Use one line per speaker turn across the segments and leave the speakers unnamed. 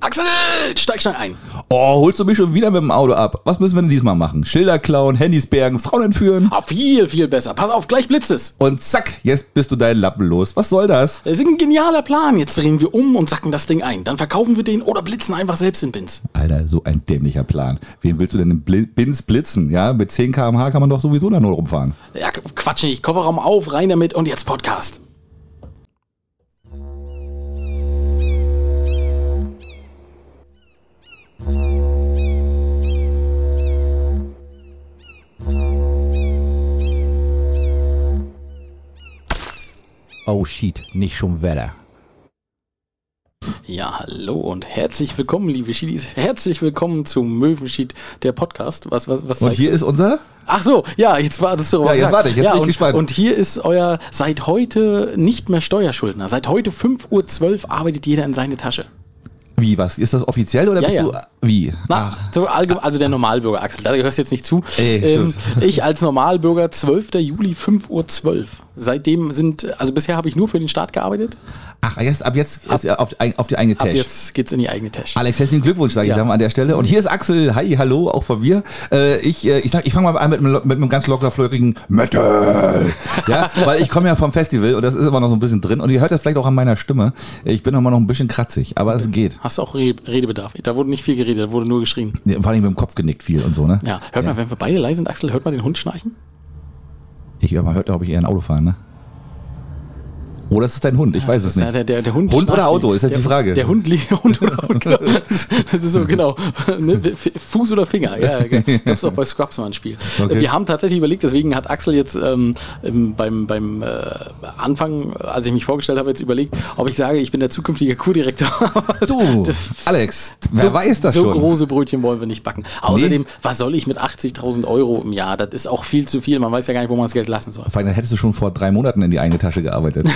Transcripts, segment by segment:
Axel, steig schnell ein.
Oh, holst du mich schon wieder mit dem Auto ab? Was müssen wir denn diesmal machen? Schilder klauen, Handys bergen, Frauen entführen?
Ah, viel, viel besser. Pass auf, gleich blitzt es.
Und zack, jetzt bist du deinen Lappen los. Was soll das?
Das ist ein genialer Plan. Jetzt drehen wir um und sacken das Ding ein. Dann verkaufen wir den oder blitzen einfach selbst den Bins.
Alter, so ein dämlicher Plan. Wen willst du denn im Bli- Bins blitzen? Ja, mit 10 km/h kann man doch sowieso da nur rumfahren.
Ja, Quatsch nicht. Kofferraum auf, rein damit und jetzt Podcast.
Oh shit, nicht schon Wetter.
Ja, hallo und herzlich willkommen, liebe Schiedis. Herzlich willkommen zu Möwenschied, der Podcast. Was, was, was
Und
zeigt-
hier ist unser.
Ach so, ja, jetzt wartest du
Ja, jetzt warte ich, jetzt bin ich
und,
gespannt.
Und hier ist euer seit heute nicht mehr Steuerschuldner. Seit heute 5.12 Uhr arbeitet jeder in seine Tasche.
Wie, was? Ist das offiziell oder
Ja,
bist
ja.
du. äh, Wie?
Na, so allgeme- also der Normalbürger, Axel, da gehörst du jetzt nicht zu.
Ey,
ähm,
stimmt.
ich als Normalbürger, 12. Juli, 5.12 Uhr. Seitdem sind, also bisher habe ich nur für den Staat gearbeitet.
Ach, jetzt, ab jetzt ist er auf, die ein- auf die eigene
Ab
Tasche.
jetzt geht's in die eigene Tasche.
Alex, herzlichen Glückwunsch, sage ich
Ja.
da mal an der Stelle. Und hier ist Axel. Hi, hallo, auch von mir. Äh, ich äh, ich, sag- ich fange mal an mit, einem lo- mit einem ganz locker flöckigen Metal. Ja, weil ich komme ja vom Festival und das ist immer noch so ein bisschen drin. Und ihr hört das vielleicht auch an meiner Stimme. Ich bin immer noch ein bisschen kratzig, aber es geht.
Hast du auch Re- Redebedarf? Da wurde nicht viel geredet, da wurde nur geschrien.
Ja, Vor allem mit dem Kopf genickt viel und so, ne?
Ja, hört mal, wenn wir beide leise sind, Axel, hört mal den Hund schnarchen?
Ich hör mal, hört, ob ich eher ein Auto fahre, ne? Oder ist es dein Hund? Ich weiß es
Ja,
nicht.
der, der, der Hund
Hund oder
schnarcht
Auto?
nicht.
Ist jetzt
der,
die Frage.
Der Hund liegt. Hund oder Hund, genau. Das ist so, genau. Ne? F- Fuß oder Finger. Ja, gab es auch bei Scrubs mal ein Spiel.
Okay.
Wir haben tatsächlich überlegt, deswegen hat Axel jetzt ähm, ähm, beim, beim äh, Anfang, als ich mich vorgestellt habe, jetzt überlegt, ob ich sage, ich bin der zukünftige Kurdirektor.
Du, Alex, wer weiß das
so
schon?
große Brötchen wollen wir nicht backen. Außerdem, was soll ich mit 80.000 Euro im Jahr? Das ist auch viel zu viel. Man weiß ja gar nicht, wo man das Geld lassen soll.
Vor allem, dann hättest du schon vor drei Monaten in die eigene Tasche gearbeitet.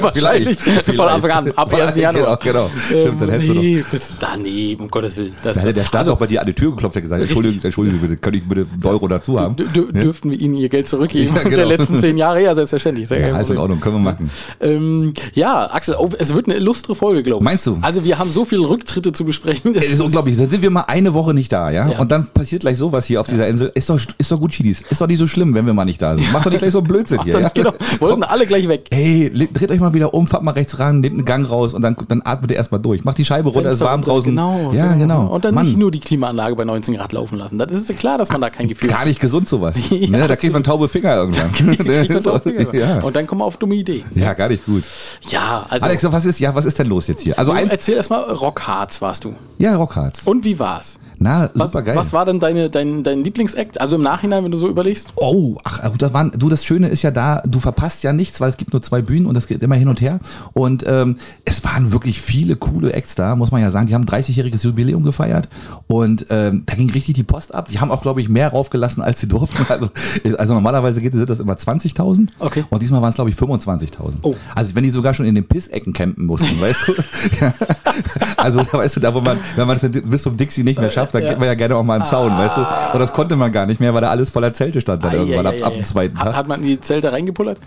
Wahrscheinlich. Von Anfang an, ab 1. Januar.
Genau, genau. Stimmt, dann hättest du doch.
Ähm, nee, das, da, nee, um Gottes Willen. Das,
Da hätte der Staat auch bei dir an die Tür geklopft und gesagt, entschuldigen, entschuldigen Sie bitte, könnte ich bitte einen Euro dazu haben?
dü- dü- dürften wir Ihnen Ihr Geld zurückgeben
Ja, genau.
der letzten zehn Jahre? Ja, selbstverständlich. Sehr
Ja,
kein
alles in
Problem.
Ordnung, können wir machen.
ähm, ja, Axel, oh, es wird eine illustre Folge, glaube ich.
Meinst du?
Also wir haben so viele Rücktritte zu besprechen.
Es ist unglaublich, dann sind wir mal eine Woche nicht da, ja?
Ja.
Und dann passiert gleich sowas hier auf dieser Insel. Ist doch, ist doch gut, Schiedis. Ist doch nicht so schlimm, wenn wir mal nicht da sind. Macht doch nicht gleich so einen Blödsinn hier.
Dann,
ja?
genau, wollten alle gleich weg.
Hey, le- dreht euch mal wieder um, fahrt mal rechts ran, nehmt einen Gang raus und dann, dann atmet ihr erstmal durch. Macht die Scheibe runter, es ist
Fenster
warm
runter,
draußen.
Genau,
ja, genau.
Und dann
Mann,
nicht nur die Klimaanlage bei 19 Grad laufen lassen. Das ist ja klar, dass man da kein Gefühl hat.
Gar nicht gesund sowas.
Ja,
ne? Da kriegt man taube Finger
Kriegt
irgendwann.
das auch Finger.
ja.
Und dann kommen wir auf dumme Ideen.
ja, gar nicht gut.
Ja, also
Alex, was ist, ja, was ist denn los jetzt hier? Also
du,
eins,
erzähl erstmal, Rockharz warst du.
ja, Rockharz.
Und wie war's?
Na,
Was,
super geil.
was war denn deine, dein, dein Lieblingsact? Also im Nachhinein, wenn du so überlegst?
Oh, ach, das waren, du, das Schöne ist ja da, du verpasst ja nichts, weil es gibt nur zwei Bühnen und das geht immer hin und her. Und ähm, es waren wirklich viele coole Acts da, muss man ja sagen. Die haben ein 30-jähriges Jubiläum gefeiert und ähm, da ging richtig die Post ab. Die haben auch, glaube ich, mehr raufgelassen, als sie durften. Also, also normalerweise geht, sind das immer 20.000.
Okay.
Und diesmal waren es, glaube ich, 25.000.
Oh.
Also wenn die sogar schon in den Pissecken campen mussten, weißt du? Ja. Also da weißt du, da wo man, wenn man das bis zum Dixie nicht mehr schafft, dann
Ja. Ah.
geht man ja gerne auch mal einen Zaun, weißt du? Und das konnte man gar nicht mehr, weil da alles voller Zelte stand dann irgendwann ab, Äh, ab dem zweiten
Hat,
Tag.
hat man in die Zelte reingepullert?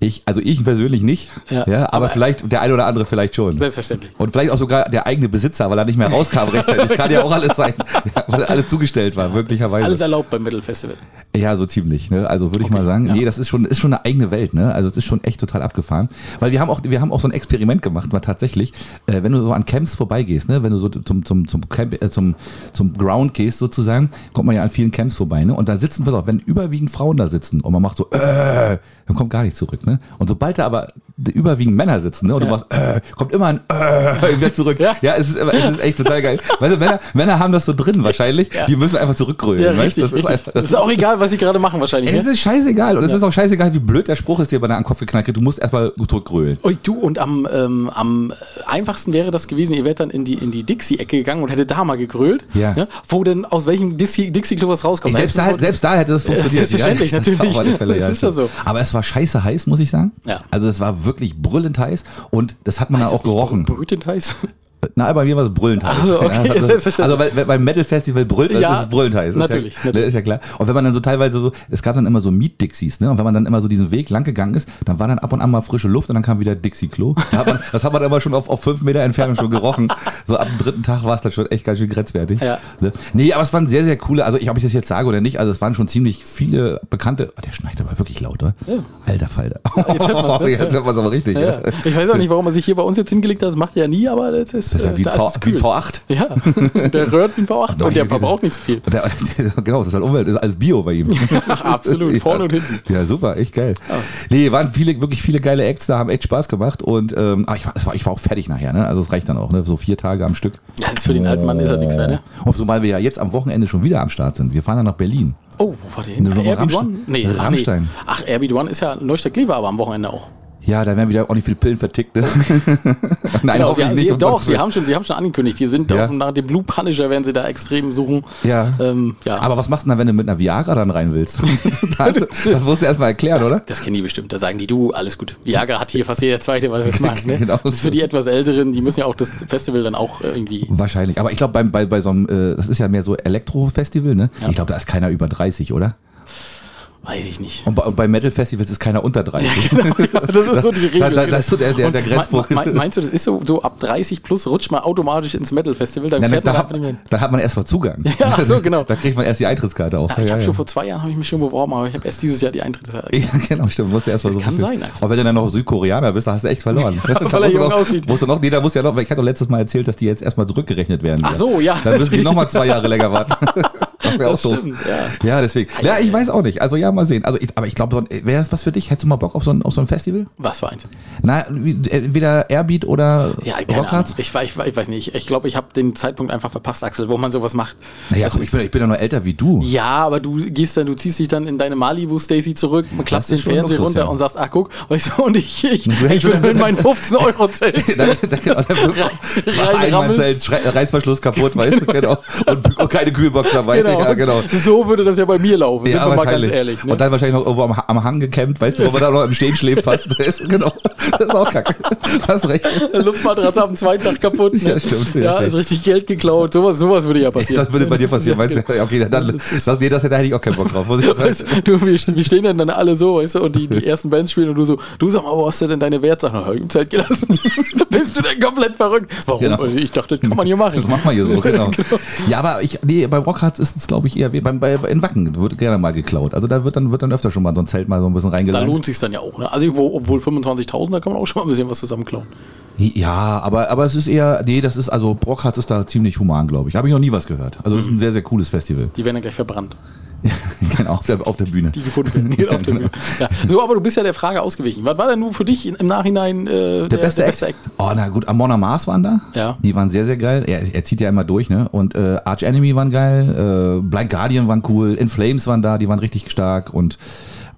Ich, also ich persönlich nicht,
Ja.
ja, aber, vielleicht der ein oder andere vielleicht schon.
Selbstverständlich.
Und vielleicht auch sogar der eigene Besitzer, weil er nicht mehr rauskam rechtzeitig. Kann ja auch alles sein, ja, weil alles zugestellt war, möglicherweise.
Alles erlaubt beim Metal Festival.
Ja, so ziemlich. Ne? Also würde ich mal sagen, nee, das ist schon, ist schon eine eigene Welt. Ne? Also es ist schon echt total abgefahren. Weil wir haben auch, wir haben auch so ein Experiment gemacht, mal tatsächlich. Äh, wenn du so an Camps vorbeigehst, ne? wenn du so zum, zum, zum, Camp, äh, zum, zum Ground gehst sozusagen, kommt man ja an vielen Camps vorbei. Ne? Und dann sitzen, pass auf, wenn überwiegend Frauen da sitzen und man macht so, äh, dann kommt gar nichts zurück. Ne? Und sobald da aber die überwiegend Männer sitzen ne? und
Ja.
du machst, äh, kommt immer ein, äh, wieder zurück.
Ja.
Ja, es, ist, immer- es ist echt total geil. Weißt du, Männer, Männer haben das so drin wahrscheinlich.
Ja.
Die müssen einfach zurückgrölen. weißt? du?
Das ist,
einfach-
das ist auch egal, was sie gerade machen wahrscheinlich.
es
Ne?
ist scheißegal. Und es ist auch scheißegal, wie blöd der Spruch ist, der bei dir an den Kopf geknackt wird. Du musst erstmal zurückgrölen.
Und du, und am, ähm, am einfachsten wäre das gewesen, ihr wärt dann in die, in die Dixie-Ecke gegangen und hätte da mal gegrölt,
Ja.
ne? wo denn aus welchem Dixie- Dixie-Klo was rauskommt.
Selbst da,
hättest du-
selbst da hätte halt das funktioniert.
Ja, selbstverständlich,
ja.
natürlich.
Auf alle Fälle,
Das
ja.
ist ja so.
Aber es war scheiße heiß, muss ich sagen.
Ja.
Also es war wirklich brüllend heiß und das hat man
Heißt
da auch
das nicht
gerochen.
Brütend heiß.
Na, bei mir war es brüllend heiß.
Also, okay,
also,
selbstverständlich.
also weil, weil beim Metal Festival brüllt, also
Ja,
ist es brüllend heiß. Ist
natürlich,
ja, ne,
natürlich.
Ist ja klar. Und wenn man dann so teilweise so, es gab dann immer so Miet-Dixies, ne? Und wenn man dann immer so diesen Weg lang gegangen ist, dann war dann ab und an mal frische Luft und dann kam wieder Dixie-Klo. Da hat man- Das hat man immer schon auf, auf fünf Meter Entfernung schon gerochen. So ab dem dritten Tag war es dann schon echt ganz schön grenzwertig.
Ja.
Ne? Nee, aber es waren sehr, sehr coole, also ich, ob ich das jetzt sage oder nicht, also es waren schon ziemlich viele bekannte, oh, der schneit aber wirklich laut, oder?
Ja.
Alter Falter.
jetzt hört man's, ja.
jetzt hört man es aber richtig.
Ja, ja. Ich weiß auch nicht, warum er sich hier bei uns jetzt hingelegt hat. Das macht er ja nie, aber das ist,
Das ist ja
äh,
wie ein,
da
v,
es
wie ein
kühl.
V8.
Ja, der röhrt wie ein V8 und der
Meine Güte.
verbraucht nicht so viel.
Und Der, genau, das ist halt Umwelt, das ist alles Bio bei ihm.
Absolut, vorne und hinten.
Ja, super, echt geil. Nee, waren viele, wirklich viele geile Acts da, haben echt Spaß gemacht und ähm, aber ich, war, es war, ich war auch fertig nachher, ne? Also es reicht dann auch, ne? So vier Tage am Stück. Oh,
Ja, das ist für den alten Mann ist ja nichts mehr, ne?
Und zumal wir ja jetzt am Wochenende schon wieder am Start sind. Wir fahren dann nach Berlin.
Oh, wo war der hin?
Ne,
Airbeat
Rammstein.
One? Nee, ach,
Rammstein.
nee. Ach, Airbeat One ist ja Neustadt-Klever, aber am Wochenende auch.
Ja, da werden wieder auch nicht viele Pillen vertickt. Ne? Nein,
Genau, sie,
hoffentlich
sie,
um
doch,
Gottes
sie
Willen.
haben, schon, sie haben schon angekündigt. Die sind
Ja.
auf, nach dem Blue Punisher werden sie da extrem suchen.
Ja.
Ähm, ja.
Aber was machst du denn, wenn du mit einer Viagra dann rein willst? das, das musst du erstmal erklären,
das,
oder?
das kennen die bestimmt. Da sagen die, du, alles gut. Viagra hat hier fast jeder Zweite, was wir machen. Ne?
Genau.
Das ist für die etwas Älteren, die müssen ja auch das Festival dann auch äh, irgendwie.
Wahrscheinlich. Aber ich glaube, bei, bei, bei so einem, äh, das ist ja mehr so Elektro-Festival, ne? Ich glaube, da ist keiner über 30, oder?
Weiß ich nicht.
Und bei, und bei Metal-Festivals ist keiner unter 30.
Das ist so die Regel.
Genau. da- da ist so der- der-
Und
der Grenzvogel.
me- me- Meinst du, das ist so, so ab 30 plus rutscht man automatisch ins Metal-Festival? Dann
Nein,
fährt
da,
man
hat,
einfach nicht mehr hin.
da hat man erstmal Zugang.
Ja, so, genau.
Da kriegt man erst die Eintrittskarte auch.
Ja, ich habe schon vor zwei Jahren habe ich mich schon beworben, aber ich habe erst dieses Jahr die Eintritte.
Ja, genau, stimmt. Musst du erstmal so ein
Kann
bisschen-
sein, Axel.
Und wenn du dann noch Südkoreaner bist, dann hast du echt verloren. Da
weil
musst
er
du
jung
noch-
aussieht.
Musst du noch, nee, da musst du ja noch, weil ich hatte doch letztes Mal erzählt, dass die jetzt erstmal zurückgerechnet werden.
Ach so, ja,
Dann
das
müssen die
ist
nochmal zwei Jahre länger warten. Das wäre
Das stimmt, Ah,
Ja. ja, deswegen. Ja, ich weiß auch nicht. Also ja, mal sehen. Also ich, aber ich glaube, wäre das was für dich? Hättest du mal Bock auf so ein, auf so ein Festival?
Was für eins?
Na, wie- entweder Airbeat oder
Ja, keine
Rockhards?
Ahnung. Ich, weiß- ich, weiß- ich weiß nicht. Ich glaube, ich habe den Zeitpunkt einfach verpasst, Axel, wo man sowas macht.
Naja,
Das
komm, ich
ist-
bin, ich bin ja noch älter wie du.
ja, aber du gehst dann, du ziehst dich dann in deine Malibu Stacy zurück, klappst den
ist schon
Fernseher
Luxus,
runter
ja.
und sagst, ach guck, weißt du, und ich, ich,
Du hängst
ich will
schon-
mit meinen 15 Euro zählen.
Dann- dann- dann-
rein rammeln.
Einmannzelt, Schrei- Reißverschluss kaputt, weißt du, genau. Und, und keine Kühlbox dabei. Ja, genau.
So würde das ja bei mir laufen, sind wir mal ganz ehrlich. Ne?
Und dann wahrscheinlich noch irgendwo am, am Hang gekämmt, weißt du, wo man da noch im Stehen schläft fast. Das ist, genau. Das ist auch kacke. Hast recht.
Eine Luftmatratze am zweiten Tag kaputt. Ne?
Ja, stimmt, ja,
Ja,
recht.
ist richtig Geld geklaut. Sowas, sowas würde ja passieren.
Das würde bei dir passieren, weißt du? Ja, Okay, dann, dann, das, nee, das hätte ich auch keinen Bock drauf. Muss ich sagen.
Weißt du, wir, wir stehen dann, dann alle so, weißt du, und die, die ersten Bands spielen und du so, du sag mal, wo hast du denn deine Wertsachen? Na, hab ich im Zelt gelassen. Bist du denn komplett verrückt? Warum?
Genau.
Also ich dachte, das kann man hier machen.
Das macht man hier so, genau. Ja, aber ich, nee, beim Rockharz ist es, glaube ich, eher wie beim, bei, in Wacken wird gerne mal geklaut. Also da wird dann, wird dann öfter schon mal so ein Zelt mal so ein bisschen
Da
reingelangt.
lohnt sich's dann ja auch. Ne? Also wo, obwohl 25.000, da kann man auch schon mal ein bisschen was zusammenklauen.
Ja, aber, aber es ist eher, nee, das ist, also Brockhardt ist da ziemlich human, glaube ich. Habe ich noch nie was gehört. Also
Mhm.
es ist ein sehr, sehr cooles Festival.
Die werden dann gleich verbrannt,
genau, auf der, auf der Bühne.
die gefunden werden. auf der Bühne. ja. So, aber du bist ja der Frage ausgewichen. Was war denn nun für dich im Nachhinein äh,
der, beste, Act. Oh, na gut, Amona Mars waren da.
Ja.
Die waren sehr, sehr geil. Er, er zieht ja immer durch, ne? Und äh, Arch Enemy waren geil, äh, Blind Guardian waren cool, In Flames waren da, die waren richtig stark und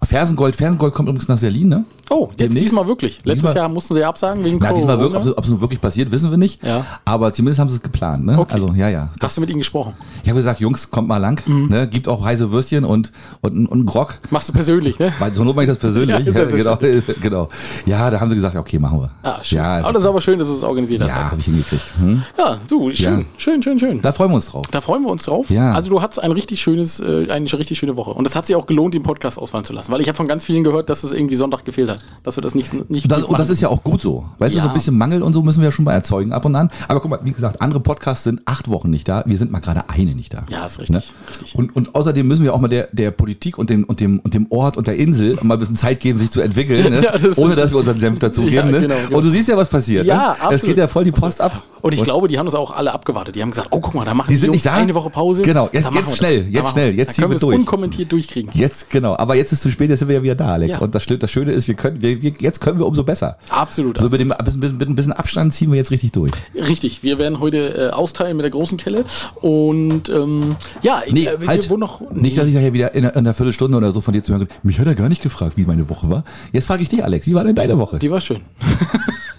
Fersengold, Fersengold kommt übrigens nach Berlin, ne?
Oh, jetzt
Demnächst?
diesmal wirklich. Letztes
Diesmal-
Jahr mussten sie ja absagen wegen
Na, diesmal also- wirklich, ob
Corona.
es- ob es nun wirklich passiert, wissen wir nicht.
Ja.
Aber zumindest haben sie es geplant, ne?
Okay.
Also, ja, ja.
Hast du mit ihnen gesprochen?
Ich habe gesagt, Jungs, kommt mal lang,
Mhm.
ne? Gibt auch heiße Würstchen und, und, und einen Grog.
Machst du persönlich, ne?
Weil so not mache ich das
Ja,
persönlich.
ist
ja, genau,
selbstverständlich.
genau. Ja, da haben sie gesagt, okay, machen wir.
Ah, schön.
Ja,
aber das ist aber schön, dass du es organisiert hast.
ja
Axel.
habe ich hingekriegt. Hm?
ja du, schön,
Ja.
schön, schön, schön.
Da freuen wir uns drauf.
da freuen wir uns drauf.
Ja.
Also du hattest ein richtig schönes, äh, eine richtig schöne Woche. Und das hat sich auch gelohnt, den Podcast ausfallen zu lassen. Weil ich habe von ganz vielen gehört, dass es irgendwie Sonntag gefehlt hat. Dass wir das nicht, nicht
Das,
gut
und das
machen.
ist ja auch gut so. Weißt
Ja.
du, so ein bisschen Mangel und so müssen wir ja schon mal erzeugen ab und an. Aber guck mal, wie gesagt, andere Podcasts sind acht Wochen nicht da. Wir sind mal gerade eine nicht da. Ne?
Ja, ist richtig, richtig.
Und, und außerdem müssen wir auch mal der, der Politik und dem, und, dem, und dem Ort und der Insel mal ein bisschen Zeit geben, sich zu entwickeln. Ne?
Ja, das
Ohne
ist-
dass wir unseren Senf dazu
Ja,
geben. Ne?
genau, genau.
Und du siehst ja, was passiert.
Ja,
ne? Es
absolut.
geht ja voll die Post ab.
und ich glaube, die haben das auch alle abgewartet. Die haben gesagt, oh guck mal, da machen
Die sind
Jungs
nicht da?
eine Woche Pause.
Genau, jetzt-
Da machen
jetzt
wir das.
schnell,
Da
jetzt
machen
schnell,
wir das.
jetzt
Da können
ziehen wir
wir es
durch.
unkommentiert durchkriegen.
Jetzt, genau. Aber jetzt ist es zu spät, jetzt sind wir ja wieder da, Alex.
Ja.
Und das, Schö- das Schöne ist, wir können, wir, wir, jetzt können wir umso besser.
Absolut.
So mit dem mit, mit, mit ein bisschen Abstand ziehen wir jetzt richtig durch.
Richtig, wir werden heute äh, austeilen mit der großen Kelle. Und ähm, ja, ich- äh, wir wurden noch.
halt, Nicht, äh, dass ich nachher wieder in, einer- in einer Viertelstunde oder so von dir zu hören kann. Mich hat er gar nicht gefragt, wie meine Woche war. Jetzt frage ich dich, Alex, wie war denn deine Woche?
die war schön.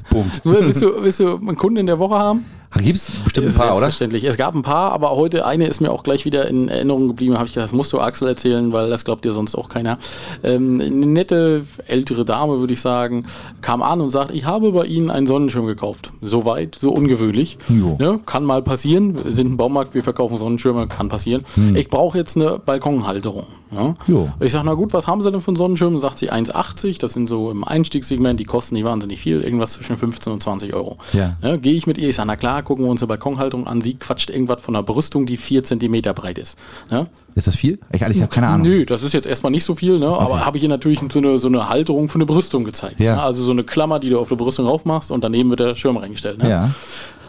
Punkt.
Willst du, willst du einen Kunden in der Woche haben?
Gibt es bestimmt ein
Ist
paar, oder?
Selbstverständlich. Es gab ein paar, aber heute eine ist mir auch gleich wieder in Erinnerung geblieben. Habe ich gedacht, das musst du Axel erzählen, weil das glaubt dir sonst auch keiner. Ähm, eine nette ältere Dame, würde ich sagen, kam an und sagt, ich habe bei Ihnen einen Sonnenschirm gekauft. So weit, so ungewöhnlich.
Jo.
Ne? Kann mal passieren. Wir sind ein Baumarkt, wir verkaufen Sonnenschirme, kann passieren. Ich brauche jetzt eine Balkonhalterung. Ne?
Hm. Jo.
Ich sage, na gut, was haben Sie denn für einen Sonnenschirm? Sagt sie 1,80. Das sind so im Einstiegssegment, die kosten nicht wahnsinnig viel. Irgendwas zwischen 15 und 20 Euro.
Ja.
Ne, Gehe ich mit ihr, ich sage, na klar, gucken wir uns eine Balkonhalterung an. Sie quatscht irgendwas von einer Brüstung, die 4 cm breit ist. Ne?
Ist das viel? Ich, ehrlich, ich habe keine Ahnung.
Nö, das ist jetzt erstmal nicht so viel, ne? aber habe ich ihr natürlich so eine, so eine Halterung für eine Brüstung gezeigt.
Ja.
Ne? Also so eine Klammer, die du auf eine Brüstung aufmachst und daneben wird der Schirm reingestellt. Ne?
Ja.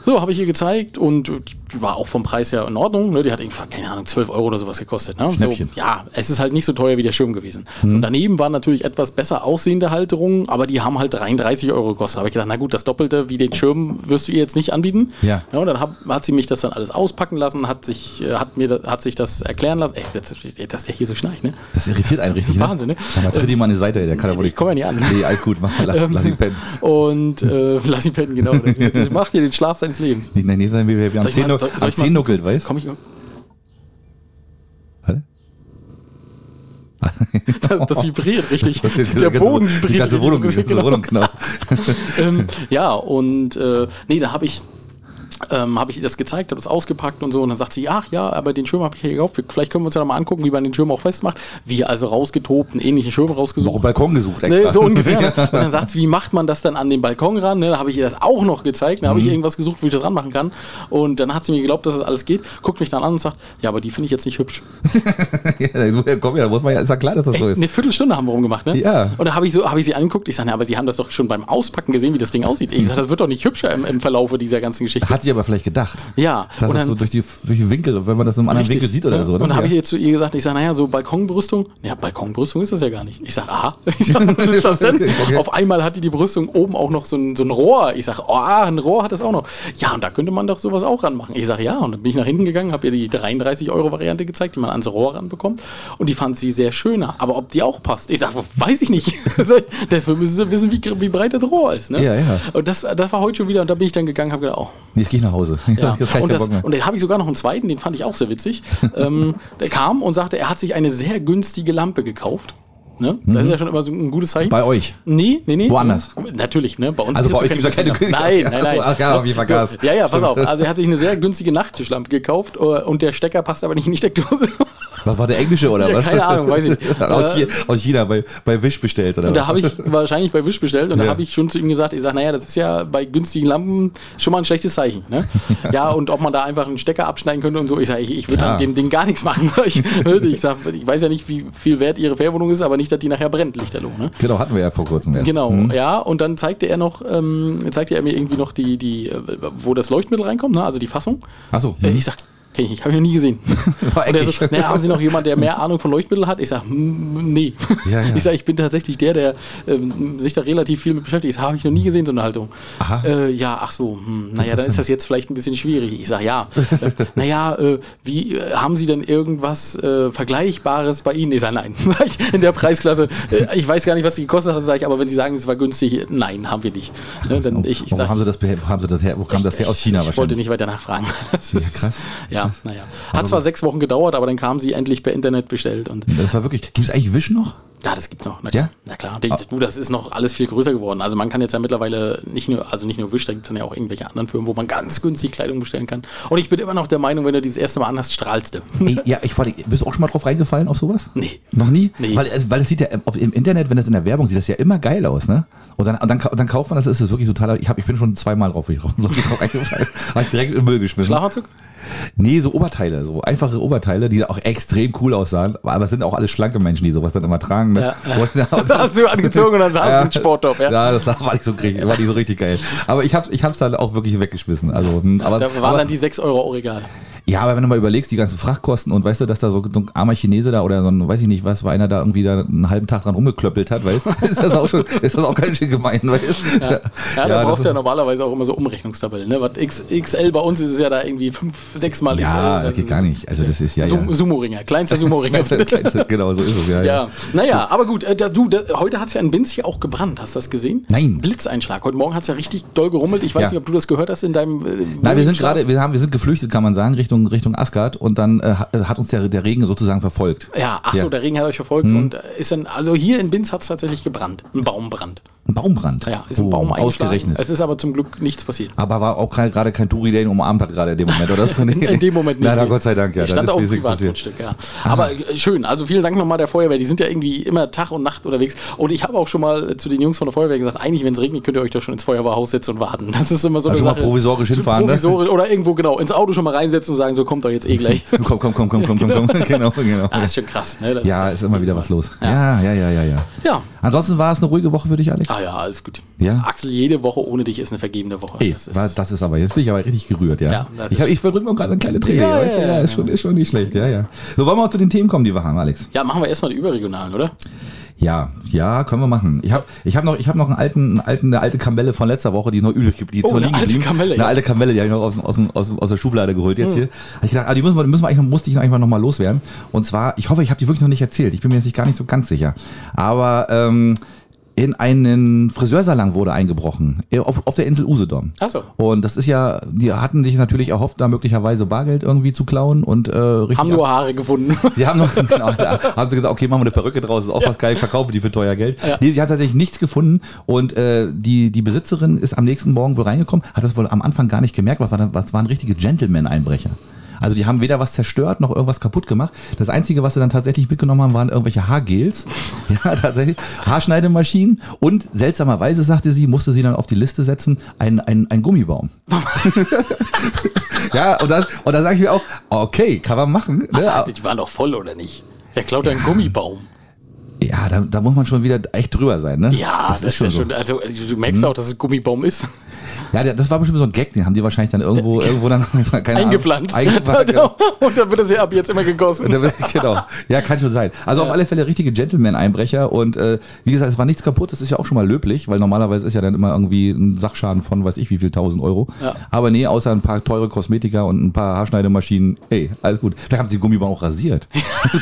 So, habe ich ihr gezeigt und äh, die war auch vom Preis her in Ordnung. Ne? Die hat irgendwie, keine Ahnung, 12 Euro oder sowas gekostet. Ne? So,
Schnäppchen. Mhm.
ja, es ist halt nicht so teuer wie der Schirm gewesen. So, und daneben waren natürlich etwas besser aussehende Halterungen, aber die haben halt 33 Euro gekostet. habe ich gedacht, na gut, das Doppelte wie den Schirm wirst du ihr jetzt nicht anbieten.
Ja.
und dann hab, hat sie mich das dann alles auspacken lassen, hat sich, äh, hat mir, da- hat sich das erklären lassen. Ey, das, dass der hier so schneit, ne?
Das irritiert einen richtig. Ne?
Wahnsinn, ne?
Sag mal, tritt ihm mal an die Seite, der kann ja wohl
Ich komm ja nicht an. Ähm.
Nee, alles gut, mach mal, lass, lass ihn pennen.
Und äh, lass ihn pennen, genau. Der- der Macht dir den Schlaf seines Lebens.
Nicht, nein, nicht, nein, wir, wir, wir haben
Soll ich
zehn
mal- soll-
nuckelt,
soll
am
ich mal-
zehn nuckelt, weißt du?
Komm ich.
Warte.
Das, das vibriert richtig.
Das ist
der
die ganze-
Boden
die
vibriert.
ganze
richtig.
Wohnung, die ganze
Genau.
Wohnung, genau.
ähm, ja, und äh, nee, da habe ich. Ähm, habe ich ihr das gezeigt, habe das ausgepackt und so. Und dann sagt sie, ach ja, aber den Schirm habe ich hier gekauft. Vielleicht können wir uns ja noch mal angucken, wie man den Schirm auch festmacht. Wir also rausgetobt, einen ähnlichen Schirm
Noch
rausgesucht.
einen Balkon gesucht
Ne, so ungefähr. Ne? Und dann sagt sie, wie macht man das dann an den Balkon ran? Ne? Da habe ich ihr das auch noch gezeigt. Da habe ich
Mhm.
irgendwas gesucht, wo ich das ranmachen kann. Und dann hat sie mir geglaubt, dass das alles geht. Guckt mich dann an und sagt, ja, aber die finde ich jetzt nicht hübsch.
ja, komm ja, da muss man ja, ist ja klar, dass das so ist.
Eine Viertelstunde haben wir rumgemacht, ne?
Ja.
Und da habe ich, so, hab ich sie angeguckt. Ich sage, aber sie haben das doch schon beim Auspacken gesehen, wie das Ding aussieht. Ich sage, das wird doch nicht hübscher im, im Verlaufe dieser ganzen Geschichte.
Hat sie aber vielleicht gedacht.
Ja.
Das
und
ist so durch die, durch die Winkel, wenn man das in einem anderen
Richtig.
Winkel sieht oder
Ja.
so.
Und
ne?
dann habe ich
Ja.
ihr zu ihr gesagt, ich sage, naja, so Balkonbrüstung. Ja, Balkonbrüstung ist das ja gar nicht. Ich sage, aha, ich sag, was ist das denn?
Okay.
Auf einmal hatte die Brüstung oben auch noch so ein, so ein Rohr. Ich sage, oh, ah, ein Rohr hat es auch noch. Ja, und da könnte man doch sowas auch ranmachen. Ich sage, ja, und dann bin ich nach hinten gegangen, habe ihr die 33-Euro-Variante gezeigt, die man ans Rohr ranbekommt. Und die fand sie sehr schöner. Aber ob die auch passt? Ich sage, weiß ich nicht. Also, Dafür müssen sie wissen, wie, wie breit das Rohr ist. Ne?
Ja, ja.
Und das, das war heute schon wieder. Und da bin ich dann gegangen, habe gedacht, oh,
Jetzt gehe ich nach Hause.
ja.
Jetzt kann ich
Und,
keinen
das,
Bock mehr.
und dann habe ich sogar noch einen zweiten, den fand ich auch sehr witzig. ähm, der kam und sagte, er hat sich eine sehr günstige Lampe gekauft. Ne? Das ist ja schon immer so ein gutes Zeichen.
Mhm. Bei euch.
Nee, nee, nee.
Woanders?
Natürlich, ne? Bei uns
Also bei euch
kriegst du
gibt's ja keine
günstige
günstige-
Lampe. Nein,
Ach
nein,
so,
nein.
ach ja, hab ich vergaß.
So, ja, ja, pass
Stimmt.
auf. Also er hat sich eine sehr günstige Nachttischlampe gekauft äh, und der Stecker passt aber nicht in die Steckdose.
Was war der Englische oder
Ja,
was?
keine Ahnung, weiß ich. Äh,
Hat aus, China, aus China bei, bei Wish bestellt oder
Und da
was?
habe ich wahrscheinlich bei Wish bestellt und
Ja.
da habe ich schon zu ihm gesagt, ich sage, naja, das ist ja bei günstigen Lampen schon mal ein schlechtes Zeichen. Ne? Ja. und ob man da einfach einen Stecker abschneiden könnte und so. Ich sage, ich, ich würde
Klar.
an dem Ding gar nichts machen. Ich, ne, ich, sag, ich weiß ja nicht, wie viel wert ihre Fährwohnung ist, aber nicht, dass die nachher brennt, Lichterloh. Ne?
Genau, hatten wir ja vor kurzem erst.
Genau, ja, und dann zeigte er noch, ähm, zeigte er mir irgendwie noch die, die, äh, wo das Leuchtmittel reinkommt, ne? also die Fassung.
Achso.
Äh, Ich sag, kenn ich nicht, habe ich noch nie gesehen.
Mhm. War
Und er so,
eckig.
naja, haben Sie noch jemanden, der mehr Ahnung von Leuchtmittel hat? Ich sag, "Hm, nee.
Ja, ja.
Ich sag, ich bin tatsächlich der, der ähm, sich da relativ viel mit beschäftigt. Das habe ich noch nie gesehen, so eine Haltung.
Aha.
Äh, ja, ach so, hm, naja, dann ist das jetzt vielleicht ein bisschen schwierig. Ich sag, ja. Äh, naja, äh, wie äh, haben Sie denn irgendwas äh, Vergleichbares bei Ihnen? Ich sag, nein. In der Preisklasse, äh, ich weiß gar nicht, was die gekostet hat, sag ich, aber wenn Sie sagen, es war günstig, nein, haben wir nicht. Ne, dann, ich, ich
Oh, Warum
sag,
haben sie das, be- wo haben sie das her? Wo kam das her? Aus China
ich wollte
wahrscheinlich.
nicht weiter nachfragen. Das ist, ja,
krass.
naja. Hat zwar sechs Wochen gedauert, aber dann kam sie endlich per Internet bestellt und
Das war wirklich. Gibt es eigentlich Wish noch?
ja, das gibt's noch. Na,
Ja? Ah.
na klar. Die- Du, das ist noch alles viel größer geworden. Also man kann jetzt ja mittlerweile nicht nur, also nicht nur Wish, da gibt's dann ja auch irgendwelche anderen Firmen, wo man ganz günstig Kleidung bestellen kann. Und ich bin immer noch der Meinung, wenn du dieses erste Mal anhast, strahlst du.
Ey, ja, ich frage, bist du auch schon mal drauf reingefallen auf sowas?
Nee.
Noch nie?
Nee.
Weil, es, weil es sieht ja im- auf, im Internet, wenn das in der Werbung sieht, das ja immer geil aus, ne? Und dann, und dann, ka- und dann kauft man das, ist es wirklich total. Ich, hab, ich bin schon zweimal drauf, ich drauf, drauf eingefallen. Hab ich direkt in den Müll geschmissen.
Schlafanzug?
Nee, so Oberteile, so einfache Oberteile, die auch extrem cool aussahen. Aber es sind auch alle schlanke Menschen, die sowas dann immer tragen. Ne?
Ja.
Und- und-
Da hast du angezogen und dann saß du mit Sporttop,
ja.
ja.
das war nicht so, richtig- war nicht so richtig geil. Aber ich hab's, ich hab's dann auch wirklich weggeschmissen. Also, hm, aber,
da waren
aber
dann die sechs Euro auch egal.
Ja, aber wenn du mal überlegst, die ganzen Frachtkosten und weißt du, dass da so, so ein armer Chinese da oder so ein, weiß ich nicht was, war einer da irgendwie da einen halben Tag dran rumgeklöppelt hat, weißt du, ist das auch schon, ist das auch ganz schön gemein, weißt du? Ja,
Ja, da
das
brauchst
ist-
du ja normalerweise auch immer so Umrechnungstabellen. Ne? Was X, XL bei uns ist es ja da irgendwie fünf, sechs Mal XL.
ja,
Das
das geht
ist-
gar nicht. Also das ist ja, ja.
Sum- Sumo-Ringer, kleinster Sumo-Ringer.
genau, so ist es, ja. ja.
ja, naja, aber gut, äh, da, du, da, heute hat es ja in Binz hier auch gebrannt, hast du das gesehen?
Nein.
Blitzeinschlag. Heute Morgen hat es ja richtig doll gerummelt. Ich weiß
Ja.
nicht, ob du das gehört hast in deinem. Äh,
Nein, wir
wohligen
sind
Schlaf.
gerade, wir haben, wir sind geflüchtet, kann man sagen, Richtung, Richtung Asgard und dann äh, hat uns der, der Regen sozusagen verfolgt.
Ja, ach so,
Ja. Hm.
der Regen hat euch verfolgt und äh, ist dann, also hier in Binz hat es tatsächlich gebrannt. Ein Baumbrand.
Ein Baumbrand.
Ja, ist ein Baum eingeschlagen.
Oh,
Also
Ausgerechnet.
Es ist aber zum Glück nichts passiert.
Aber war auch kein- gerade kein Turi, der ihn umarmt hat gerade in dem Moment, oder? So, nee.
In dem Moment
Leider,
nee.
Gott sei Dank, ja.
Ich
dann
stand
ist
auf dem
nichts
Privatgrundstück, ja. Aber äh, schön, also vielen Dank nochmal der Feuerwehr. Die sind ja irgendwie immer Tag und Nacht unterwegs. Und ich habe auch schon mal äh, zu den Jungs von der Feuerwehr gesagt, eigentlich, wenn es regnet, könnt ihr euch doch schon ins Feuerwehrhaus setzen und warten. Das ist immer so
Also
eine
mal
Sache.
provisorisch
Zu-
hinfahren, ne?
Provisorisch oder irgendwo, genau, ins Auto schon mal reinsetzen und sagen, so kommt doch jetzt eh gleich.
Komm, komm, komm, komm, komm, komm, komm. Genau, genau.
Ah, ist schon krass. Ne? Das
Ja, ist immer wieder was los. Ja, ja, ja, ja, ja.
Ja.
Ansonsten war es eine ruhige Woche für dich, Alex.
Ah ja, alles gut.
Ja.
Axel, jede Woche ohne dich ist eine vergebene Woche.
Ey,
Das ist-
war- das ist aber, jetzt bin ich aber richtig gerührt, ja.
Ja, das
ich
ist-
hab- ich verdrücke mir gerade eine kleine Träne,
Ja,
ja, weißt du?
ja,
ja,
ja.
ist schon, ist schon nicht schlecht, ja, ja. So, wollen wir auch zu den Themen kommen, die wir haben, Alex?
ja, machen wir erstmal die überregionalen, oder?
Ja, ja, können wir machen. Ich habe ich hab noch, ich hab noch einen alten, einen alten, eine alte Kamelle von letzter Woche, die ist noch übrig geblieben. die ist
Oh,
noch
eine
liegen
alte
geblieben.
Kamelle,
Eine
ja. Hm.
alte Kamelle, die habe ich noch aus, dem- aus, dem- aus, dem- aus der Schublade geholt jetzt hier. Hab ich gedacht, ah, die müssen wir, müssen wir eigentlich noch, musste ich noch einfach noch mal loswerden. Und zwar, ich hoffe, ich habe die wirklich noch nicht erzählt. Ich bin mir jetzt nicht gar nicht so ganz sicher. Aber ähm, in einen Friseursalon wurde eingebrochen. äh, Auf, auf der Insel Usedom.
Ach so.
Und das ist ja, die hatten sich natürlich erhofft, da möglicherweise Bargeld irgendwie zu klauen und äh, richtig.
Haben
ab-
nur Haare gefunden.
Sie haben noch, genau, da haben sie gesagt, okay, machen wir eine Perücke draus, ist auch was geil, verkaufe die für teuer Geld. Nee, sie hat tatsächlich nichts gefunden und äh, die, die Besitzerin ist am nächsten Morgen wohl reingekommen, hat das wohl am Anfang gar nicht gemerkt, weil war- was waren richtige Gentleman-Einbrecher. Also die haben weder was zerstört noch irgendwas kaputt gemacht. Das Einzige, was sie dann tatsächlich mitgenommen haben, waren irgendwelche Haargels, ja, tatsächlich, Haarschneidemaschinen und seltsamerweise, sagte sie, musste sie dann auf die Liste setzen, ein, ein, ein Gummibaum. ja, und, das, und da sage ich mir auch, okay, kann man machen. Ne? aber-
Die waren doch voll, oder nicht? Wer klaut einen Gummibaum?
Ja, da, da muss man schon wieder echt drüber sein, ne?
Ja, das, ist schon,
so. Hm?
schon also du merkst auch, dass es Gummibaum ist.
Ja, der- das war bestimmt so ein Gag, den haben die wahrscheinlich dann irgendwo, irgendwo dann, keine
Äh, Eingepflanzt.
Ahnung, eingepflanzt. genau.
Und dann wird es ja ab jetzt immer
Und
gegossen.
dann- genau. Ja, kann schon sein. Also auf alle Fälle richtige Gentleman-Einbrecher und äh, wie gesagt, es war nichts kaputt, das ist ja auch schon mal löblich, weil normalerweise ist ja dann immer irgendwie ein Sachschaden von weiß ich wie viel tausend Euro.
Ja.
Aber nee, außer ein paar teure Kosmetika und ein paar Haarschneidemaschinen, ey, alles gut. Vielleicht haben sie die Gummibaum auch rasiert.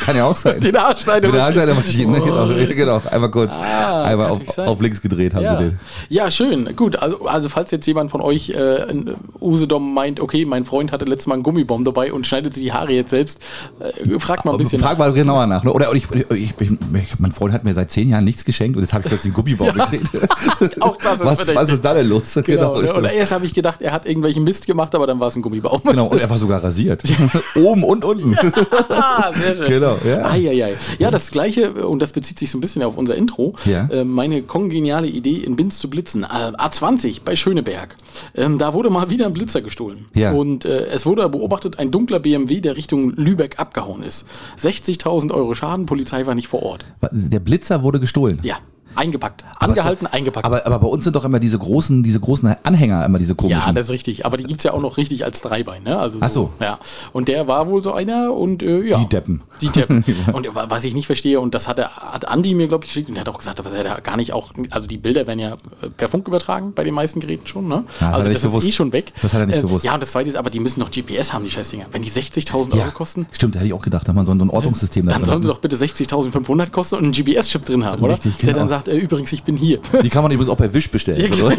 kann ja auch sein.
Den Haarschneider.
Mit der Haarschneidemaschine,
Oh,
ne? genau, genau. Einmal kurz, einmal
Ah, kann
auf,
natürlich sein.
auf links gedreht haben sie
Ja.
den.
ja, schön. Gut, also, also falls jetzt jemand von euch äh, in Usedom meint, okay, mein Freund hatte letztes Mal einen Gummibaum dabei und schneidet sich die Haare jetzt selbst, äh, fragt mal ein bisschen.
Frag mal genauer nach. Ne? Oder ich, ich, ich, ich, mein Freund hat mir seit zehn Jahren nichts geschenkt und jetzt habe ich plötzlich einen Gummibaum gekriegt.
Auch das ist
was,
verdächtig.
was ist da denn los?
genau, ne?
stimmt.
Oder erst habe ich gedacht, er hat irgendwelchen Mist gemacht, aber dann war es ein Gummibaum.
genau. Und er war sogar rasiert. Oben und unten.
Ah, sehr schön.
Genau, ja.
ja. ja. ja, das gleiche, äh, und das bezieht sich so ein bisschen auf unser Intro,
Ja.
äh, meine kongeniale Idee, in Binz zu blitzen. Äh, A20 bei Schöneberg. Ähm, da wurde mal wieder ein Blitzer gestohlen.
Ja.
Und äh, es wurde beobachtet, ein dunkler BMW, der Richtung Lübeck abgehauen ist. 60.000 Euro Schaden, Polizei war nicht vor Ort.
Der Blitzer wurde gestohlen.
Ja, eingepackt.
Aber es-
Angehalten, eingepackt.
Aber, aber bei uns sind doch immer diese großen, diese großen Anhänger, immer diese komischen.
Ja, das ist richtig. Aber die gibt's ja auch noch richtig als Dreibein, ne? Also
Ach so.
Ja. Und der war wohl so einer und äh, ja.
Die Deppen.
Die Deppen. Und wa- was ich nicht verstehe, und das hat, er, hat Andi mir, glaube ich, geschickt, und der hat auch gesagt, was er da gar nicht auch, also die Bilder werden ja äh, per Funk übertragen bei den meisten Geräten schon, ne?
Ja, hat er
also
nicht
das
gewusst.
ist eh schon weg.
Das hat er nicht
Äh,
gewusst.
Ja, und das zweite ist, aber die müssen noch GPS haben, die Scheißdinger. Wenn die 60.000
Ja.
Euro kosten,
Stimmt, da hätte ich auch gedacht, dass man so ein so ein Ortungssystem da
dann
drin
sollen sie
hat.
doch bitte 60.500 kosten und einen GPS-Chip drin haben, oder?
Richtig,
Der dann
genau.
sagt, äh, übrigens, ich bin hier.
Die kann man übrigens auch bei Wish bestellen.
Ja, genau.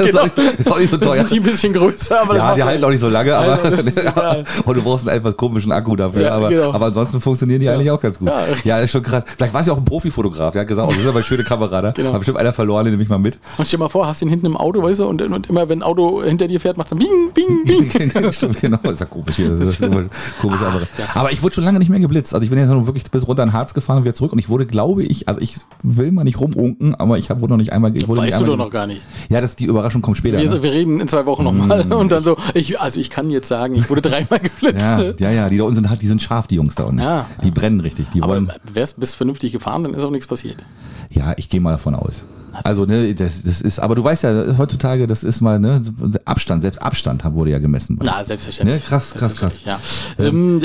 Das ist auch nicht- das ist auch nicht so
Dann
teuer.
sind die ein bisschen größer, aber das
Ja,
macht
die
ja
halten auch nicht so lange, aber
Alter, das ist egal.
und du brauchst einen etwas komischen Akku dafür.
Ja,
aber,
genau.
aber ansonsten funktionieren die eigentlich auch ganz gut. Ja,
Ja.
ist schon krass. Vielleicht war es ja auch ein Profifotograf, der hat gesagt, oh, das ist aber eine schöne Kamera da.
Genau.
Hat bestimmt einer verloren, den nehme ich mal mit.
Und stell mal vor, hast ihn hinten im Auto, weißt du, und, und immer wenn ein Auto hinter dir fährt, macht dann Bing, Bing, Bing.
Stimmt, genau. Das ist ja komisch hier. Das ist komisch, komisch aber.
ja.
aber ich wurde schon lange nicht mehr geblitzt. Also ich bin jetzt nur wirklich bis runter in den Harz gefahren und wieder zurück. Und ich wurde, glaube ich, also ich will mal nicht rumunken, aber ich hab, wurde noch nicht einmal. Ich wurde nicht
Weißt du
einmal
doch noch gar nicht.
Ja, Mm. das, die Überraschung kommt später.
Wir,
ne?
wir reden in zwei Wochen nochmal und dann so, ich, also ich kann jetzt sagen, ich wurde dreimal geblitzt.
Ja, ja, ja, die da unten sind, halt- die sind scharf, die Jungs da unten.
Ja.
Die brennen richtig. Die
Aber
wollen.
wärst bis vernünftig gefahren, dann ist auch nichts passiert.
Ja, ich gehe mal davon aus. Also, ne, das, das ist, aber du weißt ja, heutzutage, das ist mal, ne, Abstand, selbst Abstand haben- wurde ja gemessen.
Na,
ne,
selbstverständlich.
krass, krass, krass.
Ja. Ähm,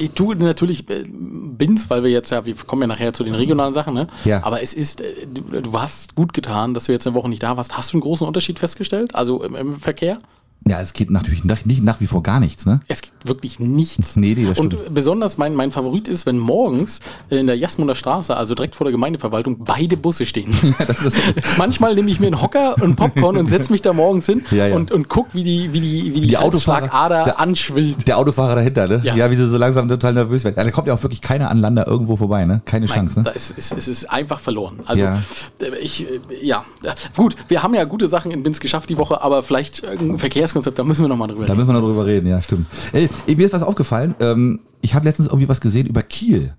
ich tue natürlich äh, bin's, weil wir jetzt ja, wir kommen ja nachher zu den regionalen Sachen, ne?
Ja.
Aber es ist, äh, du, du hast gut getan, dass du jetzt eine Woche nicht da warst. Hast du einen großen Unterschied festgestellt? Also im, im Verkehr?
Ja, es geht natürlich nach, nicht, nach wie vor gar nichts, ne?
Es gibt wirklich nichts.
Nee, nee, das
Und
stimmt.
besonders mein, mein Favorit ist, wenn morgens in der Jasmunder Straße, also direkt vor der Gemeindeverwaltung, beide Busse stehen.
Das ist,
Manchmal nehme ich mir einen Hocker und Popcorn und setze mich da morgens hin
Ja, ja.
und, und guck, wie die, wie die, wie die,
Autofahrer-
Schlagader
der-
anschwillt.
der Autofahrer dahinter, ne?
Ja.
Ja. wie sie so langsam total nervös werden. Ja, da kommt ja auch wirklich keiner an Lander irgendwo vorbei, ne? Keine Chance,
Da
ne?
ist, ist, ist, ist einfach verloren. Also
Ja.
äh, ich, äh, ja, Äh, gut, wir haben ja gute Sachen in Binz geschafft die Woche, aber vielleicht äh, ein Verkehrskonzept, da müssen wir nochmal drüber
Da
reden.
müssen wir noch drüber reden, ja, stimmt. Ey, mir ist was aufgefallen. Ähm, ich habe letztens irgendwie was gesehen über Kiel.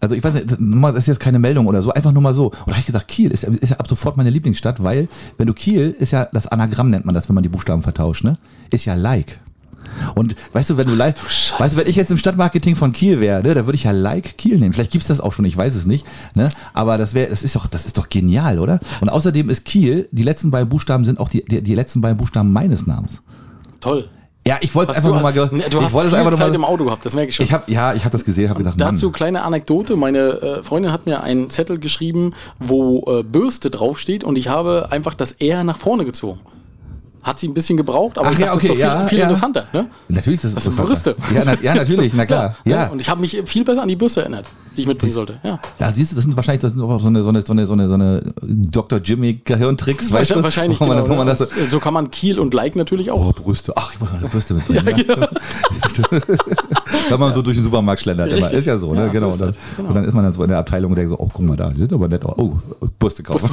Also ich weiß nicht, das- nochmal, das ist jetzt keine Meldung oder so, einfach nur mal so. Und da habe ich gedacht, Kiel ist, ist ja ab sofort meine Lieblingsstadt, weil wenn du Kiel, ist ja, das Anagramm nennt man das, wenn man die Buchstaben vertauscht, ne? Ist ja like. Und weißt du, wenn du like, weißt du, wenn ich jetzt im Stadtmarketing von Kiel wäre, ne, da würde ich ja like Kiel nehmen. Vielleicht gibt's das auch schon, ich weiß es nicht, ne? Aber das wäre, das ist doch, das ist doch genial, oder? Und außerdem ist Kiel, die letzten beiden Buchstaben sind auch die, die, die letzten beiden Buchstaben meines Namens.
Toll.
Ja, ich wollte es
Hast
einfach nochmal.
du ne, du hast
ich wollte es
viel
einfach
Zeit im
nochmal.
Auto gehabt, das merke ich schon.
Ich habe ja, ich habe das gesehen, habe gedacht,
Dazu
Mann.
kleine Anekdote. Meine äh, Freundin hat mir einen Zettel geschrieben, wo äh, Bürste draufsteht und ich habe einfach das R nach vorne gezogen. Hat sie ein bisschen gebraucht, aber
Ach
ich
ja,
sag, das
okay,
ist doch viel,
ja,
viel
ja.
interessanter. Ne?
Natürlich ist das
Das sind
interessanter.
Brüste.
Ja, na, ja, natürlich, na klar. Ja.
ne? Und ich habe mich viel besser an die Bürste erinnert, die ich mitbringen sollte. Ja.
Ja, siehst du, das sind wahrscheinlich das sind auch so eine, so eine, so eine, so eine, so eine Dr. Jimmy Gehirntricks, weißt du?
Wahrscheinlich,
Wo man,
genau,
wo man
ne?
das, so-
so kann man Kiel und Like natürlich auch.
oh, Brüste. Ach, ich muss noch eine Brüste mitbringen. ja.
genau.
Wenn man so durch den Supermarkt schlendert, immer.
Richtig.
ist ja so, ne?
Ja, so
genau.
ist
und, dann,
das, genau.
und dann ist man dann so in der Abteilung und denkt so, oh, guck mal, da die sind aber nett. aus. Oh, Brüste kaufen.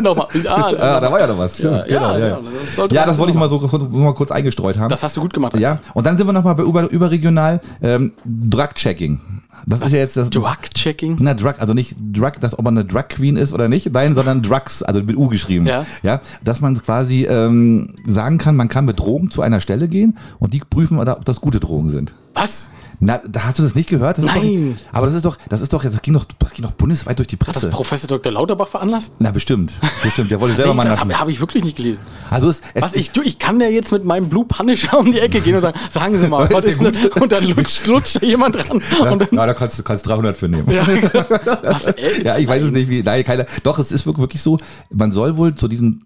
Nochmal. Ah,
Ah, da war ja noch was. Stimmt,
Ja,
genau,
ja,
ja, ja.
das
Das,
sollte man
wollte ich mal so kurz- mal kurz eingestreut haben.
Das hast du gut gemacht.
Ja, und dann sind wir nochmal bei über, überregional ähm, Drug-Checking. Das ist ja jetzt das.
Drug-Checking?
Na, Drug, also nicht Drug, dass ob man eine Drug Queen ist oder nicht, nein, sondern Drugs, also mit U geschrieben.
Ja.
ja dass man quasi ähm, sagen kann, man kann mit Drogen zu einer Stelle gehen und die prüfen, ob das gute Drogen sind.
Was?
Na, da hast du das nicht gehört? Das ist
Nein.
Doch, aber das ist doch, das ist doch, das ging doch, das ging doch bundesweit durch die
Hat das
Presse.
Professor Dr. Lauterbach veranlasst?
Na, bestimmt. Bestimmt. Der wollte selber
Ey,
mal
das
naschen.
habe hab ich wirklich nicht gelesen.
Also es, es
Was ich, du, ich kann ja jetzt mit meinem Blue Punisher um die Ecke gehen und sagen, sagen Sie mal,
Ist
was
dir
ist denn das? Und dann lutscht, lutscht da jemand dran. Und dann,
ja, da kannst du kannst 300 für nehmen.
was, äh, ey?
Ja, ich weiß es nicht, wie. Nein, keiner. Doch, es ist wirk- wirklich so, man soll wohl zu diesen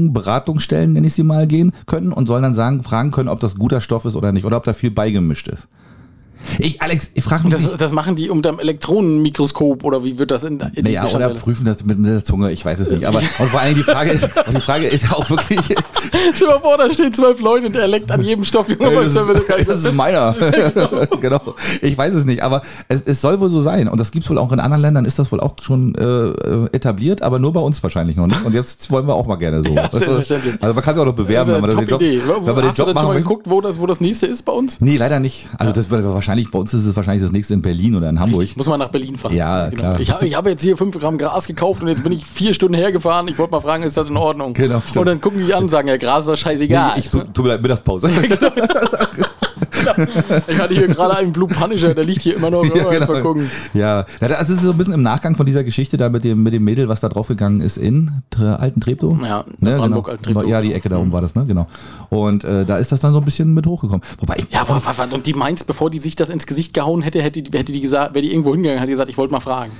Drogenberatungsstellen, nenne ich sie mal, gehen können und soll dann sagen, fragen können, ob das guter Stoff ist oder nicht oder ob da viel beigemischt ist. Ich, Alex, ich frage mich. nicht-
Das, das machen die unter dem Elektronenmikroskop oder wie wird das in, in
naja, oder
Bestandteile?
prüfen das mit, mit der Zunge, ich weiß es nicht. Aber und vor allem die Frage ist, und die Frage ist auch wirklich,
Stell dir mal vor, da stehen zwölf Leute und der leckt an jedem Stoff. Junge,
Ey,
was
das,
soll man so gar
ist,
nicht-
das ist meiner. genau. Ich weiß es nicht, aber es, es soll wohl so sein. Und das gibt's wohl auch in anderen Ländern, ist das wohl auch schon äh, äh, etabliert, aber nur bei uns wahrscheinlich noch nicht. Und jetzt wollen wir auch mal gerne so.
Ja, selbstverständlich.
Also man kann sich auch noch bewerben, wenn man das den Job,
Top-Idee.
wenn man den
Hast du denn
Job
schon
machen
mal
möchte.
geguckt, wo das, wo das nächste ist bei uns?
Nee, leider nicht. Also das wäre wahrscheinlich, bei uns ist es wahrscheinlich das nächste in Berlin oder in Hamburg.
Muss man nach Berlin fahren. Genau.
Ja, klar.
Ich habe ich hab jetzt hier 5 Gramm Gras gekauft und jetzt bin ich vier Stunden hergefahren. Ich wollte mal fragen, ist das in Ordnung?
Genau, stimmt.
Und dann gucken die an und sagen, ja, Gras ist doch scheißegal.
Ich tu, tu mir leid, Mittagspause.
Ich hatte hier gerade einen Blue Punisher, der liegt hier immer noch.
ja,
Oh, jetzt mal
genau.
gucken.
ja. ja, das ist so ein bisschen im Nachgang von dieser Geschichte da mit dem, mit dem Mädel, was da draufgegangen ist in Tre Alten Treptow.
Ja,
ne,
Brandenburg,
genau.
Alten-Treptow.
Ja, die Ecke
Mhm.
da oben war das, ne? Genau. Und äh, da ist das dann so ein bisschen mit hochgekommen. Wobei, ich,
Ja, aber, aber, und die Mainz, bevor die sich das ins Gesicht gehauen hätte, hätte, die- hätte die gesagt, wäre die irgendwo hingegangen, hätte die gesagt, ich wollte mal fragen.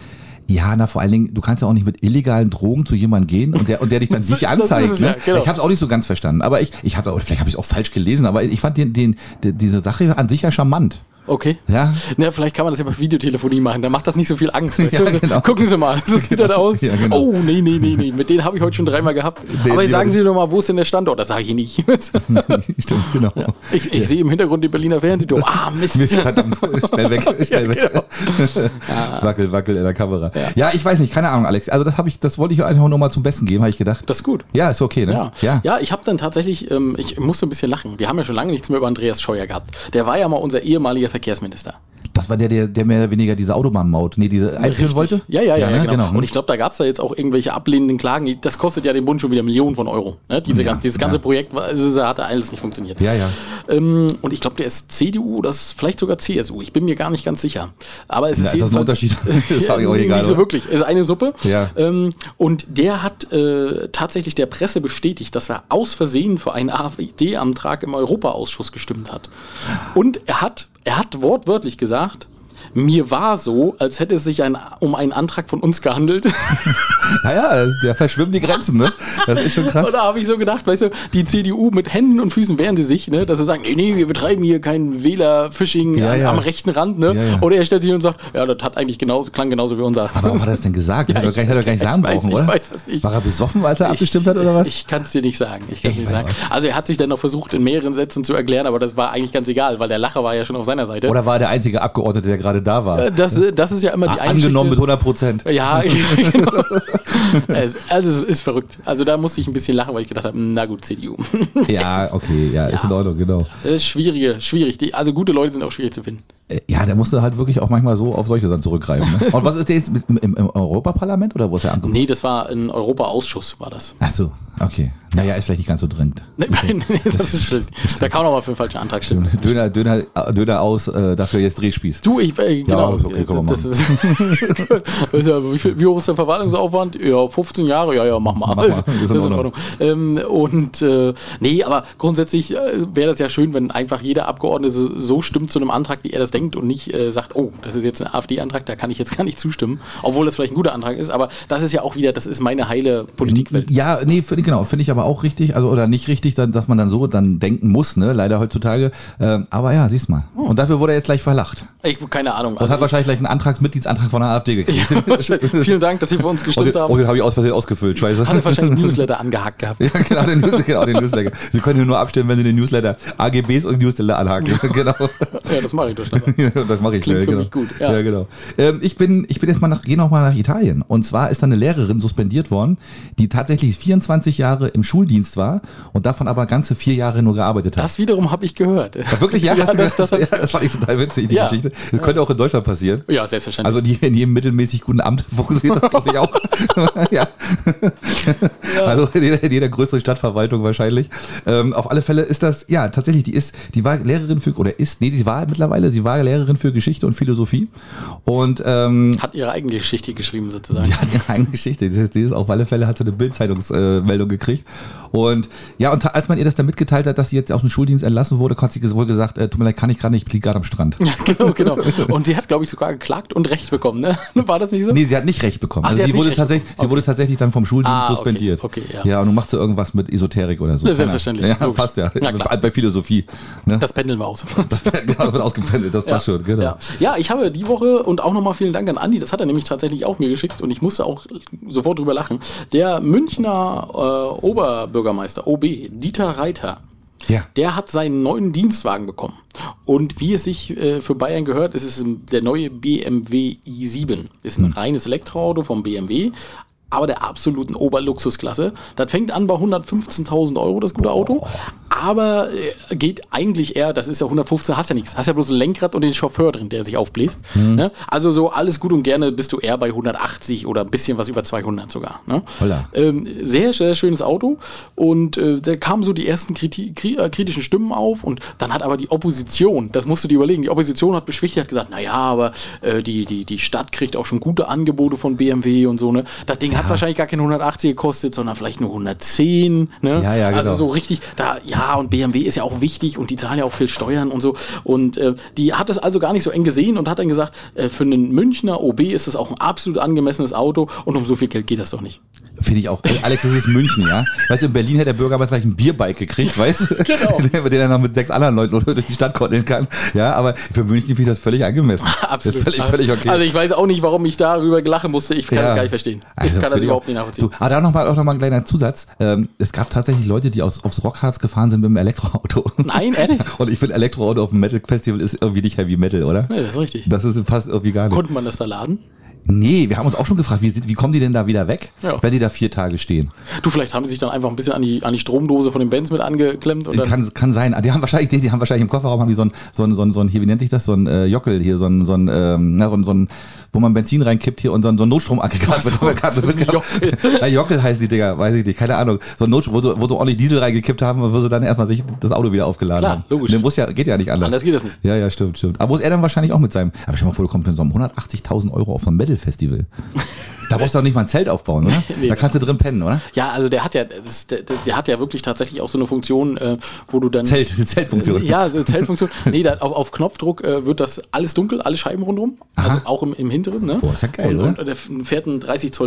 ja, na vor allen Dingen, du kannst ja auch nicht mit illegalen Drogen zu jemandem gehen und der, und der dich dann
Das
nicht
ist- das
anzeigt.
ist es
ne?
ja, genau.
Ich habe es auch nicht so ganz verstanden. Aber ich, ich habe, vielleicht habe ich es auch falsch gelesen, aber ich fand den, den, die- diese Sache an sich ja charmant.
Okay.
Ja,
Na, vielleicht kann man das ja bei Videotelefonie machen, da macht das nicht so viel Angst. Weißt
Ja,
du?
genau.
Gucken Sie mal, so sieht das aus.
Ja, genau.
Oh, nee, nee, nee, nee, mit denen habe ich heute schon dreimal gehabt.
Nee,
Aber
die-
sagen Sie doch mal, wo ist denn der Standort? Das sage ich nicht.
stimmt, genau.
Ich, ich sehe im Hintergrund die Berliner Fernsehturm. Ah, Mist.
Mist, verdammt. Schnell weg, schnell weg.
genau. Ah.
Wackel, wackel in der Kamera. Ja, ich weiß nicht, keine Ahnung, Alex. Also das habe ich, das wollte ich einfach nur mal zum Besten geben, habe ich gedacht.
Das ist gut.
ja, ist okay, ne?
Ja, ja. ich habe dann tatsächlich, ähm, ich musste ein bisschen lachen. Wir haben ja schon lange nichts mehr über Andreas Scheuer gehabt. Der war ja mal unser ehemaliger Verkehrsminister.
Das war der, der, der mehr oder weniger diese Autobahnmaut, nee, diese einführen
Richtig.
wollte?
Ja, ja, ja, ja
ne?
genau.
hm.
Und ich glaube, da gab es da jetzt auch irgendwelche ablehnenden Klagen. Das kostet ja den Bund schon wieder Millionen von Euro. Ne? Diese,
Ja,
gan- dieses ganze
ja.
Projekt war, es ist- hat alles nicht funktioniert.
ja, ja.
Ähm, und ich glaube, der ist CDU oder ist vielleicht sogar CSU. Ich bin mir gar nicht ganz sicher. Aber es
Na,
ist,
ist das ein
jedenfalls-
Unterschied? Ist
Ja,
auch egal,
Nicht so
oder?
wirklich. Ist eine Suppe.
Ja.
Ähm, und der hat äh, tatsächlich der Presse bestätigt, dass er aus Versehen für einen AfD-Antrag im Europaausschuss gestimmt hat. Und er hat, er hat wortwörtlich gesagt, mir war so, als hätte es sich ein, um einen Antrag von uns gehandelt.
Naja, der verschwimmt die Grenzen, ne? Das ist schon krass.
Und da habe ich so gedacht, weißt du, die CDU mit Händen und Füßen wehren sie sich, ne, dass sie sagen, nee, nee, wir betreiben hier kein Wählerfishing
Ja,
am,
ja.
am rechten Rand, ne?
Ja, ja.
Oder er stellt sich hin und sagt, ja, das hat eigentlich genauso, klang genauso wie unser.
Warum hat er das denn gesagt? Ja,
ich-
hätte er gar nicht sagen
ich weiß-
brauchen,
ich
oder?
weiß das nicht.
War er besoffen, als er abgestimmt
Ich-
hat, oder was?
Ich kann es dir nicht sagen. Ich kann's
Ich
nicht
weiß
sagen. Also er hat sich dann noch versucht, in mehreren Sätzen zu erklären, aber das war eigentlich ganz egal, weil der Lacher war ja schon auf seiner Seite.
oder war er der einzige Abgeordnete, der gerade da war? Ah,
Äh, das, äh, das ist ja immer die eine
Angenommen mit
Geschichte.
100 Prozent.
Ja, genau. es, also es ist verrückt. Also da musste ich ein bisschen lachen, weil ich gedacht habe, na gut, CDU.
Ja, okay, ja, ist in Ordnung, genau.
Das ist schwierige, schwierig. Die, also gute Leute sind auch schwierig zu finden.
Äh, Ja, da musst du halt wirklich auch manchmal so auf solche Sachen zurückgreifen. Ne? Und was ist der jetzt mit, im, im Europaparlament oder wo ist er angekommen?
Nee, das war ein Europa-Ausschuss, war das.
Ach so, okay. Naja, ist vielleicht nicht ganz so dringend.
Nee, nee, das ist schlimm. Da kann man auch mal für einen falschen Antrag stimmen.
Döner, Döner, äh, Döner aus, äh, dafür jetzt Drehspieß.
Du, ich, äh, genau.
ist okay, kann man
das ist, das ist ja, wie, viel, wie hoch ist der Verwaltungsaufwand? Ja, 15 Jahre. Ja, ja, mach mal.
Mach mal.
Das ist in Ordnung. Ähm, und äh, nee, aber grundsätzlich äh, wäre das ja schön, wenn einfach jeder Abgeordnete so, so stimmt zu einem Antrag, wie er das denkt und nicht äh, sagt, oh, das ist jetzt ein AfD-Antrag, da kann ich jetzt gar nicht zustimmen. Obwohl das vielleicht ein guter Antrag ist, aber das ist ja auch wieder, das ist meine heile Politikwelt.
Ja, nee, find, genau, finde ich aber auch richtig, also oder nicht richtig, dann, dass man dann so dann denken muss, ne, leider heutzutage. Ähm, aber ja, siehst mal.
Hm.
Und dafür wurde er jetzt gleich verlacht.
Ich, keine Ahnung. Also
Und hat wahrscheinlich gleich einen Antragsmitgliedsantrag von der AfD gekriegt.
Vielen Dank, dass Sie für uns
Und
gestimmt
den,
haben.
oh, den habe ich aus Versehen ausgefüllt, scheiße.
Hat er wahrscheinlich einen Newsletter angehakt gehabt.
Ja, genau, den Newsletter, genau, den Newsletter. Sie können hier nur abstimmen, wenn Sie den Newsletter AGBs und Newsletter anhaken. genau.
Ja, das mache ich doch schon.
das mache ich
Klingt
schnell,
für
genau.
mich gut, ja.
genau. Ähm, ich bin, ich bin jetzt mal nach, gehe noch mal nach Italien. Und zwar ist da eine Lehrerin suspendiert worden, die tatsächlich 24 Jahre im Schuldienst war und davon aber ganze vier Jahre nur gearbeitet hat.
Das wiederum habe ich gehört.
Wirklich, ja, hast du
das, das,
gesagt? ja, das fand ich total witzig, die
Ja.
Geschichte. Das könnte auch in Deutschland passieren.
ja, selbstverständlich.
Also die in jedem mittelmäßig guten Amt fokussiert das, glaube ich, auch. ja. Also in jeder, in jeder größeren Stadtverwaltung wahrscheinlich. Ähm, auf alle Fälle ist das, ja, tatsächlich, die ist, die war Lehrerin für, oder ist, nee, die war mittlerweile, sie war Lehrerin für Geschichte und Philosophie. Und ähm,
hat ihre eigene Geschichte geschrieben sozusagen.
Sie hat ihre eigene Geschichte. Die, die ist auf alle Fälle hat sie eine Bildzeitungsmeldung äh, Meldung gekriegt. Und ja, und ta- als man ihr das dann mitgeteilt hat, dass sie jetzt aus dem Schuldienst entlassen wurde, hat sie ges- wohl gesagt, äh, tut mir leid, kann ich gerade nicht, ich liege gerade am Strand.
Ja, genau, genau. Und sie hat, glaube ich, sogar geklagt und Recht bekommen, ne? War das nicht so?
Nee, sie hat nicht recht bekommen.
Ach,
also
sie hat
sie
nicht
wurde,
recht
tatsächlich,
bekommen.
sie wurde tatsächlich dann vom Schuldienst
Ah, okay.
suspendiert.
Okay, ja.
ja, und nun macht sie irgendwas mit Esoterik oder so.
Ja, selbstverständlich.
Ja,
Logisch.
passt ja.
Na klar.
Bei Philosophie. Ne?
Das pendeln wir aus.
genau, das wird ausgependelt, das passt schon, genau.
Ja. ja, ich habe die Woche und auch nochmal vielen Dank an Andi, das hat er nämlich tatsächlich auch mir geschickt und ich musste auch sofort drüber lachen. Der Münchner äh, Oberbürgermeister, OB, Dieter Reiter,
Ja.
der hat seinen neuen Dienstwagen bekommen. Und wie es sich äh, für Bayern gehört, ist es der neue BMW i7. Ist ein reines Elektroauto vom BMW, aber der absoluten Oberluxusklasse. Das fängt an bei 115.000 Euro, das gute Auto. Aber äh, geht eigentlich eher, das ist ja 115, hast ja nichts. Hast ja bloß ein Lenkrad und den Chauffeur drin, der sich aufbläst. Ne? Also so alles gut und gerne bist du eher bei 180 oder ein bisschen was über 200 sogar. Ne?
Holla.
Ähm, sehr, sehr schönes Auto. Und äh, da kamen so die ersten Kriti kri äh, kritischen Stimmen auf. Und dann hat aber die Opposition, das musst du dir überlegen, die Opposition hat beschwichtigt, hat gesagt, naja, aber äh, die, die, die Stadt kriegt auch schon gute Angebote von BMW und so. Ne? Das Ding hat wahrscheinlich gar keine 180 gekostet, sondern vielleicht nur 110. Ne?
Ja, ja,
Also
genau.
so richtig, da, ja, und BMW ist ja auch wichtig und die zahlen ja auch viel Steuern und so. Und äh, die hat es also gar nicht so eng gesehen und hat dann gesagt, äh, für einen Münchner OB ist das auch ein absolut angemessenes Auto und um so viel Geld geht das doch nicht.
Finde ich auch. Ey, Alex, das ist München, ja? Weißt du, in Berlin hätte der Bürgermeister vielleicht ein Bierbike gekriegt, weißt du?
Genau.
Den, den er noch mit sechs anderen Leuten durch die Stadt kotteln kann. Ja, aber für München finde ich das völlig angemessen.
Absolut.
Das ist völlig, völlig okay.
Also ich weiß auch nicht, warum ich darüber gelachen musste. Ich kann das gar nicht verstehen.
Also,
ich kann das
finde
überhaupt
auch-
nicht nachvollziehen.
Du, aber da nochmal noch mal ein kleiner Zusatz. Ähm, es gab tatsächlich Leute, die aus, aufs Rockharz gefahren sind mit dem Elektroauto.
Nein, ehrlich?
Und ich finde, Elektroauto auf dem Metal Festival ist irgendwie nicht Heavy Metal, oder?
Nee, das ist richtig.
Das ist, passt irgendwie gar nicht.
Konnte man das da laden?
Nee, wir haben uns auch schon gefragt, wie, sind- wie kommen die denn da wieder weg,
Ja.
wenn die da vier Tage stehen?
Du, vielleicht haben sie sich dann einfach ein bisschen an die, an die Stromdose von den Bands mit angeklemmt und dann
Kann, kann sein. Ah, Die haben wahrscheinlich, die, die haben wahrscheinlich im Kofferraum haben die so ein, so ein, so ein, so ein hier, wie nennt sich das, so ein äh, Jockel hier, so ein, so ein, ähm, na, so ein, so ein, wo man Benzin reinkippt hier und so ein, so ein Notstromaggregat. wird- wird- wird-
Jockel.
Ja, Jockel heißen die Dinger, weiß ich nicht, keine Ahnung. So ein Notstrom, wo so, wo so ordentlich Diesel reingekippt haben, wo sie dann erstmal sich das Auto wieder aufgeladen
Klar,
haben.
logisch.
Ne, muss ja, geht ja nicht anders.
Anders geht das nicht.
Ja, ja, stimmt, stimmt. Aber wo ist er dann wahrscheinlich auch mit seinem, aber stell dir mal vor, du kommst mit so einem 180.000 Euro auf so ein Metal-Festival. Da brauchst du auch nicht mal ein Zelt aufbauen, oder?
Nee.
da kannst du drin pennen, oder?
Ja, also der hat ja, das, der, der der hat ja wirklich tatsächlich auch so eine Funktion, äh, wo du dann.
Zelt, die Zeltfunktion.
Ja, so Zeltfunktion. Nee, da, auf, auf Knopfdruck äh, wird das alles dunkel, alle Scheiben rundrum. Also auch im, im Hinteren, ne?
Boah, ist ja geil,
und,
oder?
Und der f- fährt ein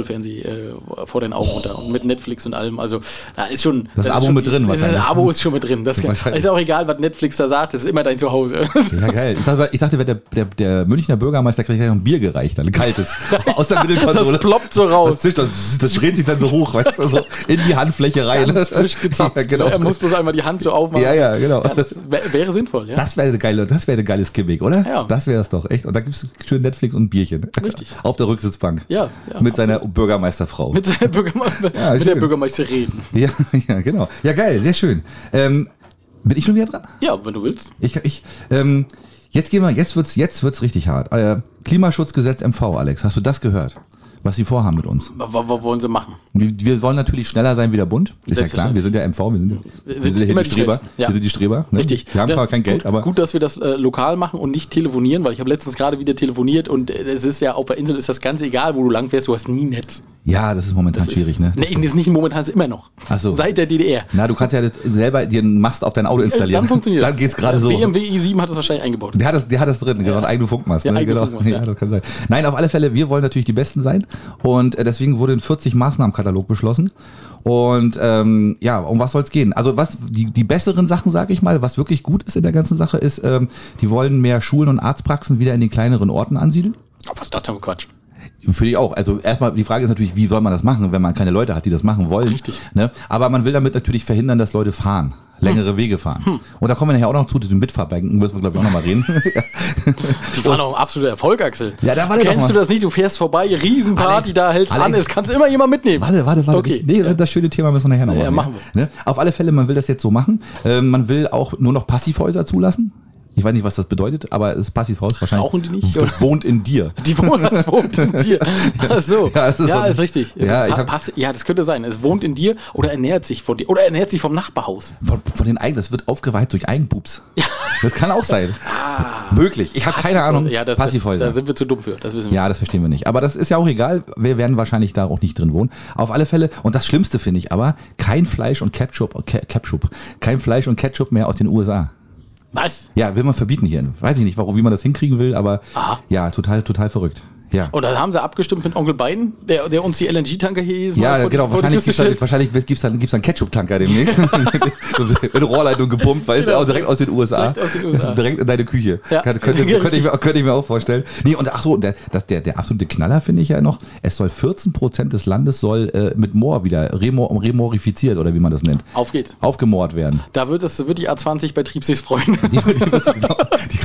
30-Zoll-Fernseher äh, vor den Augen runter. Und mit Netflix und allem. Also, da ist schon.
Das
ist
Abo
schon,
mit drin
Das
wahrscheinlich.
Abo ist schon mit drin. Das kann,
Wahrscheinlich.
ist auch egal, was Netflix da sagt. Das ist immer dein Zuhause.
Ja, geil. Ich dachte, ich dachte der, der, der Münchner Bürgermeister kriegt gleich noch ein Bier gereicht, ein kaltes. Aus der Mittelkonsole.
Das ploppt so raus.
Das, zischt dann, das dreht sich dann so hoch, weißt du, so in die Handfläche rein.
Ganz frisch gezapft.
Ja, genau.
Er muss bloß einmal die Hand so aufmachen.
ja, ja, genau.
Ja,
das
das wär- wäre sinnvoll, ja.
wäre eine geile, das wäre ein geiles Gimmick, oder?
Ja.
Das wäre es doch, echt. Und da gibt es schön Netflix und ein Bierchen.
Richtig.
Auf der Rücksitzbank.
Ja, ja,
Mit seiner Bürgermeisterfrau.
mit, seiner Bürgerme
Ja,
mit der
schön.
Bürgermeisterin reden.
ja, ja, genau. Ja, geil, sehr schön. Ähm, bin ich schon wieder dran?
Ja, wenn du willst.
Ich, ich, ähm, jetzt gehen wir, jetzt wird's, jetzt wird's richtig hart. Äh, Klimaschutzgesetz MV, Alex, hast du das gehört? Was sie vorhaben mit uns.
Was, was wollen sie machen?
Wir, wir wollen natürlich schneller sein wie der Bund. Ist ja klar, wir sind ja MV, wir sind, ja- wir
sind
ja
immer die
Streber.
Schnellsten, ja.
Wir sind die Streber. Ne?
Richtig.
Wir haben
Ja,
zwar kein Geld,
gut,
aber.
Gut, dass wir das äh, lokal machen und nicht telefonieren, weil ich habe letztens gerade wieder telefoniert und äh, es ist ja auf der Insel ist das ganz egal, wo du lang fährst, du hast nie Netz.
Ja, das ist momentan
Das
schwierig,
ist,
ne?
Nee, ist nicht momentan, ist immer noch.
Ach so.
Seit der DDR.
Na, du kannst ja jetzt selber dir einen Mast auf dein Auto installieren.
Dann funktioniert
Dann
das.
geht's gerade
Das
so.
BMW i7 E hat das wahrscheinlich eingebaut.
Der hat das, der hat das drin, genau, einen eigenen Funkmast.
Ja,
Ne?
eigene
Genau.
Funkmast,
ja.
ja.
das kann sein. Nein, auf alle Fälle, wir wollen natürlich die Besten sein und äh, deswegen wurde ein 40-Maßnahmen-Katalog beschlossen. Und ähm, ja, um was soll es gehen? Also was die, die besseren Sachen, sage ich mal, was wirklich gut ist in der ganzen Sache, ist, ähm, die wollen mehr Schulen und Arztpraxen wieder in den kleineren Orten ansiedeln.
Was ist das denn für Quatsch?
Finde ich auch. Also erstmal die Frage ist natürlich, wie soll man das machen, wenn man keine Leute hat, die das machen wollen.
Richtig.
Ne? Aber man will damit natürlich verhindern, dass Leute fahren,
Hm.
längere Wege fahren. Und da kommen wir nachher auch noch zu, zu den Mitfahrbänken, müssen wir glaube ich auch nochmal reden.
Die waren doch ein absoluter Erfolg, Axel.
Ja, da war der doch
Kennst
mal.
du das nicht? Du fährst vorbei, Riesenparty,
Alex,
da hältst an,
Alex.
es kannst immer jemand mitnehmen.
Warte, warte, warte.
Okay.
Ich- Nee, das schöne Thema müssen wir nachher noch
Ja,
machen.
machen
wir. Ne? Auf alle Fälle, man will das jetzt so machen. Ähm, man will auch nur noch Passivhäuser zulassen. Ich weiß nicht, was das bedeutet, aber das Passivhaus ist wahrscheinlich.
Rauchen die nicht,
Das wohnt in dir.
Die wohnen, das wohnt in dir. Ach so.
Ja,
Ja,
das
ist,
ist so-
richtig.
Ja, ich
Pa-
hab-
pass, ja, das könnte sein. Es wohnt in dir oder ernährt sich von dir. Oder ernährt sich vom Nachbarhaus.
Von, von den Eigen, das wird aufgeweiht durch Eigenpups. Das kann auch sein. Möglich. Ich habe keine Ahnung.
Ah. Ja, das, das,
Passivhäuser.
da sind wir zu dumm für. Das wissen wir.
Ja, das verstehen wir nicht. Aber das ist ja auch egal. Wir werden wahrscheinlich da auch nicht drin wohnen. Auf alle Fälle. Und das Schlimmste finde ich aber, kein Fleisch und Ketchup, Ke- Ketchup. Kein Fleisch und Ketchup mehr aus den USA.
Was?
Ja, will man verbieten hier. Weiß ich nicht, warum, wie man das hinkriegen will, aber
Aha.
ja, total, total verrückt. Ja.
Und dann haben sie abgestimmt mit Onkel Biden, der, der uns die LNG-Tanker hier jedes Mal
ja,
vor-
genau,
vor die
wahrscheinlich
Küste
gibt's dann,
stellt.
wahrscheinlich gibt's dann, gibt's dann Ketchup-Tanker demnächst. Mit Rohrleitung gepumpt, weißt du,
Genau.
auch direkt aus den USA.
Direkt aus den USA.
Direkt in deine Küche.
Ja.
Kann, könnte,
Ja,
könnte, ich mir, könnte ich mir auch vorstellen. Nee, und ach so, der, das, der, der absolute Knaller finde ich ja noch, es soll 14 Prozent des Landes soll äh, mit Moor wieder remo, remorifiziert oder wie man das nennt.
Auf geht's.
Aufgemoort werden.
Da wird, es, wird die A20 bei Triebsees freuen.
Die, die, die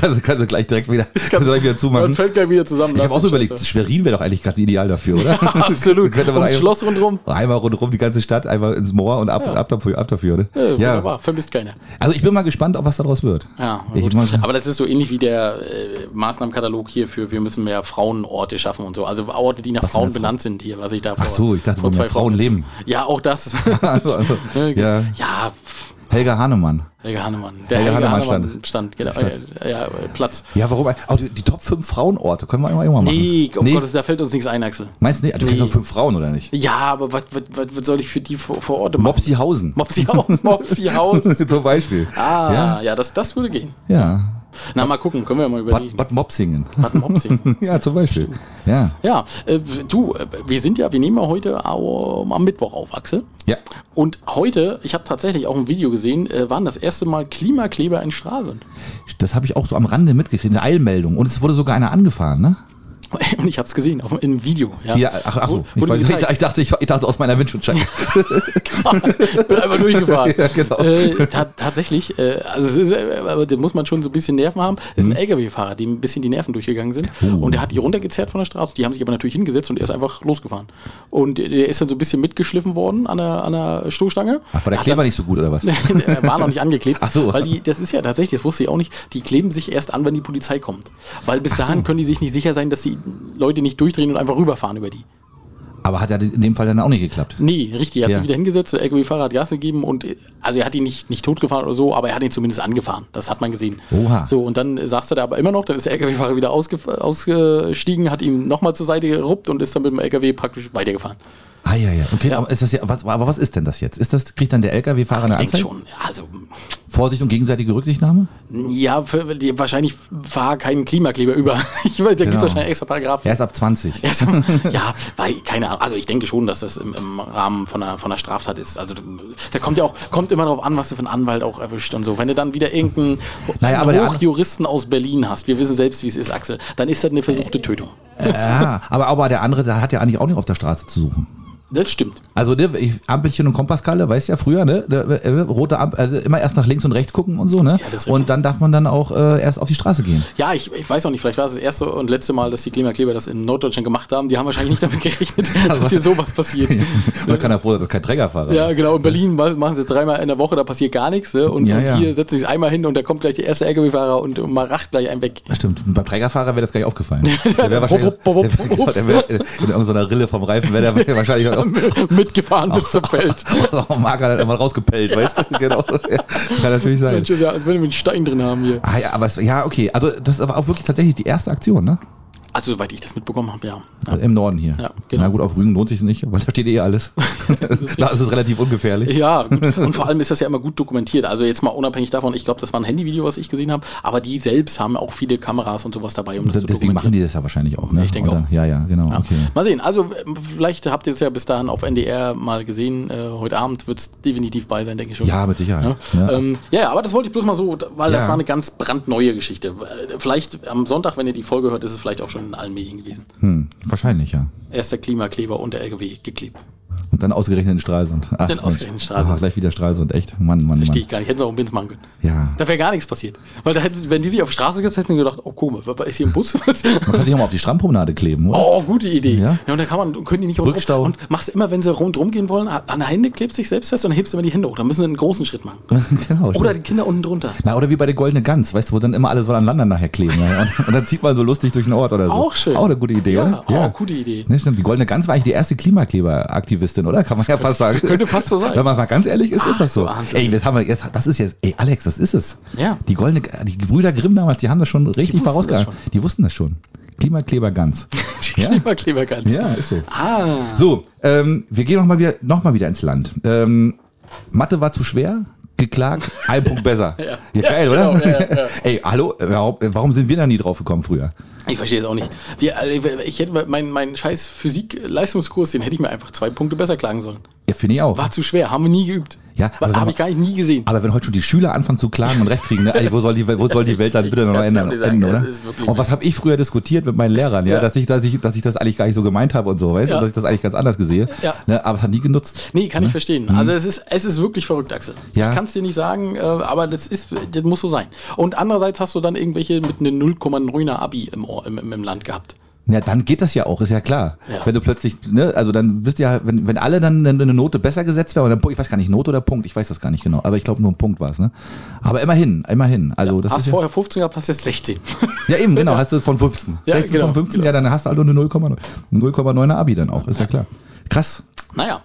kannst, du- kannst du gleich direkt wieder, kannst du direkt wieder
Dann
zumachen.
fällt gleich wieder zusammen.
Ich habe
Lass
auch so
den
überlegt,
Scheiß.
Schwerin wäre doch eigentlich ganz ideal dafür, oder?
Absolut.
Könnte man
Ums
eigentlich-
Schloss rundherum.
Einmal rundherum die ganze Stadt, einmal ins Moor und ab, ab dafür, ab dafür ne?
Ja, Äh, wunderbar. Vermisst keiner.
Also ich bin mal gespannt, ob was daraus wird.
Ja,
ich
gut.
mal, so-
aber das ist so ähnlich wie der äh, Maßnahmenkatalog hier für wir müssen mehr Frauenorte schaffen und so. Also Orte, die nach
Was
Frauen
denn für
benannt sind hier, was ich da
Ach so, ich dachte,
vor
wo mehr Frauen
Wochen-
leben.
Ja, auch das.
also, also, ja.
ja, pff,
Helga Hahnemann.
Helge Hahnemann. Der
Helge Hahnemann
stand. genau. Äh, ja, äh, Platz.
Ja, warum? Oh, die, die Top 5 Frauenorte können wir immer, immer machen.
Nee, um Gottes, da fällt uns nichts ein, Axel.
Meinst du nicht? Du kennst doch fünf Frauen, oder nicht?
Ja, aber was, was, was, was soll ich für die vor, vor Orte machen?
Mopsihausen.
Mopsi-Haus, Mopsi-Haus.
Zum Beispiel.
Ah,
Ja.
ja, das, das würde gehen.
Ja.
Na, mal gucken, können wir mal
Bad,
überlegen.
Bad Mopsingen.
Was Mopsi?
ja, zum Beispiel. Ja.
Ja, äh, du, äh, wir sind ja, wir nehmen ja heute au- am Mittwoch auf, Axel.
Ja.
Und heute, ich habe tatsächlich auch ein Video gesehen, äh, waren das erste Mal Klimakleber in Stralsund.
Das habe ich auch so am Rande mitgekriegt. Eine Eilmeldung. Und es wurde sogar einer angefahren, ne?
Und ich habe es gesehen, auf, im Video.
Ja, ach, ach so.
Wurde-
Ich,
wurde
weiß,
mir
ich,
gezeigt.
ich, dachte, ich, ich dachte aus meiner Windschutzscheibe.
bin einmal durchgefahren.
Ja, genau.
äh, ta tatsächlich, äh, also es ist, äh, aber da muss man schon so ein bisschen Nerven haben. Es ist
Mhm.
ein LKW-Fahrer, dem ein bisschen die Nerven durchgegangen sind.
Oh.
Und der hat die runtergezerrt von der Straße. Die haben sich aber natürlich hingesetzt und er ist einfach losgefahren. Und der- der ist dann so ein bisschen mitgeschliffen worden an der, an der Stoßstange.
Ach, war der
Hat
Kleber nicht so gut, oder was?
Äh, war noch nicht angeklebt.
Ach so.
Weil die, das ist ja tatsächlich, das wusste ich auch nicht, die kleben sich erst an, wenn die Polizei kommt. Weil bis dahin können die sich nicht sicher sein, dass die Leute nicht durchdrehen und einfach rüberfahren über die.
Aber hat ja in dem Fall dann auch nicht geklappt.
Nee, richtig. Er hat
Ja.
sich wieder hingesetzt, der LKW-Fahrer hat Gas gegeben und äh, also er hat ihn nicht, nicht totgefahren oder so, aber er hat ihn zumindest angefahren. Das hat man gesehen.
Oha.
So, und dann äh, saß er da aber immer noch, dann ist der LKW-Fahrer wieder ausgef- ausgestiegen, hat ihm nochmal zur Seite geruppt und ist dann mit dem LKW praktisch weitergefahren.
Ah ja, ja. Okay, aber ist das ja, was, aber was ist denn das jetzt? Ist das, kriegt dann der LKW-Fahrer eine
Ich denke
Anzeige?
schon, ja, also
Vorsicht und gegenseitige Rücksichtnahme?
ja, für, die, wahrscheinlich fahr keinen Klimakleber über. Ich weiß, da gibt es
Genau.
wahrscheinlich extra Paragraphen.
Erst ab 20.
Ja, so, ja, weil, keine Ahnung, also ich denke schon, dass das im, im Rahmen von einer, von einer Straftat ist. Also da kommt ja auch, kommt immer darauf an, was du für einen Anwalt auch erwischt und so. Wenn du dann wieder irgendeinen
Naja, aber der
Hochjuristen aus Berlin hast, wir wissen selbst, wie es ist, Axel, dann ist das eine versuchte Tötung.
Ja, Ah, aber, aber der andere, der hat ja eigentlich auch nicht auf der Straße zu suchen.
Das stimmt.
Also ne, ich, Ampelchen und Kompasskarle, weißt ja früher, ne? da, äh, Rote Ampel, also immer erst nach links und rechts gucken und so, ne?
das ist richtig.
und dann darf man dann auch äh, erst auf die Straße gehen.
Ja, ich, ich weiß auch nicht, vielleicht war es das erste und letzte Mal, dass die Klimakleber das in Norddeutschland gemacht haben. Die haben wahrscheinlich nicht damit gerechnet, dass hier sowas passiert.
Man kann ja froh sein, dass kein Trägerfahrer
Ja, genau. In Berlin ma- machen sie es dreimal in der Woche, da passiert gar nichts. Ne? Und,
Ja,
und
ja.
hier setzen sie es einmal hin und da kommt gleich der erste LKW-Fahrer und, und man racht gleich einen weg.
Das stimmt. Und beim Trägerfahrer wäre das gar nicht aufgefallen. Der wäre wahrscheinlich
Wupp, wupp, wupp, wupp,
der wär in irgendeiner Rille vom Reifen wäre der wahrscheinlich auch
mitgefahren bis zum Feld.
auch Marker dann immer rausgepellt, weißt du? Genau. Ja, kann natürlich sein.
Mensch, ist ja, als wenn wir einen Stein drin haben hier.
Ah, ja, aber es, ja, okay. Also das war auch wirklich tatsächlich die erste Aktion, ne?
Also, soweit ich das mitbekommen habe, ja.
Also Im Norden hier.
Ja, genau.
Na gut, auf Rügen lohnt sich nicht, weil da steht eh alles. da ist es relativ ungefährlich.
Ja, gut. und vor allem ist das ja immer gut dokumentiert. Also jetzt mal unabhängig davon, ich glaube, das war ein Handyvideo, was ich gesehen habe, aber die selbst haben auch viele Kameras und sowas dabei, um das zu
Deswegen machen
dokumentieren.
die das ja wahrscheinlich auch, ne?
Ich denke
Und dann,
auch.
Ja, ja, genau. Okay.
Mal sehen, also äh, vielleicht habt ihr es ja bis dahin auf NDR mal gesehen. Äh, heute Abend wird es definitiv bei sein, denke ich schon.
Ja, mit Sicherheit.
Ja,
Ja.
ähm, ja, ja, aber das wollte ich bloß mal so, weil das
Ja.
war eine ganz brandneue Geschichte. Äh, Vielleicht am Sonntag, wenn ihr die Folge hört, ist es vielleicht auch schon in allen Medien gewesen.
Hm, wahrscheinlich, ja.
Erst der Klimakleber und der LKW geklebt.
Und dann ausgerechnet in Stralsund. Ach,
Dann
Mensch.
ausgerechnet in Stralsund.
Ach, gleich wieder Stralsund, echt. Mann, Mann,
Verstehe ich gar nicht. Hätten sie auch einen Bins machen können.
Mann. Ja.
Da wäre gar nichts passiert. Weil da hätten, wenn die sich auf die Straße gesetzt hätten und gedacht, oh komisch, was ist hier ein Bus? Was-
Man könnte sich auch mal auf die Strandpromenade kleben, oder?
Oh, gute Idee. Ja,
Ja.
und dann kann man, können die nicht rund-
Rückstau.
Und machst immer, wenn sie rundrum gehen wollen, an der Hände klebst dich selbst fest und hebst immer die Hände hoch. Da müssen sie einen großen Schritt machen. Oh.
genau.
Oder
stimmt.
die Kinder unten drunter.
Na, oder wie bei der Goldene Gans, weißt du, wo dann immer alle so aneinander nachher kleben. Ja? Und, und dann zieht man so lustig durch den Ort oder so.
Auch schön.
Auch eine gute Idee,
Ja, oh,
oder?
gute Idee.
Ne, stimmt. Die Goldene Gans war eigentlich die erste Klimakleberaktivistin, oder? Kann man ja fast sagen.
könnte fast so sein.
Wenn man mal ganz ehrlich ist, ist das so.
Wahnsinn.
Ey, jetzt haben wir, jetzt, das ist jetzt, ey, Alex, das ist es.
Ja.
Die Goldene, die Brüder Grimm damals, die haben das schon richtig
wussten das
vorausgegangen.
schon.
Die wussten das schon. Klimakleber Gans.
Die Klimakleber ganz.
ja, ist so.
Ah.
So, ähm, wir gehen nochmal wieder, noch mal wieder ins Land. Ähm, Mathe war zu schwer, geklagt, ein Punkt besser. Ja, geil, oder?
genau, ja, ja, ja.
Ey, hallo, warum, warum sind wir da nie drauf gekommen früher?
Ich verstehe es auch nicht. Wir, also, ich hätte meinen mein scheiß Physik-Leistungskurs, den hätte ich mir einfach zwei Punkte besser klagen sollen.
Ja, finde ich auch.
War zu schwer, haben wir nie geübt.
Ja, aber sag
habe
mal-
ich gar nicht nie gesehen.
Aber wenn heute schon die Schüler anfangen zu klagen und recht kriegen, ne, ey, wo soll die, wo soll die Welt dann bitte noch
kann's ja
ändern,
auch nicht sagen,
enden, oder?
das ist wirklich
Und was habe ich früher diskutiert mit meinen Lehrern, ja,
Ja.
dass ich, dass ich, dass ich das eigentlich gar nicht so gemeint habe und so, weißt du,
Ja.
dass ich das eigentlich ganz anders gesehen,
Ja.
ne, aber es hat nie genutzt.
Nee, kann ich verstehen. Also es ist, es ist wirklich verrückt, Axel.
Ne? Mhm. Ja.
Ich kann es dir nicht sagen, äh, aber das ist, das muss so sein. Und andererseits hast du dann irgendwelche mit einem 0,9er Abi im, Ohr, im, im, im Land gehabt.
Ja, dann geht das ja auch, ist ja klar.
Ja.
Wenn du plötzlich, ne, also dann bist du ja, wenn, wenn alle dann eine, eine Note besser gesetzt wäre, oder ein Punkt, ich weiß gar nicht, Note oder Punkt, ich weiß das gar nicht genau, aber ich glaube nur ein Punkt war es, ne? Aber immerhin, immerhin. Also das
hast
ist ja,
vorher 15 gehabt, hast jetzt 16.
ja eben, genau, hast du von 15.
Ja,
16
genau,
von 15,
genau.
ja, dann hast du also eine 0,9 0,9er Abi dann auch, ist ja klar. Krass.
naja,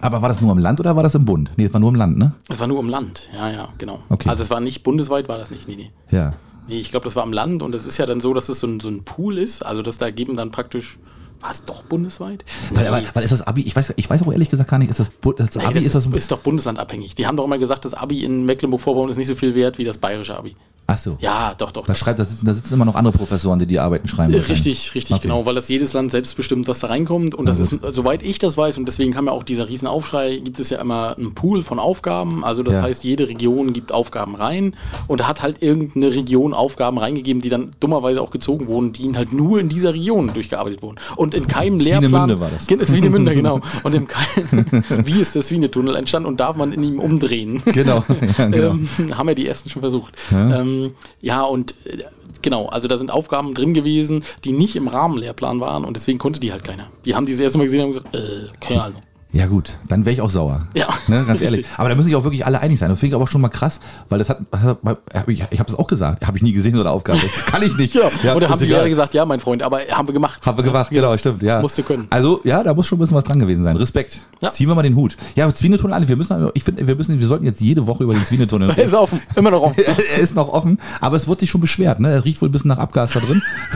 Aber war das nur im Land oder war das im Bund? Nee, das war nur im Land, ne?
es war nur im Land. Ja, ja, genau.
Okay.
Also es war nicht bundesweit, war das nicht. Nee, nee.
Ja.
Nee, ich glaube, das war am Land und es ist ja dann so, dass es so ein, so ein Pool ist. Also, dass da geben dann praktisch War es doch bundesweit?
Weil, aber, weil ist das Abi, ich weiß, ich weiß auch ehrlich gesagt gar nicht, ist das, Bu- das
Nee,
Abi,
das
ist das,
ist doch bundeslandabhängig. Die haben doch immer gesagt, das Abi in Mecklenburg-Vorpommern ist nicht so viel wert wie das bayerische Abi.
ach so.
Ja, doch, doch.
Da, schreibt, da, sitzen, da sitzen immer noch andere Professoren, die die Arbeiten schreiben.
Äh,
wahrscheinlich.
Richtig, richtig,
Okay.
genau, weil das jedes Land selbst bestimmt, was da reinkommt. Und das
Na
ist, soweit ich das weiß, und deswegen kam ja auch dieser Riesenaufschrei, gibt es ja immer einen Pool von Aufgaben. Also das
Ja.
heißt, jede Region gibt Aufgaben rein und hat halt irgendeine Region Aufgaben reingegeben, die dann dummerweise auch gezogen wurden, die halt nur in dieser Region durchgearbeitet wurden. Und in keinem
Swinemünde
Lehrplan...
war das.
Gen- Swinemünde, genau. Und im keinem, wie ist der Swinetunnel entstanden und darf man in ihm umdrehen?
Genau. ja, genau.
ähm, haben ja die ersten schon versucht. Ja, ähm, ja und äh, genau, also da sind Aufgaben drin gewesen, die nicht im Rahmenlehrplan waren und deswegen konnte die halt keiner. Die haben die das erste Mal gesehen und haben gesagt, äh, keine Ahnung.
Ja gut, dann wäre ich auch sauer.
Ja,
Ne, ganz ehrlich.
richtig.
Aber da müssen sich auch wirklich alle einig sein. Das finde ich aber schon mal krass, weil das hat, das hat hab ich, ich habe es auch gesagt, habe ich nie gesehen so eine Aufgabe. Kann ich nicht.
Ja, und da
ist
haben die
egal.
Lehrer gesagt, ja, mein Freund, aber haben wir gemacht.
Haben wir gemacht, genau, stimmt, ja.
Musste können.
Also, ja, da muss schon ein bisschen was dran gewesen sein. Respekt.
Ja.
Ziehen wir mal den Hut. Ja, Zwienetunnel alle. Wir müssen, ich finde, wir müssen, wir sollten jetzt jede Woche über den Zwienetunnel
Ist
reden.
offen, immer noch offen.
er ist noch offen, aber es wurde sich schon beschwert, ne? Er riecht wohl ein bisschen nach Abgas da drin.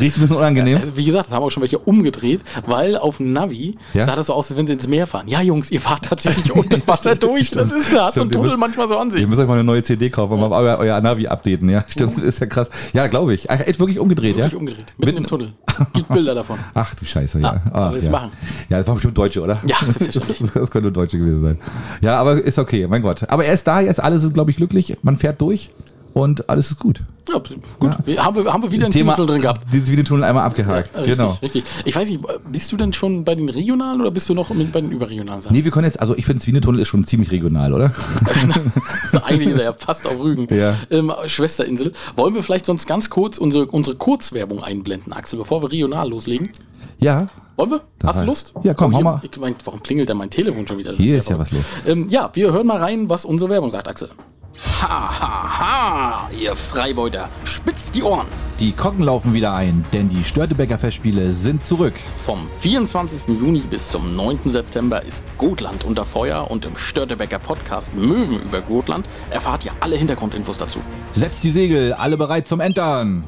riecht ein bisschen unangenehm.
Also wie gesagt, das haben auch schon welche umgedreht, weil auf dem Navi
Ja.
sah das so aus, als wenn sie ins Meer fahren. Ja, Jungs, ihr fahrt tatsächlich unter Wasser durch. Das ist, da hat so ein
Stimmt, ihr
Tunnel
müsst-
manchmal so an sich. Oh.
Ihr müsst euch mal eine neue CD kaufen und mal euer, euer Navi updaten, ja. Stimmt, das ist ja krass. Ja, glaube ich. Ach, echt wirklich umgedreht,
Wirklich
ja?
umgedreht, mitten im Tunnel. Gibt Bilder davon.
Ach du Scheiße, ja.
Ja,
Ach,
aber das
ja.
machen.
Ja, das waren bestimmt Deutsche, oder?
Ja, selbstverständlich.
Das können nur Deutsche gewesen sein. Ja, aber ist okay, mein Gott. Aber er ist da jetzt, alle sind, glaube ich, glücklich. Man fährt durch und alles ist gut.
Ja, gut, Wir- haben, wir, haben wir wieder einen Tunnel drin gehabt.
Dieses Videotunnel einmal abgehakt.
Ja,
genau.
Äh, Richtig, richtig. Ich weiß nicht, bist du denn schon bei den regionalen oder bist du noch mit bei den überregionalen Sachen?
Nee, wir können jetzt, also ich finde, Swinetunnel ist schon ziemlich regional, oder?
Eigentlich ist er ja fast auf Rügen.
Ja.
Ähm, Schwesterinsel. Wollen wir vielleicht sonst ganz kurz unsere, unsere Kurzwerbung einblenden, Axel, bevor wir regional loslegen?
Ja.
Wollen wir? Hast du
rein.
Lust?
Ja, komm, hau
hier-
mal.
Ich mein, warum klingelt denn mein Telefon schon wieder? Das
Hier ist ja was los.
Ähm, ja, wir hören mal rein, was unsere Werbung sagt, Axel. Ha, ha, ha, ihr Freibeuter. Spitzt die Ohren.
Die Kocken laufen wieder ein, denn die Störtebecker Festspiele sind zurück.
Vom 24. Juni bis zum 9. September ist Gotland unter Feuer und im Störtebecker Podcast Möwen über Gotland erfahrt ihr alle Hintergrundinfos dazu.
Setzt die Segel, alle bereit zum Entern.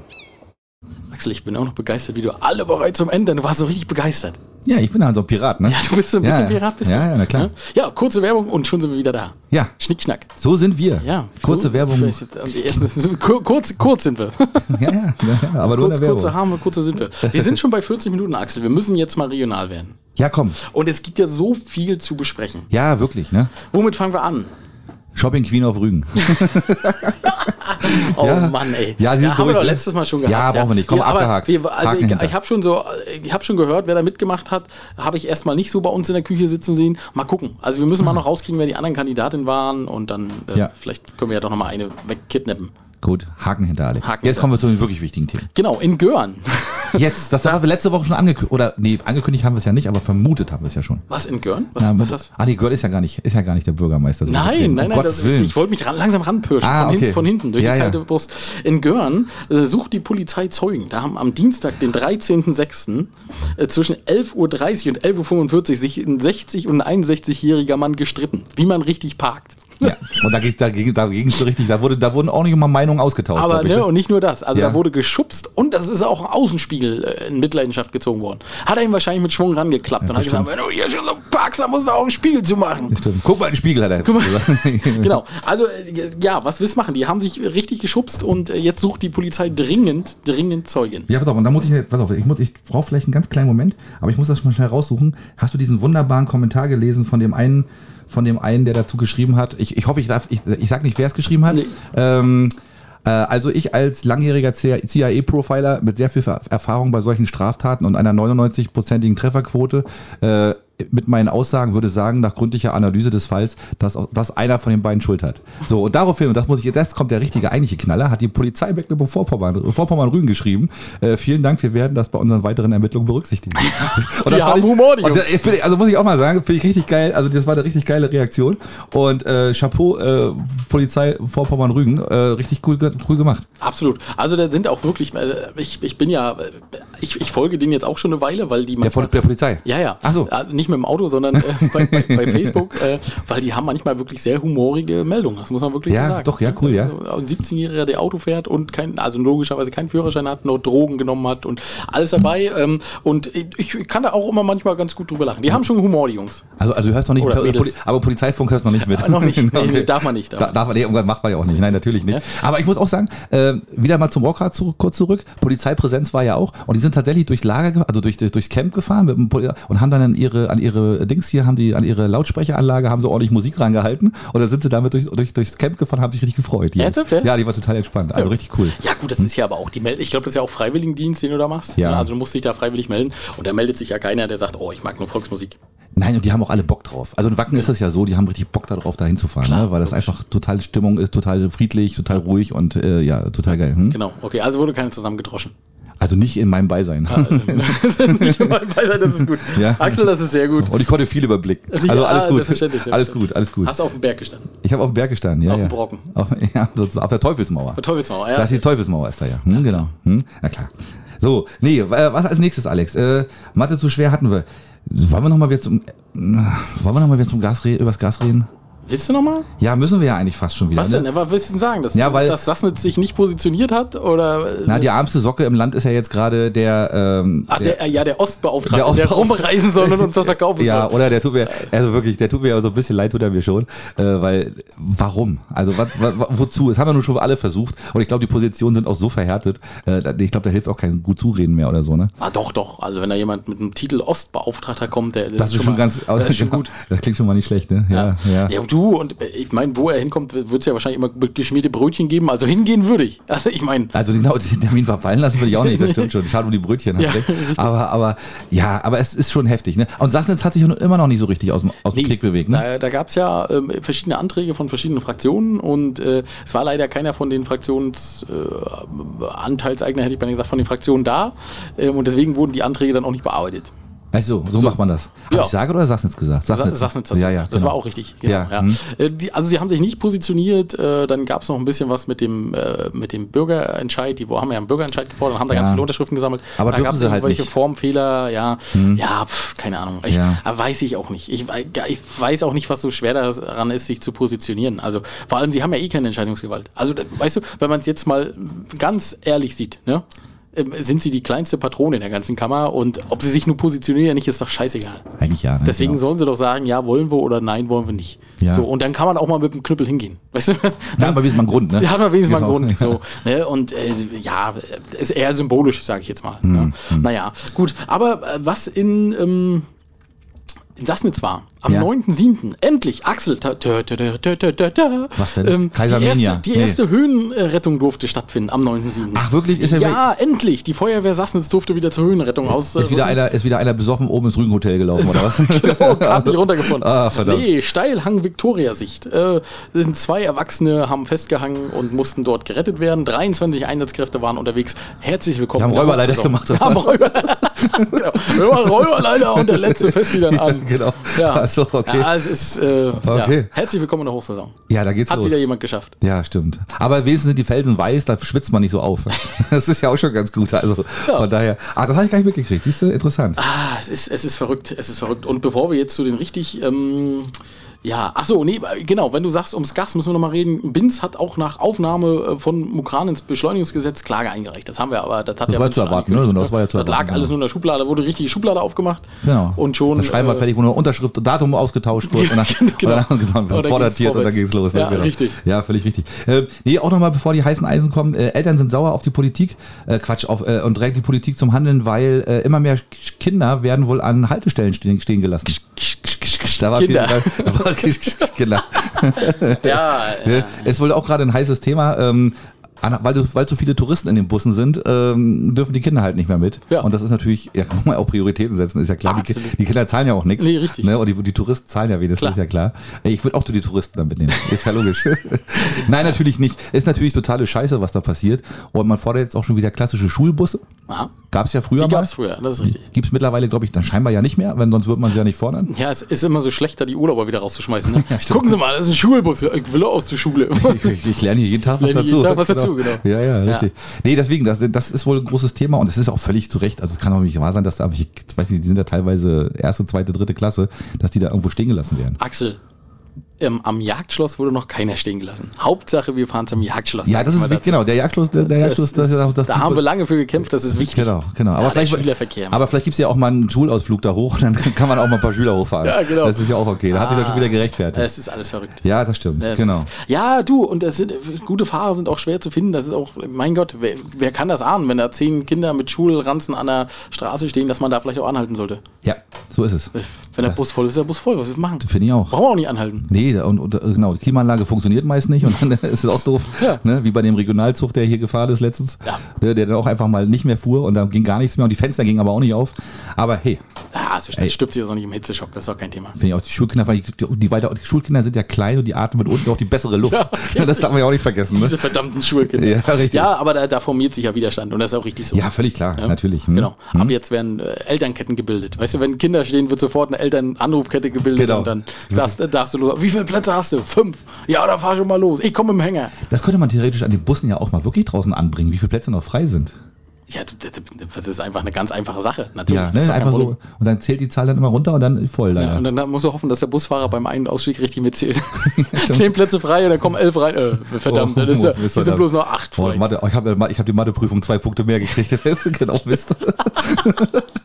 Axel, ich bin auch noch begeistert, wie du alle bereit zum Ende. Du warst so richtig begeistert.
Ja, ich bin halt so ein Pirat, ne?
Ja, du bist so ein bisschen
ja.
Pirat, bist
Ja,
du.
ja, na klar.
Ja, kurze Werbung und schon sind wir wieder da.
Ja,
Schnickschnack.
so sind wir.
Ja,
Kurze
so-
Werbung.
vielleicht also, jetzt am ersten- so kur- Kurz, kurz sind wir.
Ja, ja, ja, aber nur in
Kurz,
der Werbung.
kurze haben wir, kurze sind wir. Wir sind schon bei 40 Minuten, Axel. Wir müssen jetzt mal regional werden.
Ja, komm.
Und es gibt ja so viel zu besprechen.
Ja, wirklich, ne?
Womit fangen wir an?
Shopping Queen auf Rügen.
Oh
Ja.
Mann, ey.
Ja, sie sind
haben wir
durch,
doch
ne?
letztes Mal schon
Ja,
gehabt.
brauchen wir nicht. Komm,
wir, aber
abgehakt.
Wir, also
Haken
ich,
hinter.
ich habe schon so, ich habe schon gehört, wer da mitgemacht hat, habe ich erstmal nicht so bei uns in der Küche sitzen sehen. Mal gucken. Also wir müssen mal noch rauskriegen, wer die anderen Kandidatinnen waren und dann äh,
Mhm. Ja.
vielleicht können wir ja doch noch mal eine wegkidnappen.
Gut, Haken hinter Alex.
Haken
Jetzt
hinter.
kommen wir zu den wirklich wichtigen Themen.
Genau, in Görn.
Jetzt, das haben wir letzte Woche schon angekündigt. Oder nee, angekündigt haben wir es ja nicht, aber vermutet haben wir es ja schon.
Was in Görn? Was,
Ähm,
was hast du?
ah, nee, Gerd ist ja gar nicht, ist ja gar nicht der Bürgermeister. so
Nein,
gesehen.
nein,
um
nein,
Gottes
das ist
Willen.
richtig. ich wollte mich ran, langsam ranpirschen.
Ah,
von,
okay.
hinten, von hinten, durch
Ja,
die
ja.
kalte Brust. In Görn äh, sucht die Polizei Zeugen. Da haben am Dienstag, den 13.06. Äh, zwischen 11.30 Uhr und 11.45 Uhr sich ein 60- und ein 61-jähriger Mann gestritten, wie man richtig parkt.
Ja. Und da ging's, da ging da ging's so richtig, da, wurde, da wurden auch nicht mal Meinungen ausgetauscht.
Aber
glaub ich,
ne,
ne?
und nicht nur das. Also
Ja.
da wurde geschubst und das ist auch ein Außenspiegel äh, in Mitleidenschaft gezogen worden. Hat er ihn wahrscheinlich mit Schwung rangeklappt und hat gesagt, wenn du hier schon so parkst, dann musst du auch einen Spiegel zu machen.
Stimmt. Guck mal in den Spiegel, hat er gesagt.
Genau. Also, äh, ja, was willst du machen? Die haben sich richtig geschubst und äh, jetzt sucht die Polizei dringend, dringend Zeugen.
Ja, pass auf, und da muss ich, pass auf, ich, muss- ich brauche vielleicht einen ganz kleinen Moment, aber ich muss das mal schnell raussuchen. Hast du diesen wunderbaren Kommentar gelesen von dem einen, von dem einen, der dazu geschrieben hat? Ich, ich hoffe, ich darf, ich, ich sag nicht, wer es geschrieben hat.
Nee.
Ähm, äh, also ich als langjähriger CIA-Profiler mit sehr viel Ver- Erfahrung bei solchen Straftaten und einer 99-prozentigen Trefferquote äh, mit meinen Aussagen würde sagen, nach gründlicher Analyse des Falls, dass, auch- dass einer von den beiden Schuld hat. So, und daraufhin, und das muss ich jetzt, das kommt der richtige eigentliche Knaller, hat die Polizei Mecklenburg-Vorpommern Vorpommern Rügen geschrieben. Äh, vielen Dank, wir werden das bei unseren weiteren Ermittlungen berücksichtigen. Und
Die
das fand
haben
ich-
Humor, die
und
Jungs.
das- ich finde- also muss ich auch mal sagen, finde ich richtig geil. Also das war eine richtig geile Reaktion. Und äh, Chapeau, äh, Polizei Vorpommern-Rügen, äh, richtig cool, ge- cool gemacht.
Absolut. Also da sind auch wirklich, äh, ich, ich bin ja, äh, ich, ich folge denen jetzt auch schon eine Weile, weil die
Der, von, der Polizei.
Ja, ja.
Ach so.
Also nicht nicht mit dem Auto, sondern äh, bei, bei, bei Facebook, äh, weil die haben manchmal wirklich sehr humorige Meldungen. Das muss man wirklich
Ja,
sagen.
doch, ja, cool, ja.
Also Ein 17-Jähriger, der Auto fährt und kein, also logischerweise keinen Führerschein hat, nur Drogen genommen hat und alles dabei. Ähm, und ich kann da auch immer manchmal ganz gut drüber lachen. Die haben schon Humor, die Jungs.
Also, also du hörst noch nicht,
Oder
Poli-
Mädels.
aber Polizeifunk hörst noch nicht mit.
Noch nicht. Nee, nee,
Okay.
darf man nicht.
Da, darf man, nee, irgendwann macht man ja auch nicht. Nein, natürlich nicht. Aber ich muss auch sagen, äh, wieder mal zum Rockhard zurück, kurz zurück. Polizeipräsenz war ja auch. Und die sind tatsächlich durchs Lager, ge- also durch, durch, durchs Camp gefahren mit dem Poli und haben dann an ihre, an ihre Dings hier, haben die, an ihre Lautsprecheranlage, haben so ordentlich Musik rangehalten. Und dann sind sie damit durch, durch, durchs Camp gefahren, haben sich richtig gefreut. die Jungs.
Ernsthaft, ja?
Ja, die war total entspannt. Also richtig cool.
Ja, gut, das ist ja aber auch die Meldung. Ich glaube, das ist ja auch Freiwilligendienst, den du da machst.
Ja.
Also, du musst dich da freiwillig melden. Und da meldet sich ja keiner, der sagt, oh, ich mag nur Volksmusik.
Nein, und die haben auch alle Bock drauf. Also in Wacken ist das ja so, die haben richtig Bock darauf, da hinzufahren, ne? weil das einfach total Stimmung ist, total friedlich, total ruhig und äh, ja, total geil. Hm?
Genau. Okay, also wurde keiner zusammengedroschen. Also,
Also nicht in meinem Beisein.
Nicht mal beiseite, das ist gut.
Ja.
Axel, das ist sehr gut.
und ich konnte viel überblicken.
Ja,
Also alles
selbstverständlich,
gut. Alles
selbstverständlich.
gut, alles gut.
Hast du auf dem Berg gestanden?
Ich habe auf dem Berg gestanden, ja.
Auf dem
ja.
Brocken.
Auf, ja, sozusagen, auf der Teufelsmauer.
Bei Teufelsmauer,
Da
ja.
ist die Teufelsmauer ist da ja. Hm, genau. Hm? Na klar. So, nee, äh, was als nächstes, Alex? Äh, Mathe zu schwer hatten wir. Wollen wir nochmal wieder zum, äh, wollen wir noch mal wieder zum Gas reden, übers Gas reden?
Willst du nochmal?
Ja, müssen wir ja eigentlich fast schon wieder.
Was
ne?
denn? Was willst du denn sagen? Dass,
Ja, weil-
dass Sassnitz sich nicht positioniert hat? Oder.
Na, die armste Socke im Land ist ja jetzt gerade der, ähm,
Ach, der, ja, der Ostbeauftragte, der,
Der Ostbeauftragte.
rumreisen soll und uns das verkaufen
ja,
soll.
oder der tut mir, also wirklich, der tut mir ja so ein bisschen leid, tut er mir schon, äh, weil, warum? Also, was, was, wozu? Das haben wir nun schon alle versucht und ich glaube, die Positionen sind auch so verhärtet, äh, da- ich glaube, da hilft auch kein gut zureden mehr oder so, ne?
Ah, doch, doch. Also, wenn da jemand mit dem Titel Ostbeauftragter kommt, der.
Das, ist schon
mal-
ganz,
Das ist schon gut.
Das klingt schon mal nicht schlecht, ne? Ja, ja.
Ja, du, und äh, ich meine, wo er hinkommt, wird es ja wahrscheinlich immer geschmierte Brötchen geben. Also hingehen würde ich. Also ich meine,
Also genau, den Termin verfallen lassen würde ich auch nicht, das stimmt schon. Schade um die Brötchen. hast
Ja,
recht. aber, aber, ja, aber es ist schon heftig, ne? Und Sassnitz hat sich ja nun immer noch nicht so richtig aus dem, aus dem Klick bewegt, ne?
da, da gab es ja ähm, verschiedene Anträge von verschiedenen Fraktionen und äh, es war leider keiner von den Fraktionsanteilseigner, äh, Anteilseigner, hätte ich mal gesagt, von den Fraktionen da. Ähm, und deswegen wurden die Anträge dann auch nicht bearbeitet.
Also, so, macht man das. Hab
Ja.
ich Sage oder Sassnitz gesagt?
Sa- Sassnitz hast du
ja, ja,
gesagt. Das war auch richtig. Genau,
Ja,
ja.
hm.
Äh, Die, also sie haben sich nicht positioniert. Äh, dann gab es noch ein bisschen was mit dem, äh, mit dem Bürgerentscheid. Die wo- haben ja einen Bürgerentscheid gefordert und haben da ganz
Ja.
viele Unterschriften gesammelt.
Aber
da
dürfen
gab es
sie halt
irgendwelche
nicht. Hm.
Formfehler. Ja, ja pf, keine Ahnung. Ich,
Ja.
aber Weiß ich auch nicht. Ich, wei- ich weiß auch nicht, was so schwer daran ist, sich zu positionieren. Also vor allem, sie haben ja eh keine Entscheidungsgewalt. Also da- weißt du, wenn man es jetzt mal ganz ehrlich sieht, ne? ähm, sind sie die kleinste Patrone in der ganzen Kammer und ob sie sich nur positionieren oder nicht, ist doch scheißegal.
Eigentlich ja. Ne?
Deswegen
genau.
sollen sie doch sagen, ja, wollen wir oder nein, wollen wir nicht.
Ja.
So, und dann kann man auch mal mit dem Knüppel hingehen. Weißt du?
Ja, aber wie ist mein Grund, ne?
Da hat man wenigstens mal einen Grund.
Genau.
So, ne? Und äh, ja, ist eher symbolisch, sage ich jetzt mal.
Mhm,
Ne? Naja, gut. Aber äh, was in, ähm, in Sassnitz war, am
Ja.
9.7. endlich, Axel. Ta, ta, ta, ta, ta, ta, ta, ta,
Was denn?
Ähm, die
Kaisermania?
erste, die
Nee.
erste Höhenrettung durfte stattfinden am 9.7.
Ach, wirklich? Ist
Ist
ja-
ja, endlich. Die Feuerwehr Sassnitz durfte wieder zur Höhenrettung aus.
Ist wieder, einer, ist wieder einer besoffen oben ins Rügenhotel gelaufen, oder was?
genau, kam nicht runtergefunden.
Ah, verdammt.
nee, Steilhang Viktoriasicht. Äh, sind zwei Erwachsene haben festgehangen und mussten dort gerettet werden. 23 Einsatzkräfte waren unterwegs. Herzlich willkommen.
Die haben
in der Hauptsaison.
Räuberleiter gemacht, oder
Ja, haben
was?
Räuber, genau. Wir waren Räuberleiter und der letzte fässt sie dann an.
genau.
ähm, Ja,
Ach so, okay.
ja es ist äh, ja.
Okay.
herzlich willkommen in der Hochsaison.
Ja, da geht's
Hat
los.
wieder jemand geschafft.
Ja, stimmt. Aber wenigstens sind die Felsen weiß, da schwitzt man nicht so auf. Das ist ja auch schon ganz gut. Also
Ja.
von daher. Ah, das habe ich gar nicht mitgekriegt. Siehst du, interessant.
Ah, es ist, es ist verrückt, es ist verrückt. Und bevor wir jetzt zu den richtig, ähm, ja, ach so, nee, genau, wenn du sagst, ums Gas müssen wir nochmal reden. Binz hat auch nach Aufnahme äh, von Mukran ins Beschleunigungsgesetz Klage eingereicht. Das haben wir aber, das hat ja
war
Binz
zu
schon
erwarten,
angekündigt,
ne? Das war ja zu
Das lag
erwarten,
alles
ja.
nur in der Schublade, wurde richtige Schublade aufgemacht. Und schon. äh,
Dann Genau. schreiben wir fertig, wo nur Unterschrift und Datum ausgetauscht wird. und dann,
genau.
und dann, und
Und dann
dann
ging's
vordatiert und dann
vorwärts.
ging's los. ne? Genau.
Ja, richtig.
Ja, völlig richtig. Äh, nee, auch nochmal, bevor die heißen Eisen kommen, äh, Eltern sind sauer auf die Politik, äh, Quatsch, auf, äh, und drängt die Politik zum Handeln, weil äh, immer mehr Sch- Kinder werden wohl an Haltestellen stehen, stehen gelassen. Da war
Kinder.
Viel, da war, Kinder.
Äh, ja,
Ne?
ja.
Ist wohl auch gerade ein heißes Thema. Ähm, an- weil, du, weil zu viele Touristen in den Bussen sind, ähm, dürfen die Kinder halt nicht mehr mit.
Ja.
Und das ist natürlich, ja, kann man auch Prioritäten setzen, ist ja klar. Die, Ki-
Absolut.
die Kinder zahlen ja auch nichts.
Nee, richtig.
Ne? Und die, die Touristen zahlen ja wenigstens,
Klar.
ist ja klar. Ich würde auch die Touristen dann mitnehmen. Ist ja logisch. Nein, natürlich nicht. Ist natürlich totale Scheiße, was da passiert. Und man fordert jetzt auch schon wieder klassische Schulbusse.
Aha.
Gab es ja früher
Die
mal.
gab es früher, das ist richtig.
Gibt es mittlerweile, glaube ich, dann scheinbar ja nicht mehr, weil sonst würde man sie ja nicht fordern.
Ja, es ist immer so schlechter, die Urlauber wieder rauszuschmeißen. Ne? Gucken Sie mal, das ist ein Schulbus. Ich will auch zur Schule.
Ich, ich, ich lerne hier jeden Tag was
Lerne
dazu.
jeden Tag was dazu, genau.
Ja, ja,
Ja.
richtig. Nee, deswegen, das, das ist wohl ein großes Thema und es ist auch völlig zu Recht. Also es kann auch nicht wahr sein, dass da, ich weiß nicht, die sind ja teilweise erste, zweite, dritte Klasse, dass die da irgendwo stehen gelassen werden.
Axel, ähm, am Jagdschloss wurde noch keiner stehen gelassen. Hauptsache, wir fahren zum Jagdschloss.
Ja,
sag
das
ich
ist
mal
wichtig, genau. Der Jagdschluss, der, der
dazu.
Jagdschluss, das,
Das
ist auch
ist,
das
da haben wir lange für gekämpft, das ist wichtig.
Genau, genau. Aber
Ja, der
vielleicht,
Schülerverkehr.
aber vielleicht gibt es ja auch mal einen Schulausflug da hoch, dann kann man auch mal ein paar Schüler hochfahren.
Ja, genau.
Das ist ja auch okay. Da hat sich das schon wieder gerechtfertigt.
Es ist alles verrückt.
ja, das stimmt.
Ja, das
genau.
Ist, ja, du, und das sind, gute Fahrer sind auch schwer zu finden. Das ist auch, mein Gott, wer, wer kann das ahnen, wenn da zehn Kinder mit Schulranzen an der Straße stehen, dass man da vielleicht auch anhalten sollte?
Ja, so ist es.
Wenn der
Das-
Bus voll ist, ist der Bus voll. Was willst du machen?
Finde ich auch.
Brauchen wir auch nicht anhalten.
Nee, da- und, und äh, genau, die Klimaanlage funktioniert meist nicht und dann ist es auch doof.
Ja.
Ne? Wie bei dem Regionalzug, der hier gefahren ist letztens, ne?
Ja.
der, der dann auch einfach mal nicht mehr fuhr und da ging gar nichts mehr und die Fenster gingen aber auch nicht auf. Aber hey,
Ah, so schnell stirbt sie jetzt auch nicht im Hitzeschock, das ist auch kein Thema.
finde ich auch die Schulkinder, weil die, die, weiter, die Schulkinder sind ja klein und die atmen unten auch die bessere Luft.
Ja, okay.
Das darf man ja auch nicht vergessen. Ne?
Diese verdammten Schulkinder.
Ja, richtig.
Ja, aber da, da formiert sich ja Widerstand und das ist auch richtig so.
Ja, völlig klar,
Ja,
natürlich. hm.
Genau. Ab jetzt werden äh, Elternketten gebildet. Weißt du, wenn Kinder stehen, wird sofort eine Elternanrufkette gebildet
Genau.
und dann darfst, äh, darfst du los. Wie viele Plätze hast du? Fünf. Ja, da fahr schon mal los. Ich komme im Hänger.
Das könnte man theoretisch an den Bussen ja auch mal wirklich draußen anbringen, wie viele Plätze noch frei sind.
Ja, d- d- d- das ist einfach eine ganz einfache Sache. Natürlich.
Ja,
das ist
ne?
doch kein
einfach so.
Problem.
Und dann zählt die Zahl dann immer runter und dann voll leider.
Ja, und dann musst du hoffen, dass der Busfahrer beim Ein- und Ausstieg richtig mitzählt. Zehn Plätze frei und dann kommen elf rein. Äh, verdammt,
Oh,
dann ist, ja-
oh, Mist,
das sind
verdammt.
bloß noch acht
Oh,
frei.
Mathe, oh, ich habe hab die Matheprüfung zwei Punkte mehr gekriegt. genau, Mist.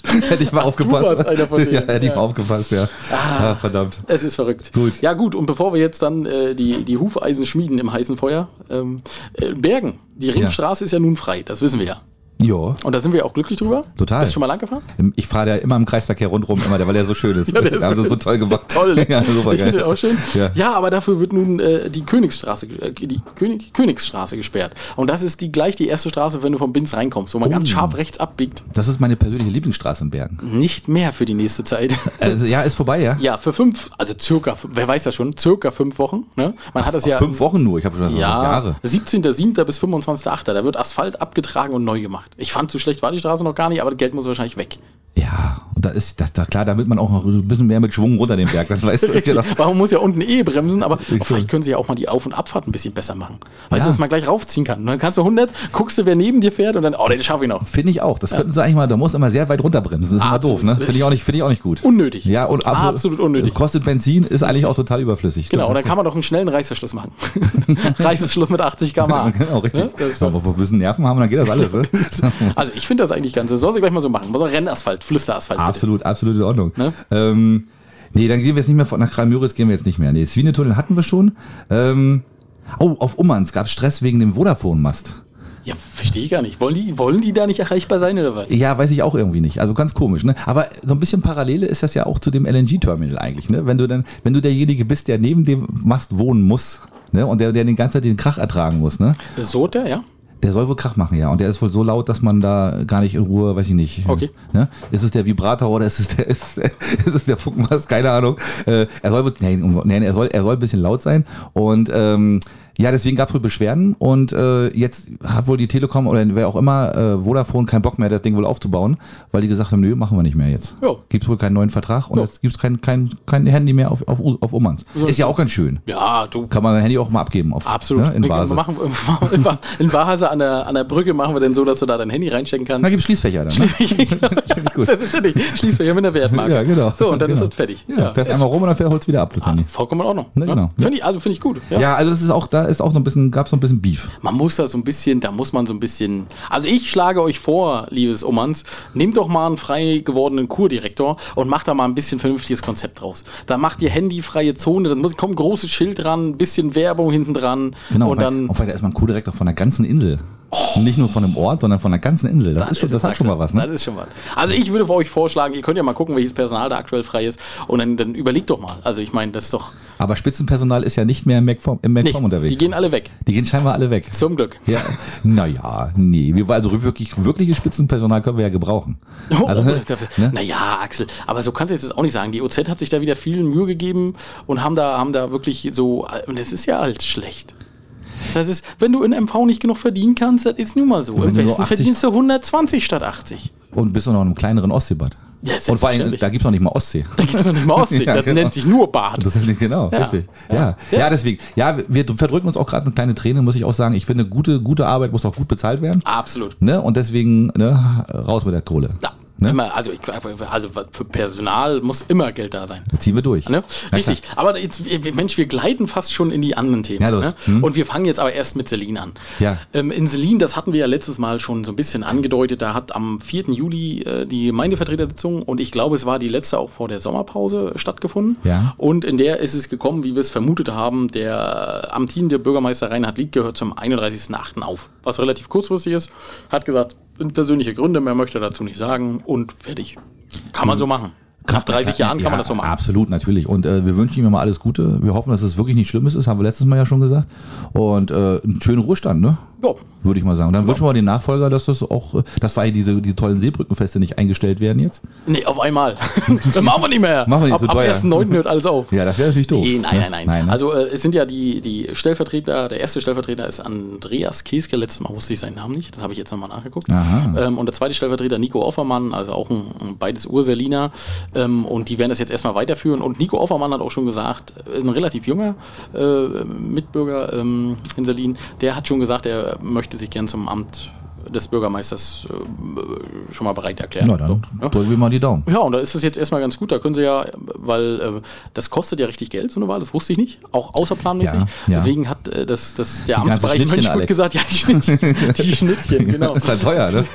hätte ich mal aufgepasst.
warst einer von denen.
Ja, hätte ich
Ja.
mal aufgepasst, ja. Ah, verdammt.
Es ist verrückt.
Gut.
Ja, gut, und bevor wir jetzt dann äh, die, die Hufeisen schmieden im heißen Feuer, ähm, äh, Bergen, die Ringstraße ist ja nun frei, das wissen wir ja.
Ja.
Und da sind wir auch glücklich drüber.
Total.
Bist du schon mal lang gefahren?
Ich fahre da immer im Kreisverkehr rundherum, immer, der- weil der so schön ist.
Ja, der ist
haben sie
so-
so toll gemacht.
Toll.
ja, super
ich finde
geil.
das auch schön.
Ja.
Ja. aber dafür wird nun äh, die Königsstraße, ge- äh, die König, Königsstraße gesperrt. Und das ist die gleich die erste Straße, wenn du vom Binz reinkommst, wo man
Oh.
ganz scharf rechts abbiegt.
Das ist meine persönliche Lieblingsstraße in Bergen.
Nicht mehr für die nächste Zeit.
Also, ja, ist vorbei, ja?
ja, für fünf, also circa, fün- wer weiß das schon, circa fünf Wochen. Ne? Man hat das
Auf
ja.
Fünf Wochen nur, ich habe schon das auf
Ja,
Jahre.
17.07. bis 25.08. Da wird Asphalt abgetragen und neu gemacht. Ich fand, so schlecht war die Straße noch gar nicht, aber das Geld muss wahrscheinlich weg.
Ja, und da ist das da klar, damit man auch noch ein bisschen mehr mit Schwung runter den Berg, das weißt du genau.
Weil man muss ja unten eh bremsen, aber
Ich
vielleicht
schon.
können sie ja auch mal die Auf- und Abfahrt ein bisschen besser machen. Weißt
Ja.
du, dass man gleich raufziehen kann. Und dann kannst du 100, guckst du, wer neben dir fährt und dann, oh, den schaffe ich noch.
Finde ich auch. Das könnten sie eigentlich mal, da muss immer sehr weit runterbremsen. Das ist
Absolut.
immer doof, ne? Finde ich auch nicht, finde ich auch nicht gut.
Unnötig.
Ja, und
Absolut unnötig.
Kostet Benzin, ist eigentlich auch total überflüssig. Ne?
Genau, und
Stimmt.
dann kann man doch einen schnellen Reißverschluss machen. Reißverschluss mit 80 km/h.
Genau, richtig.
Ne? Das ist
Aber
doch-
wir müssen Nerven haben und dann geht das alles. Ne?
Also ich finde das eigentlich ganz, das soll sie gleich mal so machen. Also Rennasphalt, Flüsterasphalt. bitte.
absolut, absolut in Ordnung.
Ne?
Ähm, nee, dann gehen wir jetzt nicht mehr von, nach Kramjöris gehen wir jetzt nicht mehr. Nee, Swinetunnel hatten wir schon. Ähm, oh, auf Ummanns gab es Stress wegen dem Vodafone-Mast.
Ja, verstehe ich gar nicht. Wollen die, wollen die da nicht erreichbar sein oder was?
Ja, weiß ich auch irgendwie nicht. Also ganz komisch, ne? Aber so ein bisschen Parallele ist das ja auch zu dem LNG-Terminal eigentlich, ne? Wenn du dann, wenn du derjenige bist, der neben dem Mast wohnen muss, ne? Und der, der den ganzen Zeit den Krach ertragen muss, ne?
So der, ja?
Der soll wohl Krach machen, ja. Und der ist wohl so laut, dass man da gar nicht in Ruhe, weiß ich nicht.
Okay.
Ne? Ist es der Vibrator oder ist es der, ist es der, ist es der Funkmast? Keine Ahnung. Äh, er soll wohl, nein, um- nein, er soll, er soll ein bisschen laut sein. Und ähm, ja, deswegen gab es wohl Beschwerden und äh, jetzt hat wohl die Telekom oder wer auch immer äh, Vodafone keinen Bock mehr, das Ding wohl aufzubauen, weil die gesagt haben, nö, machen wir nicht mehr jetzt.
Ja.
Gibt wohl keinen neuen Vertrag und
Ja.
jetzt gibt es kein, kein, kein Handy mehr auf, auf, auf Ummanns. Ist ja auch ganz schön.
Ja, du.
Kann man sein Handy auch mal abgeben. Auf,
Absolut.
Ne, in
Wir
Basel.
Machen, in Basel an der, an der Brücke machen wir denn so, dass du da dein Handy reinstecken
Na,
kannst.
gibt Schließfächer dann. Ne? gut.
Selbstverständlich. Schließt wir hier mit der Wertmarke.
Ja, genau.
So, und dann
Genau.
ist Ah, das fertig.
Ja, fährst einmal rum und dann fähr- holst wieder ab das Handy.
ist vollkommen in Ordnung.
Ne, genau.
Finde ich, also finde ich gut.
Ja. also das ist auch, da ist auch noch ein bisschen, gab es noch ein bisschen Beef.
Man muss da so ein bisschen, da muss man so ein bisschen. Also ich schlage euch vor, liebes Omans, nehmt doch mal einen frei gewordenen Kurdirektor und macht da mal ein bisschen vernünftiges Konzept draus. Da macht ihr handyfreie Zone, dann muss, kommt ein großes Schild dran, ein bisschen Werbung hinten dran und
Genau, weil,
dann.
und weil da ist man Co-Direktor von der ganzen Insel. Nicht nur von einem Ort, sondern von der ganzen Insel. Das, ist schon, das hat schon mal was,
Das
ne?
ist schon was. Also ich würde für euch vorschlagen, ihr könnt ja mal gucken, welches Personal da aktuell frei ist und dann, dann überlegt doch mal. Also ich meine, das ist doch.
Aber Spitzenpersonal ist ja nicht mehr im MacForm im
Nee,
MacForm unterwegs.
die gehen alle weg.
die gehen scheinbar alle weg.
Zum Glück.
Ja, naja, nee. Wir, also wirklich, wirkliches Spitzenpersonal können wir ja gebrauchen. Also,
oh, da-
ne?
Naja, Axel, aber so kannst du jetzt das auch nicht sagen. Die OZ hat sich da wieder viel Mühe gegeben und haben da, haben da wirklich so. Und es ist ja halt schlecht. Das ist, wenn du in MV nicht genug verdienen kannst, das ist nun mal so.
wenn
Im
du nur
Westen
80
verdienst du 120 statt 80.
Und bist du noch in einem kleineren Ostseebad.
Ja,
und vor allem,
selbstverständlich.
da gibt's noch nicht mal Ostsee.
Da gibt es noch nicht mal Ostsee.
Ja,
das
genau.
nennt sich nur Bad.
Das ist genau,
Ja,
richtig. Ja. Ja.
ja.
deswegen. Ja, wir verdrücken uns auch gerade eine kleine Träne, muss ich auch sagen. Ich finde, gute, gute Arbeit muss auch gut bezahlt werden.
Absolut.
Ne? Und deswegen ne, raus mit der Kohle.
Ja.
Ne?
Immer, also, ich, also für Personal muss immer Geld da sein.
Ziehen wir durch.
Ne?
Na
Richtig. Aber jetzt, wir- wir- Mensch, wir gleiten fast schon in die anderen Themen.
Ja, los.
Ne?
Hm.
Und wir fangen jetzt aber erst mit Celine an.
Ja.
Ähm, in Celine, das hatten wir ja letztes Mal schon so ein bisschen angedeutet, da hat am 4. Juli äh, die Gemeindevertretersitzung und ich glaube, es war die letzte auch vor der Sommerpause stattgefunden.
Ja.
Und in der ist es gekommen, wie wir es vermutet haben, der äh, amtierende Bürgermeister Reinhard Lied gehört zum 31.8. auf. Was relativ kurzfristig ist, hat gesagt, sind persönliche Gründe, mehr möchte er dazu nicht sagen und fertig. Kann
Hm.
man so machen. Nach 30 Jahren kann man das so machen.
Absolut, natürlich. Und äh, wir wünschen ihm immer alles Gute. Wir hoffen, dass es wirklich nichts Schlimmes ist, haben wir letztes Mal ja schon gesagt. Und äh, einen schönen Ruhestand, ne?
Ja.
Würde ich mal sagen. Dann wünschen wir den Nachfolger, dass das auch, äh, dass vor allem diese, diese tollen Seebrückenfeste nicht eingestellt werden jetzt.
Nee, auf einmal. Dann machen wir nicht mehr.
Machen wir nicht,
ab,
zu
ab
teuer.
1.9. hört alles auf.
Ja, das wäre natürlich doof.
Nee, nein, nein, nein.
nein ne?
Also äh, es sind ja die, die Stellvertreter, der erste Stellvertreter ist Andreas Kieske, letztes Mal wusste ich seinen Namen nicht, das habe ich jetzt nochmal nachgeguckt.
Aha.
Ähm, und der zweite Stellvertreter Nico Offermann, also auch ein, ein beides Urseliner. Ähm, und die werden das jetzt erstmal weiterführen. Und Nico Offermann hat auch schon gesagt, äh, ein relativ junger äh, Mitbürger ähm, in Selin, der hat schon gesagt, er möchte sich gern zum Amt des Bürgermeisters äh, schon mal bereit erklären. ne?
Na dann
ja.
drücken wir mal die Daumen.
Ja, und da ist es jetzt erstmal ganz gut. Da können sie ja, weil äh, das kostet ja richtig Geld, so eine Wahl, das wusste ich nicht. Auch außerplanmäßig.
Ja, ja.
Deswegen hat äh, das, das der
ganzen
Amtsbereich
Schnittchen,
Mönchgut
Alex.
gesagt, ja, die Schnittchen, die Schnittchen genau.
Das ist halt teuer, ne?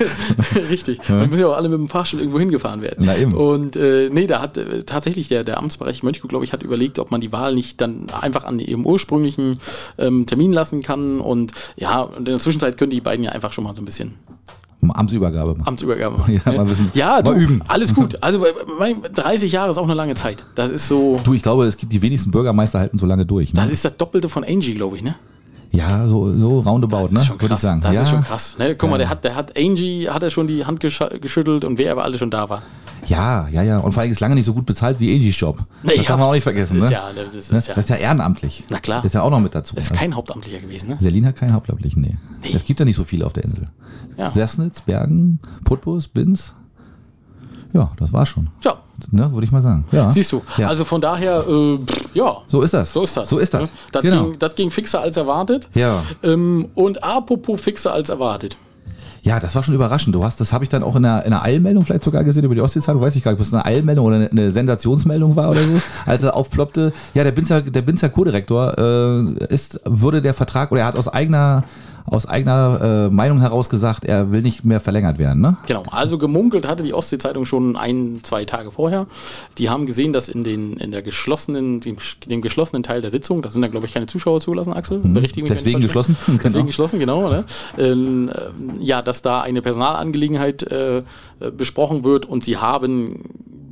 Richtig. Die müssen ja auch alle mit dem Fahrstuhl irgendwo hingefahren werden.
Na eben.
Und äh, nee, da hat äh, tatsächlich der, der Amtsbereich Mönchgut, glaube ich, hat überlegt, ob man die Wahl nicht dann einfach an ihrem ursprünglichen ähm, Termin lassen kann. Und ja, und in der Zwischenzeit können die beiden ja einfach schon mal so ein bisschen
Amtsübergabe machen.
Amtsübergabe machen.
Ja, mal ein bisschen-
ja du,
mal üben.
alles gut. Also äh, mein- 30 Jahre ist auch eine lange Zeit. Das ist so,
Du, ich glaube, es gibt die wenigsten Bürgermeister halten so lange durch.
das
Ne?
ist das Doppelte von Angie, glaube ich, ne?
Ja, so, so roundabout,
Das
ne?
ist schon
Würde
krass.
ich sagen.
Das
ja.
ist schon krass. Ne? Guck mal, der hat, der hat Angie, hat er schon die Hand gesch geschüttelt und wer aber alle schon da war.
Ja, ja, ja. Und vor allem ist lange nicht so gut bezahlt wie Angie's Job.
Nee,
das
ja,
darf man auch nicht
das
vergessen,
ist
ne?
ja- das ist
Ne?
ja-
das ist ja ehrenamtlich.
Na klar.
Ist ja auch noch mit dazu.
Ist kein Hauptamtlicher gewesen, ne?
Selin hat keinen Hauptamtlichen, nee. Es gibt ja nicht so viele auf der Insel.
Ja.
Sessnitz, Bergen, Putbus, Bins. Ja, das war schon.
Ja,
Ne, würde ich mal sagen. Ja.
siehst du.
Ja.
Also von daher, äh, pff, ja.
so ist das.
So ist das.
So ist das.
Ne? Das,
genau.
ging, das ging fixer als erwartet.
Ja.
Ähm, und apropos fixer als erwartet.
Ja, das war schon überraschend. Du hast, das habe ich dann auch in einer, in einer Eilmeldung vielleicht sogar gesehen über die Ostseezeitung, weiß ich gar nicht, ob es eine Eilmeldung oder eine, eine Sensationsmeldung war oder so, als er aufploppte. Ja, der Binzer, der Binzer Co-Direktor äh, ist, würde der Vertrag oder er hat aus eigener, aus eigener äh, Meinung heraus gesagt, er will nicht mehr verlängert werden, ne?
Genau, also gemunkelt hatte die Ostsee-Zeitung schon ein, zwei Tage vorher. Die haben gesehen, dass in, den, in der geschlossenen, dem, dem geschlossenen Teil der Sitzung, da sind dann, glaube ich, keine Zuschauer zugelassen, Axel. Berichtige mich, wenn ich
Mhm. Deswegen
falsch bin.
geschlossen. Genau.
Deswegen geschlossen, genau. Ne? Ähm, ähm, ja, dass da eine Personalangelegenheit äh, äh, besprochen wird und sie haben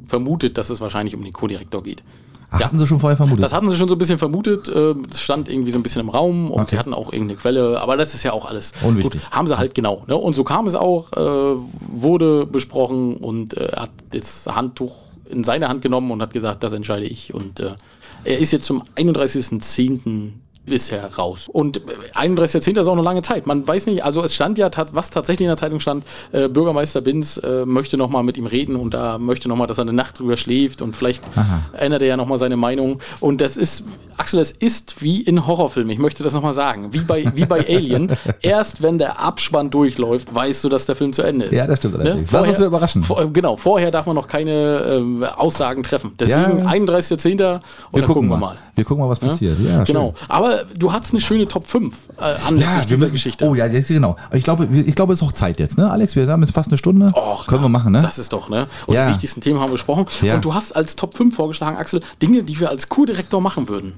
vermutet, dass es wahrscheinlich um den Co-Direktor geht.
Ach, hatten sie schon vorher vermutet.
Das hatten sie schon so ein bisschen vermutet. ähm, Es stand irgendwie so ein bisschen im Raum und
Okay.
sie hatten auch irgendeine Quelle, aber das ist ja auch alles.
Unwichtig.
Gut, haben sie halt genau. Ne? Und so kam es auch, äh, wurde besprochen und äh, er hat das Handtuch in seine Hand genommen und hat gesagt, das entscheide ich. Und äh, er ist jetzt zum 31.10. bisher raus. Und äh, 31.10. ist auch eine lange Zeit. Man weiß nicht, also es stand ja, tats- was tatsächlich in der Zeitung stand, äh, Bürgermeister Binz äh, möchte nochmal mit ihm reden und da möchte nochmal, dass er eine Nacht drüber schläft und vielleicht
Aha.
ändert er ja nochmal seine Meinung. Und das ist, Axel, das ist wie in Horrorfilmen. Ich möchte das nochmal sagen. Wie bei, wie bei Alien. Erst wenn der Abspann durchläuft, weißt du, dass der Film zu Ende ist.
Ja, das stimmt
Ne?
allerdings. Lass
Vorher,
uns überraschen.
Vor, äh, genau, vorher darf man noch keine ähm, Aussagen treffen. Deswegen
Ja, ja.
31.10. und
wir
dann
gucken, mal. Wir gucken mal, was passiert. Ja, schön.
genau. Aber du hattest eine schöne Top 5 äh, anlässlich
Ja, wir
dieser
müssen,
Geschichte.
Oh ja, jetzt, genau. Aber Ich glaube, wir- ich glaube, es ist auch Zeit jetzt, ne, Alex? Wir haben jetzt fast eine Stunde.
Och,
Können wir machen, ne?
Das ist doch, ne? Und
Ja.
die wichtigsten Themen haben wir besprochen.
Ja.
Und du hast als Top 5 vorgeschlagen, Axel, Dinge, die wir als Co-Direktor machen würden.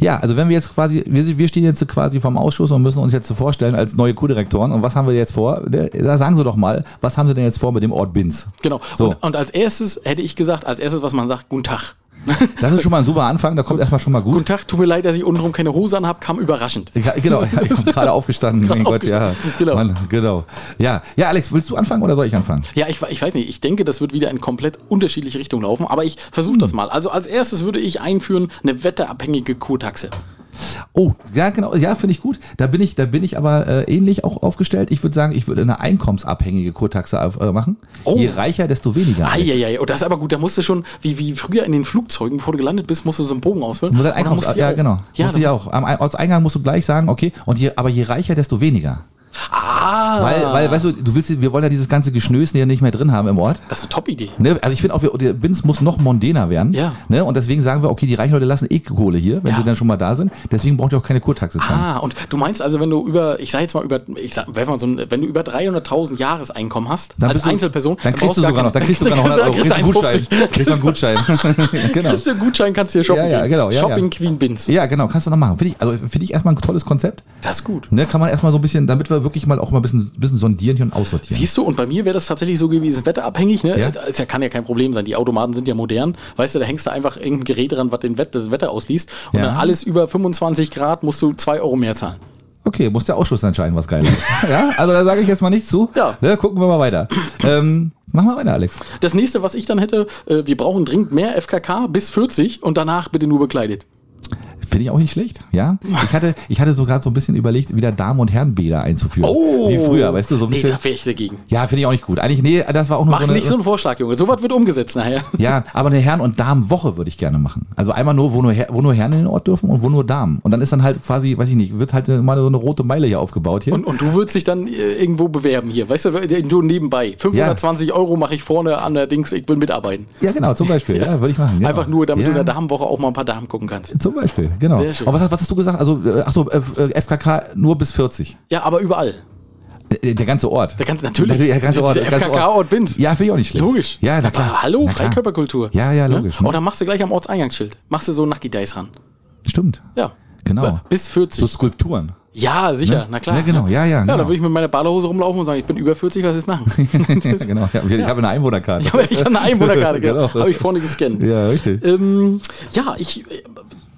Ja, also wenn wir jetzt quasi, wir, wir stehen jetzt quasi vom Ausschuss und müssen uns jetzt so vorstellen als neue Co-Direktoren. Und was haben wir jetzt vor? Ne, Da sagen Sie doch mal, was haben Sie denn jetzt vor mit dem Ort Binz?
Genau.
So.
Und, und als erstes hätte ich gesagt, als erstes, was man sagt, guten Tag.
Das ist schon mal ein super Anfang, da kommt erstmal schon mal
Guten
gut.
Tag, tut mir leid, dass ich untenrum keine Hose an habe, kam überraschend.
Ja, genau, ja, ich bin gerade aufgestanden. mein Gott, ja.
aufgestanden, genau.
Mann, genau. Ja. ja, Alex, willst du anfangen oder soll ich anfangen?
Ja, ich, we- ich weiß nicht, ich denke, das wird wieder in komplett unterschiedliche
Hm.
Richtungen laufen, aber ich versuche das mal. Also als erstes würde ich einführen eine wetterabhängige Kurtaxe.
Oh, ja, genau. Ja, finde ich gut. Da bin ich, da bin ich aber äh, ähnlich auch aufgestellt. Ich würde sagen, ich würde eine einkommensabhängige Kurtaxe auf, äh, machen.
Oh.
Je reicher, desto weniger. Alex.
Eieiei, oh, das ist aber gut, da musst du schon, wie, wie früher in den Flugzeugen, bevor du gelandet bist, musst du so einen Bogen ausfüllen.
Muss halt
Und dann
Einkommens
musst du
ja,
auch-
genau.
Ja,
musst du ja
dann
auch. Am Ein- als Eingang musst du gleich sagen, okay, und je, aber je reicher, desto weniger.
musst- Ah,
Weil, weil, weißt du, du willst, wir wollen ja dieses ganze Geschnösen ja nicht mehr drin haben im Ort.
das ist eine Top-Idee.
Ne, also ich finde auch, wir, der Bins muss noch mondäner werden.
Ja.
Ne, und deswegen sagen wir, okay, die reichen Leute lassen eh Kohle hier, wenn
Ja.
sie dann schon mal da sind. Deswegen braucht ihr auch keine Kurtaxe zahlen.
Ah, und du meinst also, wenn du über, ich sag jetzt mal über, ich sag, wenn, man so ein, wenn du über 300.000 Jahreseinkommen hast,
Dann
als
bist du-
Einzelperson,
Dann kriegst
brauchst
du
gar
sogar noch, dann
keine-
kriegst du sogar noch 100 Euro.
kriegst
Kriegst
du
du einen Gutschein.
1,50.
Kriegst du einen Gutschein. genau.
Kriegst du einen Gutschein, kannst hier shoppen
Ja, ja,
gehen.
genau, ja,
Shopping
ja.
Queen Bins.
Ja, genau, kannst du noch machen. Finde ich, also finde ich erstmal ein tolles Konzept.
Das ist gut.
Ne, kann man erstmal so ein bisschen, damit wir wirklich mal auch mal ein bisschen, bisschen sondieren hier und aussortieren.
Siehst du, und bei mir wäre das tatsächlich so gewesen, wetterabhängig, ne?
Ja.
Das ja, kann ja kein Problem sein. Die Automaten sind ja modern. Weißt du, da hängst du einfach irgendein Gerät dran, was den Wett, das Wetter ausliest. Und
Ja.
dann alles über 25 Grad musst du 2 Euro mehr zahlen.
Okay, muss der Ausschuss entscheiden, was geil ist. ja, also da sage ich jetzt mal nichts zu.
Ja.
Ne, gucken wir mal weiter. ähm, mach mal weiter, Alex.
Das nächste, was ich dann hätte, äh, wir brauchen dringend mehr FKK bis 40 und danach bitte nur bekleidet.
Finde ich auch nicht schlecht, ja. Ich hatte, ich hatte sogar so ein bisschen überlegt, wieder Damen- und Herrenbäder einzuführen. Wie früher, weißt du, so ein
Oh! Nee,
bisschen.
da wäre ich dagegen.
ja, finde ich auch nicht gut. Eigentlich, nee, das war auch nur
Mach
so eine,
nicht so einen Vorschlag, Junge. Sowas wird umgesetzt nachher.
Ja, aber eine Herren- und Damenwoche würde ich gerne machen. Also einmal nur, wo nur, Her wo nur Herren in den Ort dürfen und wo nur Damen. Und dann ist dann halt quasi, weiß ich nicht, wird halt mal so eine rote Meile hier aufgebaut hier.
Und, und du würdest dich dann äh, irgendwo bewerben hier. Weißt du, äh, du nebenbei. 520 Euro mache ich vorne an der Dings, ich will mitarbeiten.
ja, genau, zum Beispiel. ja, würde ich machen. Genau.
Einfach nur, damit
ja.
du in der Damenwoche auch mal ein paar Damen gucken kannst.
Zum Beispiel, genau.
Sehr schön.
Und was, hast- was hast du gesagt? Also, äh, ach so, äh, FKK nur bis 40.
Ja, aber überall.
Äh, Der ganze Ort.
Der ganze- natürlich.
Der, der ganze Ort.
Der FKK Ort Binz.
Ja, finde ich auch nicht schlecht.
Logisch.
Ja, na
Aber
klar.
hallo,
na klar.
Freikörperkultur.
Ja, ja, logisch.
Ne?
ne?
Und dann machst du gleich am Ortseingangsschild. Machst du so Nucky Dice ran.
Stimmt.
Ja.
Genau.
Bis
So
40.
Skulpturen.
ja, sicher,
Ne?
na klar.
Ja, genau.
ne?
Ja, ja,
Ja,
genau.
dann würde ich mit meiner Badehose rumlaufen und sagen, ich bin über 40, was ist machen?
genau. Ja, ich habe eine Einwohnerkarte.
Aber ich habe eine Einwohnerkarte, genau.
Genau.
Habe ich vorne gescannt.
Ja, richtig.
Ähm, ja, ich. äh,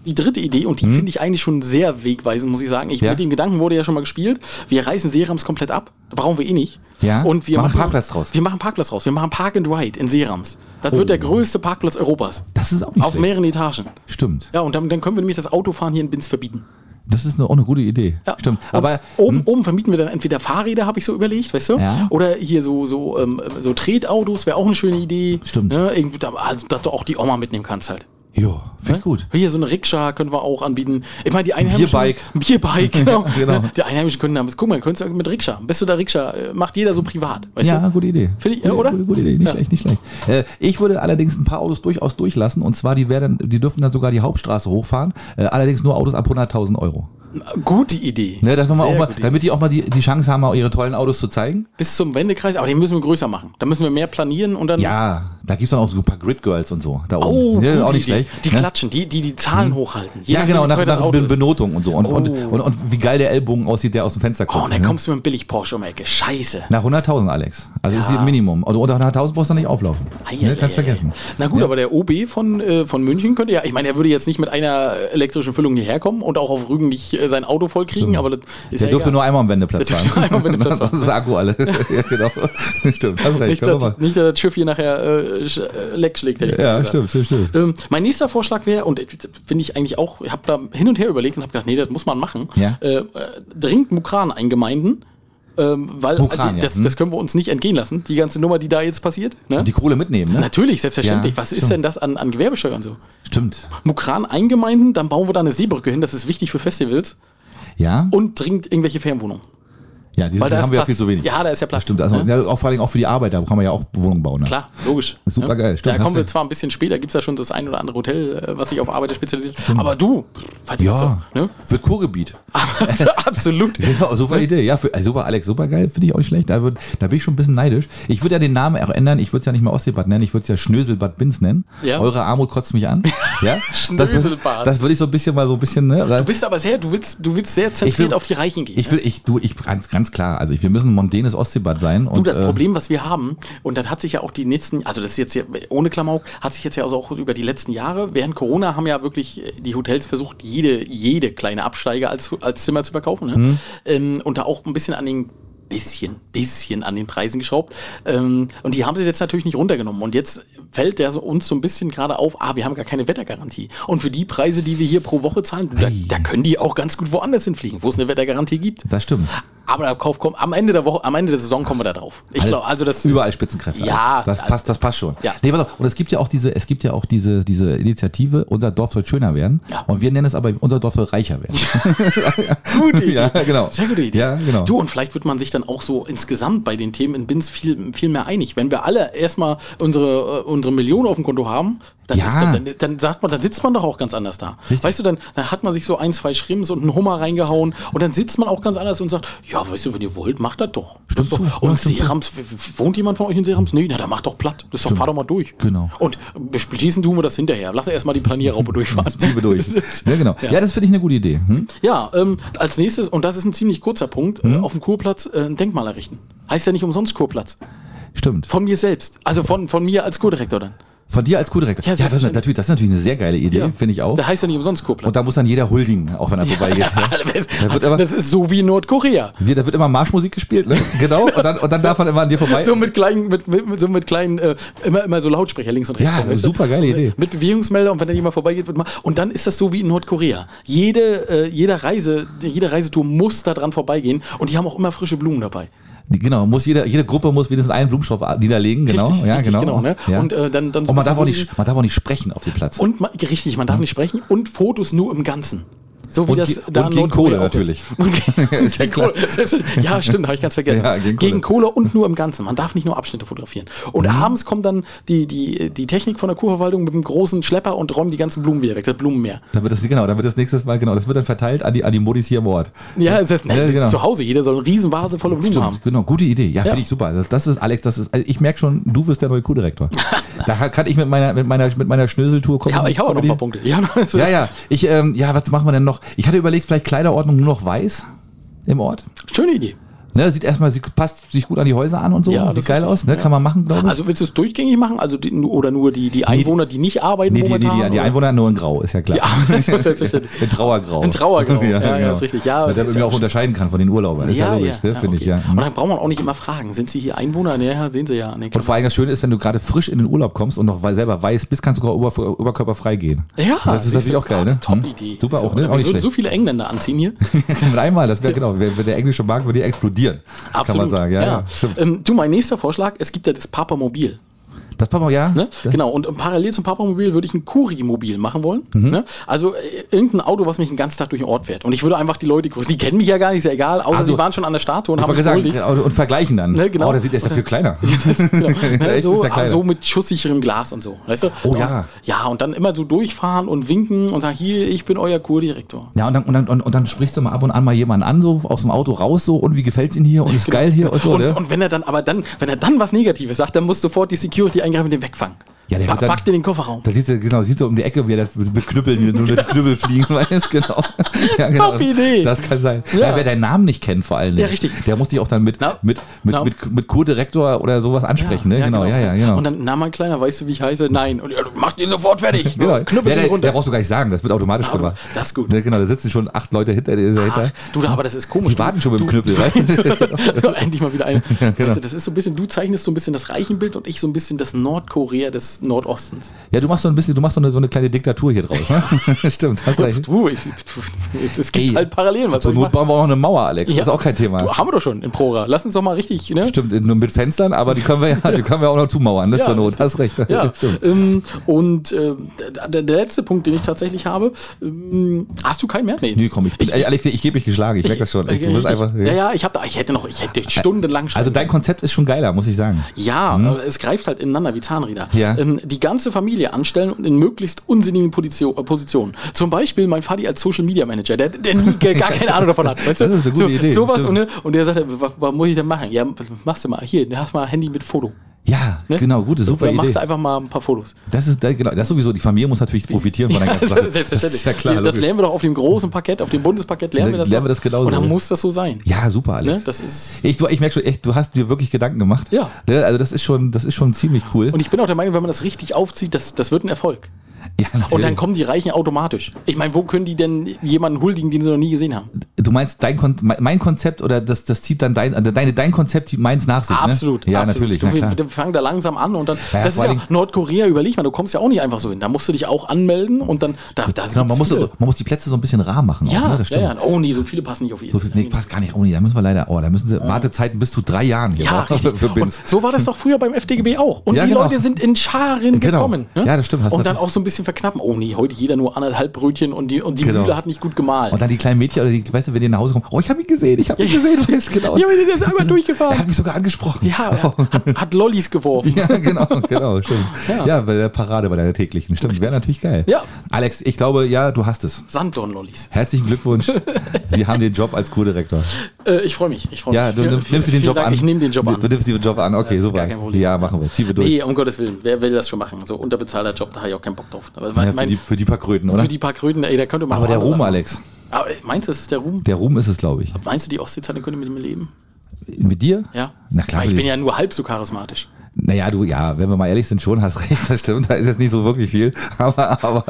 Die dritte Idee, und die finde ich eigentlich schon sehr wegweisend, muss ich sagen. Ich,
Mhm. Ja.
Mit dem Gedanken wurde ja schon mal gespielt. Wir reißen Serams komplett ab. Brauchen wir eh nicht.
Ja,
Und wir
machen
machen,
Parkplatz draus. Oh.
Wir machen Parkplatz draus. Wir machen Park and Ride in Serams. Das wird der größte Parkplatz Europas.
Das ist auch nicht
Auf
schlecht.
mehreren Etagen.
Stimmt.
Ja, und dann, dann können wir nämlich das Autofahren hier in Binz verbieten.
Das ist eine, auch eine gute Idee.
Ja.
Stimmt.
Und
Aber hm?
oben, oben vermieten wir dann entweder Fahrräder, habe ich so überlegt, weißt du?
Ja.
Oder hier so, so, ähm, so Tretautos wäre auch eine schöne Idee.
Stimmt.
Ne? Irgendwie, da- also, dass du auch die Oma mitnehmen kannst halt.
jo, finde ich gut.
Hier so eine Rikscha können wir auch anbieten. Ich meine, die Einheimischen.
Bierbike.
Ein Bierbike, genau.
Genau.
Die Einheimischen können damit. Guck mal, könntest du mit Rikscha. Bist du da Rikscha? äh, Macht jeder so privat. Weißt
Ja,
du?
gute Idee.
Finde ich,
gute,
oder?
Gute, gute Idee, nicht
Ja.
schlecht, nicht schlecht. Äh, ich würde allerdings ein paar Autos durchaus durchlassen und zwar, die, werden, die dürfen dann sogar die Hauptstraße hochfahren, äh, allerdings nur Autos ab 100.000 Euro.
Gute Idee.
Ne, dass wir mal
Sehr
auch mal,
gute Idee.
damit die auch mal die, die Chance haben, auch ihre tollen Autos zu zeigen.
Bis zum Wendekreis. Aber den müssen wir größer machen. Da müssen wir mehr planieren und dann.
Ja, da gibt's dann auch so ein paar Grid Girls und so da
Oh,
oben. ne,
gute
auch nicht
Idee.
schlecht.
Die
ne? Mhm.
klatschen, die, die die Zahlen hochhalten. Je
Ja,
nachdem,
genau,
wie
nach,
teuer das
nach
Auto
Be
ist.
Benotung und so. Und, und,
Oh.
und, und wie geil der Ellbogen aussieht, der aus dem Fenster
Oh,
guckt.
und dann
ne?
kommst du mit einem Billigporsche um die Ecke. Scheiße.
Nach 100.000, Alex. Also ist die Minimum. Oder unter 100.000 brauchst du nicht auflaufen.
Eieieiei.
ne, kannst vergessen.
Na gut, aber der OB von, äh, von München könnte ja, ich meine, er würde jetzt nicht mit einer elektrischen Füllung hierher kommen und auch auf Rügen nicht äh, sein Auto voll kriegen, aber das ist
Der durfte
egal.
nur einmal am Wendeplatz
Der
fahren.
durfte nur einmal am Wendeplatz
Das ist Akku alle. ja, genau. stimmt. Hast recht.
nicht,
Können wir
dass,
machen.
nicht, dass das Schiff hier nachher äh, sch- äh, leck schlägt. hätte ich
Ja,
gesagt.
stimmt, stimmt, stimmt.
Ähm, mein nächster Vorschlag wäre, und äh, finde ich eigentlich auch, ich habe da hin und her überlegt und habe gedacht, nee, das muss man machen.
Ja.
Äh, äh, dringend Mukran eingemeinden, ähm, weil
Mukran,
äh,
ja,
das,
hm.
das können wir uns nicht entgehen lassen, die ganze Nummer, die da jetzt passiert. Ne?
Und die Kohle mitnehmen, ne?
Natürlich, selbstverständlich.
Ja,
Was ist
stimmt.
denn das an, an Gewerbesteuer und so?
Stimmt.
Mukran eingemeinden, dann bauen wir da eine Seebrücke hin, das ist wichtig für Festivals
Ja?
und dringend irgendwelche Ferienwohnungen.
Ja, die
Weil da
haben
ist
wir ja
Platz.
viel zu wenig.
Ja, da ist ja Platz. ne?
Stimmt, also, ja, auch vor allem auch für die Arbeiter kann man ja auch Wohnungen bauen. Ne?
Klar, logisch.
Super geil, stimmt,
Da kommen
hast
wir
recht.
zwar ein bisschen später, gibt es ja schon das ein oder andere Hotel, äh, was sich auf Arbeiter spezialisiert. Aber du, verdienst
Ja,
du. Ne?
für Kurgebiet.
Ah, Absolut.
Genau, super Idee. Ja, für, also super, Alex, super geil. Finde ich auch nicht schlecht. Da, würd, da bin ich schon ein bisschen neidisch. Ich würde ja den Namen auch ändern. Ich würde es ja nicht mehr Ostseebad nennen. Ich würde es ja Schnöselbad Binz nennen.
Ja.
Eure Armut kotzt mich an. Ja?
Schnöselbad.
Das, das würde ich so ein bisschen mal so ein bisschen, ne?
Du bist aber sehr, du willst, du willst sehr
Ich
zentriert
will-
auf die Reichen gehen.
ich will, ich, du, ich, ganz, ganz klar. Also, ich, wir müssen ein mondänes Ostseebad sein.
Du,
und,
das
äh,
Problem, was wir haben, und das hat sich ja auch die letzten, also das ist jetzt hier ohne Klamauk, hat sich jetzt ja also auch über die letzten Jahre, während Corona haben ja wirklich äh, die Hotels versucht, jede, jede kleine Absteige als, als Zimmer zu verkaufen. Ne? Ähm, und da auch ein bisschen an den bisschen, bisschen an den Preisen geschraubt. Ähm, und die haben sie jetzt natürlich nicht runtergenommen. Und jetzt fällt der so, uns so ein bisschen gerade auf, ah, wir haben gar keine Wettergarantie. Und für die Preise, die wir hier pro Woche zahlen, da, da können die auch ganz gut woanders hinfliegen, wo es eine Wettergarantie gibt.
Das stimmt.
Aber der Kauf kommt, am Ende der Woche, am Ende der Saison kommen wir da drauf. Ich glaube, also das ist-
Überall Spitzenkräfte.
Ja,
Das passt, das passt schon.
Ja.
Nee, pass auf. Und es gibt ja auch diese, es gibt ja auch diese, diese Initiative, unser Dorf soll schöner werden.
Ja.
Und wir nennen es aber, unser Dorf soll reicher werden.
Gute Idee.
Ja, genau.
Sehr gute Idee.
Ja, genau.
Du, und vielleicht wird man sich dann auch so insgesamt bei den Themen in BINS viel, viel mehr einig. Wenn wir alle erstmal unsere, äh, unsere Millionen auf dem Konto haben, dann,
Ja.
ist, doch- dann, dann sagt man, dann sitzt man doch auch ganz anders da. Weißt du, dann, dann hat man sich so ein, zwei Schrimms und einen Hummer reingehauen und dann sitzt man auch ganz anders und sagt, ja, weißt du, wenn ihr wollt, macht das doch. Das
Stimmt
ist
zu.
doch.
Ja,
Und
stimmt zu.
Seerams, w- w- wohnt jemand von euch in Seerams? Nee, na, dann macht doch platt. Das ist doch, fahr doch mal durch.
Genau.
Und äh, beschließen tun wir das hinterher. Lass erstmal die Planierraupe durchfahren.
Ziehen wir durch. Ja, genau. Ja, das finde ich eine gute Idee. Hm?
Ja, ähm, als nächstes, und das ist ein ziemlich kurzer Punkt,
Mhm.
äh, auf dem Kurplatz äh, ein Denkmal errichten. Heißt ja nicht umsonst Kurplatz.
Stimmt.
Von mir selbst. Also von, von mir als Kurdirektor dann.
Von dir als Co-Direktor.
Ja,
Ja, das, ist
selbstverständlich.
natürlich, das ist natürlich eine sehr geile Idee, finde ich auch.
Da heißt ja nicht umsonst Kurplatz.
Oh. Und da muss dann jeder huldigen, auch wenn er vorbeigeht. Da wird aber-
das ist so wie in Nordkorea.
Wir, da wird immer Marschmusik gespielt, ne? Genau. Und dann, und dann darf man immer an dir vorbei.
So mit kleinen, mit, mit, mit- so mit kleinen, äh, immer, immer so Lautsprecher links und rechts.
Ja,
so, weißt du?
super geile Idee.
Mit Bewegungsmelder und wenn dann jemand vorbeigeht, wird man. Und dann ist das so wie in Nordkorea. Jede, äh, jeder Reise, jede Reisetour muss da dran vorbeigehen und die haben auch immer frische Blumen dabei.
Die- Genau, muss jeder, jede Gruppe muss wenigstens einen Blumenstoff niederlegen, genau.
Richtig,
ja,
richtig,
genau.
genau, ne?
ja.
Und,
Und,
äh, dann- dann so
man,
ein
darf auch
bisschen-
nicht, man darf auch nicht sprechen auf dem Platz.
Und man, richtig, man darf nicht sprechen und Fotos nur im Ganzen. So wie
Und
das
ge- und gegen
Nordkorea
Kohle
auch ist.
natürlich.
Und ge-
Ist ja
gegen
klar.
Kohle. Selbstverständlich. Ja, stimmt, habe ich ganz vergessen.
Ja, gegen
gegen,
Kohle. Mhm.
Kohle und nur im Ganzen. Man darf nicht nur Abschnitte fotografieren. Und abends kommt dann die, die, die Technik von der Kurverwaltung mit dem großen Schlepper und räumt die ganzen Blumen wieder weg, das Blumenmeer.
Dann wird das, genau, dann wird das nächstes Mal, genau, das wird dann verteilt an die, an die Modis hier im Ort.
Ja, es ist,
Ja, genau.
zu Hause, jeder soll eine riesen Vase voller Blumen haben.
Genau, gute Idee. Ja,
Ja.
finde ich super. Das, das ist, Alex, das ist, also ich merke schon, du wirst der neue Co-Direktor. da kann ich mit meiner, mit meiner, mit meiner Schnöseltour kommen.
Ja, aber ich habe auch noch ein paar Punkte. Ja, also,
Ja, ja. Ich, ähm, ja, was machen wir denn noch? Ich hatte überlegt, vielleicht Kleiderordnung nur noch weiß im Ort.
Schöne Idee.
Ne, sieht erstmal, sieht, passt sich gut an die Häuser an und so.
Ja, das
sieht
ist
geil
richtig.
aus, ne? Kann man machen, glaube ich.
Also willst du es durchgängig machen? Also die, oder nur die, die Einwohner, die nicht arbeiten
nee, die, die, die, die
oder?
Einwohner nur in Grau, ist ja klar.
Ja, das ist selbstverständlich.
in Trauergrau.
In Trauergrau. Ja, ja,
genau.
ist richtig. Ja,
Weil
ist
damit
ja
man auch unterscheiden kann von den Urlaubern. Ist ja, logisch, ne? finde ich,
okay.
ja.
Und dann braucht man auch nicht immer fragen, sind sie hier Einwohner? Naja, sehen sie ja. an den
Und vor allem das Schöne ist, wenn du gerade frisch in den Urlaub kommst und noch we- selber weißt, bist, kannst du sogar ober, oberkörperfrei gehen.
Ja,
das ist
siehst
natürlich
du,
auch geil, ne?
Top
Hm.
Idee.
Super
So,
auch, ne?
Wir
Auch nicht
würden
schlecht.
so viele Engländer anziehen hier.
Mit einmal, das wäre genau, wenn wenn der englische Markt würde explodieren, kann man sagen. Ja, ja. stimmt.
Ähm, du, mein nächster Vorschlag, es gibt ja das Papamobil.
Das Papa, ja.
Ne? Genau, und ähm, parallel zum Papamobil würde ich ein Kurimobil machen wollen.
Mhm.
Ne? Also äh, irgendein Auto, was mich den ganzen Tag durch den Ort fährt. Und ich würde einfach die Leute grüßen. Die kennen mich ja gar nicht, ist ja egal. Außer
Also,
sie waren schon an der Statue und
Ich
haben
wollte
mich
gesagt,
huldigt.
ja, und vergleichen dann.
Ne, genau.
Oh, der sieht erst dafür kleiner.
genau.
Echt,
ne,
ist
so,
ja kleiner.
so mit schusssicherem Glas und so. Weißt du?
Oh
Ja.
ja.
Ja, und dann immer so durchfahren und winken und sagen, hier, ich bin euer Kurdirektor.
Ja, und dann, und, dann, und, und dann sprichst du mal ab und an mal jemanden an, so aus dem Auto raus, so, und wie gefällt's Ihnen hier und ist geil hier und so,
Und,
ne?
und wenn er dann, aber dann, wenn er dann was Negatives sagt, dann muss sofort die Security eingreifen und den wegfangen.
Ja, der
Pa
wird dann-
packt in den Kofferraum.
Da siehst du, genau, siehst du um die Ecke, wie er das mit mit Knüppeln, wie nur mit Knüppel fliegen, weißt genau. Ja, genau.
Top Idee.
Das kann sein. Ja.
Ja.
wer deinen Namen nicht kennt, vor allen Dingen.
Ja, richtig.
Der muss dich auch dann mit,
Na?
mit, mit,
Na?
mit, mit Co-Direktor oder sowas ansprechen, ne? genau, ja, ja, genau.
Und dann, na, mein Kleiner, weißt du, wie ich heiße? Nein. Und ja, du mach den sofort fertig.
genau.
Knüppel
ja,
den
der,
runter.
der brauchst du gar nicht sagen, das wird automatisch
Auto-
gemacht.
Das ist gut.
Ne, genau, da sitzen schon acht Leute hinter dir.
Ach,
dahinter.
du, aber das ist komisch. ne?
Die warten schon mit dem Knüppel, weißt du?
So, Endlich mal wieder eine.
genau.
Weißt du, das ist so ein bisschen, du zeichnest so ein bisschen das Reichenbild und ich so ein bisschen das Nordkorea des Nordostens.
Ja, du machst so ein bisschen, du machst so eine, so eine kleine Diktatur hier draus, ne? Stimmt, hast recht.
Du, ich, du, es gibt
Hm? Ey,
halt Parallelen. Was
Zur
soll ich
Not
machen?
bauen wir auch Also noch eine Mauer, Alex.
Ja.
Das ist auch kein Thema.
Du, haben wir doch schon in Prora. Lass uns doch mal richtig, ne?
Stimmt, nur mit Fenstern, aber die können wir ja, die können wir auch noch zumauern, ne?
Ja.
Zur Not, hast recht.
Ja,
Stimmt.
ähm, und äh, der, der- der letzte Punkt, den ich tatsächlich habe, ähm, hast du keinen mehr? Äh,
Nee, komm, ich bin, ey, Alex, ich gebe mich geschlagen, ich merke das schon. Ich, du
richtig.
bist einfach,
ja, ja, ich, hab da, ich hätte noch, ich hätte stundenlang
Also dein Konzept ist schon geiler, muss ich sagen.
Ja, aber es greift halt ineinander wie Zahnräder.
Hm? Ja.
Ähm, die ganze Familie anstellen und in möglichst unsinnigen Position, äh, Positionen. Zum Beispiel mein Vati als Social Media Manager, der, der nie, der gar keine Ahnung davon hat. Weißt
Das ist eine gute
so,
Idee,
Sowas und,
stimmt.
ne, und der sagt, was, was muss ich denn machen? Ja, machst du mal. Hier, du hast mal ein Handy mit Foto.
Ja,
ne?
genau, gute, super
Oder machst du
Idee.
einfach mal ein paar Fotos.
Das ist, genau, das sowieso, die Familie muss natürlich profitieren von der ganzen Sache.
Selbstverständlich.
Das ist ja klar.
das
logisch.
lernen wir doch auf dem großen Parkett, auf dem Bundesparkett lernen wir das.
Lernen
doch.
wir das genauso,
Und dann
ja.
muss das so sein.
ja, super, Alex.
Ne? Das ist.
Ich, du, ich merke schon, echt, du hast dir wirklich Gedanken gemacht.
Ja.
Ne, Also das ist schon, das ist schon ziemlich cool.
Und ich bin auch der Meinung, wenn man das richtig aufzieht, das, das wird ein Erfolg.
Ja, natürlich.
Und dann kommen die Reichen automatisch. Ich meine, wo können die denn jemanden huldigen, den sie noch nie gesehen haben?
du meinst dein Kon mein- mein Konzept oder das, das zieht dann dein, äh, deine, dein Konzept zieht meins nach sich.
Absolut.
Ne? Ja,
absolut.
natürlich.
Du,
Na klar.
Wir fangen da langsam an und dann.
Ja,
das
vor
ist ja
allen Dingen-
Nordkorea, überleg mal, du kommst ja auch nicht einfach so hin. Da musst du dich auch anmelden und dann. Da, da
Genau, man,
gibt's
muss,
viele.
man muss die Plätze so ein bisschen rar machen. auch,
ja,
ne? das
ja,
stimmt.
ja. Oh nee, so viele passen nicht auf jeden
So viel, nee, passt gar nicht. Oh nee, da müssen wir leider, oh, da müssen sie Wartezeiten bis zu drei Jahren hier
Ja,
brauchen
richtig.
für
Und
Bins.
so war das doch früher beim FDGB auch. Und
Ja,
die
genau.
Leute sind in Scharen
Genau.
gekommen. ne?
Ja, das stimmt, hast
Und dann
natürlich-
auch so ein bisschen verknappen. Oh nee, heute jeder nur anderthalb Brötchen und die, und die
Genau.
Mühle hat nicht gut gemahlen.
Und dann die kleinen Mädchen oder die, weißt du, wenn die nach Hause kommen, oh, ich habe ihn gesehen, ich habe ihn gesehen, yes, genau.
ja, aber der ist einmal
er hat
durchgefahren.
mich sogar angesprochen. Oh.
Ja, er hat, hat Lollis geworfen.
Ja, genau, genau, stimmt. Ja. bei der Parade, bei der täglichen, stimmt, wäre natürlich geil.
Ja.
Alex, ich glaube, ja, du hast es.
Sanddorn-Lollis.
Herzlichen Glückwunsch. Sie haben den Job als Co-Direktor.
Äh, ich freue mich. Ich freu
Ja,
mich.
du
Vielen-
nimmst, nimmst du den
vielen
Job
Dank,
an.
Ich nehme den Job
Du- Du
an.
nimmst den Job an, okay,
Das ist
super.
gar kein Problem.
Ja, machen wir. Ziehen wir durch.
Nee, um Gottes Willen. Wer will das schon machen? So unterbezahlter Job, da habe ich auch keinen Bock drauf. Aber
ja,
mein,
für, die, für die paar Kröten, oder?
für die paar Kröten, ey, da könnte man.
Aber
auch
der
andere
Ruhm,
Sachen-
Alex.
Aber meinst du, es ist der Ruhm?
Der Ruhm ist es, glaube ich.
Meinst du, die Ostseezeit könnte mit ihm leben?
Mit dir?
Ja.
Na klar,
Weil Ich
mit
bin
dir.
ja nur halb so charismatisch.
Naja, du, ja, wenn wir mal ehrlich sind, schon hast recht, das stimmt. Da ist jetzt nicht so wirklich viel. Aber, aber,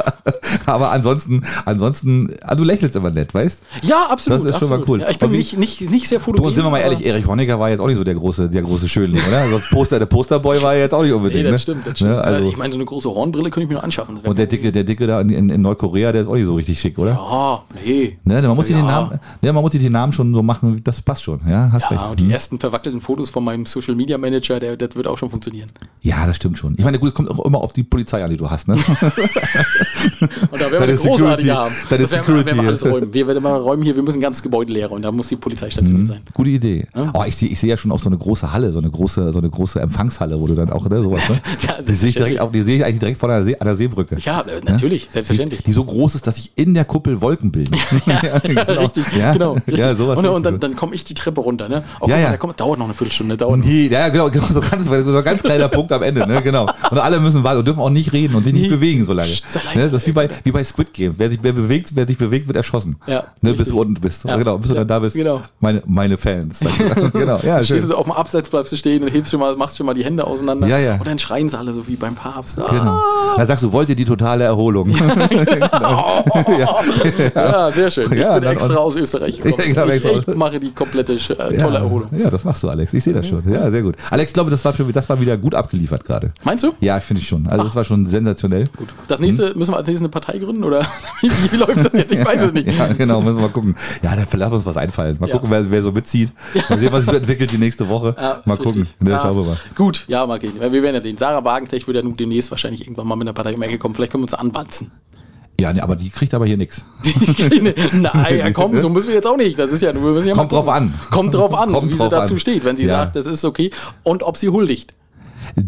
aber ansonsten, ansonsten, ah, du lächelst immer nett, weißt?
Ja, absolut.
Das ist schon mal
absolut.
cool.
Ja, ich bin
Und wie-
nicht, nicht, nicht sehr
Du,
fotogen.
und sind wir mal ehrlich, Erich Honecker war jetzt auch nicht so der große, der große Schönling, oder? Also Poster, der Posterboy war jetzt auch nicht
aber- Nee,
unbedingt.
das
ne?
stimmt. Das stimmt.
Ne, also,
Also, ich meine, so eine große Hornbrille könnte ich mir noch anschaffen.
und der dicke, der dicke da in, in, in Nordkorea, der ist auch nicht so richtig schick, oder?
Ja, nee.
Ne, man muss sich den
Ja.
Namen, ne, man muss sich den Namen schon so machen, das passt schon, ja, hast
Ja,
recht.
Ah, und die
Hm.
ersten verwackelten Fotos von meinem Social Media Manager, der, das wird auch schon funktionieren.
Ja, das stimmt schon. Ich meine, gut, es kommt auch immer auf die Polizei an, die du hast, ne?
Und da werden wir
Deine
eine großartige
Security-
haben.
deine
Das werden wir- werden
Security
wir alles
jetzt.
räumen. Wir werden mal räumen hier, wir müssen ein ganzes Gebäude leer räumen. Da muss die Polizeistation sein.
Gute Idee. Oh, ich sehe ich seh ja schon auch so eine große Halle, so eine große, so eine große Empfangshalle, wo du dann auch, ne, sowas, ne?
Ja,
die sehe ich, direkt auch- die sehe ich eigentlich direkt vor der See, an der Seebrücke.
Ja, äh, natürlich, selbstverständlich.
Die so groß ist, dass sich in der Kuppel Wolken bilden. ja, genau.
Richtig,
ja,
genau. Richtig.
Ja, sowas.
und
sehe
und
ich schon.
dann, dann komme ich die Treppe runter, ne? Oh, guck
Ja,
mal,
ja.
da kommt, dauert noch eine Viertelstunde, dauert noch.
die, ja, genau, genau, so ganz, so ein ganz kleiner Punkt am Ende, ne, genau. Und alle müssen warten und dürfen auch nicht reden und sich nicht
Nee.
bewegen so lange.
Psst, sei leise.
Ne, das ist wie bei, wie bei Squid Game. Wer sich wer bewegt, wer sich bewegt, wird erschossen.
Ja,
ne, bis
richtig.
du unten bist.
Ja,
Genau, bis du
ja,
dann da bist.
genau.
Meine, meine Fans. genau, ja, schön.
Stehst du so auf dem Abseits, bleibst du stehen und hebst schon mal, machst schon mal die Hände auseinander.
Ja, ja.
Und dann schreien sie alle so wie beim Papst. Ah,
Genau. Da sagst du, wollt ihr die totale Erholung? Ja,
Ja, sehr schön. Ich
Ja,
bin
dann-
extra aus Österreich gekommen.
Ja, genau,
ich,
extra aus-
ich mache die komplette Sch- äh, tolle Erholung.
Ja, das machst du, Alex. Ich sehe das schon. Ja, sehr gut. Alex, ich glaube, das war, schon, das war wieder gut abgeliefert gerade.
Meinst du?
Ja, Mhm. finde ich schon.
Ah.
Also, das war schon sensationell.
Gut. Das nächste, müssen wir als nächstes eine Partei gründen oder wie, wie läuft das jetzt? Ich weiß es nicht.
Ja, genau, müssen wir mal gucken. Ja, dann lass uns was einfallen. Mal
Ja.
gucken, wer, wer so mitzieht. Mal sehen, was sich so entwickelt die nächste Woche.
Ja,
mal
ist
gucken.
richtig.
Ne,
Ja.
Schauen wir mal.
Gut, ja, mal gehen. Wir werden ja sehen. Sarah Wagenknecht wird ja nun demnächst wahrscheinlich irgendwann mal mit einer Partei um die Ecke kommen. Vielleicht können wir uns anwanzen.
Ja, nee, aber die kriegt aber hier nichts.
Nein, ja, komm, so müssen wir jetzt auch nicht. Das ist ja, wir müssen ja mal
Kommt drauf an.
Kommt drauf an,
Kommt
wie
drauf
sie dazu
an.
steht, wenn sie
Ja.
sagt, das ist okay und ob sie huldigt.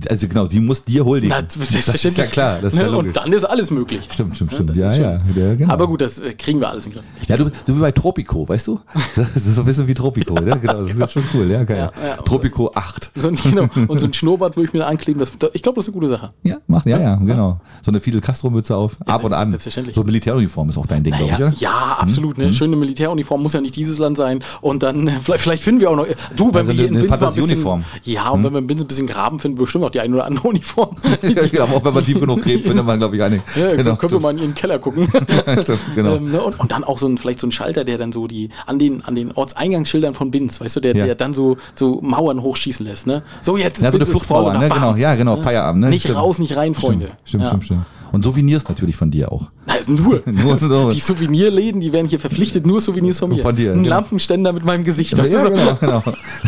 Also genau, sie muss dir huldigen.
Na,
das ist ja klar, das ist ja
Ne?
logisch.
Und dann ist alles möglich.
Stimmt, stimmt, stimmt.
das
Ja,
ist
ja, ja, genau.
Aber gut, das äh, kriegen wir alles in den Griff.
Ja, du, so wie bei Tropico, weißt du? Das ist so ein bisschen wie Tropico, ne? Genau, das ist schon cool, ja, geil.
Ja, ja.
Tropico 8.
So, ein- genau, und so ein Schnurrbart würde ich mir da ankleben. Das, das, ich glaube, das ist eine gute Sache.
Ja, macht, ja, ja, genau. So eine Fidel Castro-Mütze auf, ab und an.
selbstverständlich.
So eine Militäruniform ist auch dein Ding, glaube ich,
Ja,
oder? Hm,
ja, absolut. Ne? Schöne Militäruniform muss ja nicht dieses Land sein. Und dann, äh, vielleicht, vielleicht finden wir auch noch. äh, Du, wenn
Also
wir hier in
eine
Binz mal ein
Fantasieuniform. Hm?
bisschen. Ja, und wenn wir in Binz ein bisschen graben, finden wir bestimmt auch die eine oder andere Uniform.
Ja, genau, auch wenn man tief genug gräbt, findet man, glaube ich, eine.
Ja,
genau,
können wir mal in ihren Keller gucken.
stimmt, genau.
Ähm, ne? und, und dann auch so ein, vielleicht so ein Schalter, der dann so die an den, an den Ortseingangsschildern von Binz, weißt du, der,
Ja.
der dann so, so Mauern hochschießen lässt. Ne? So, jetzt ist
Ja, so eine
Binz ist voll
Fluchtmauer,
und dann
ne?
bam.
Genau, ja, genau, Feierabend, ne?
Nicht
Stimmt.
raus, nicht rein, Freunde.
Stimmt,
ja.
stimmt, stimmt. Und Souvenirs natürlich von dir auch.
Na, ist nur.
Nur so.
Die Souvenirläden, die werden hier verpflichtet, nur Souvenirs von mir.
Von dir,
Ein
genau.
Lampenständer mit meinem Gesicht. Das ist so-
genau, genau.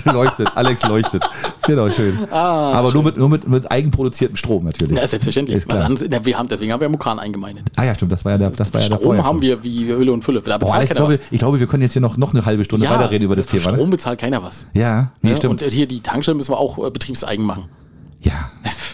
Leuchtet, Alex leuchtet. Genau, schön. Aber nur, mit, nur mit, mit eigenproduziertem Strom natürlich.
Ah, Ja, selbstverständlich.
Ist
Was
klar.
anderes, na, wir haben, deswegen haben wir Mokan eingemeindet.
Ah ja, stimmt, das war ja der, das war ja der
Strom
vorher
haben
schon.
wir wie Hülle und Fülle. Da
Boah,
bezahlt
Alex, ich
keiner
glaube,
was.
ich glaube, wir können jetzt hier noch, noch eine halbe Stunde weiterreden über das
für
Thema.
Strom
Ne?
bezahlt keiner was.
Ja, nee,
Ne? Und
stimmt.
äh, hier die Tankstellen müssen wir auch äh, betriebseigen machen.
ja,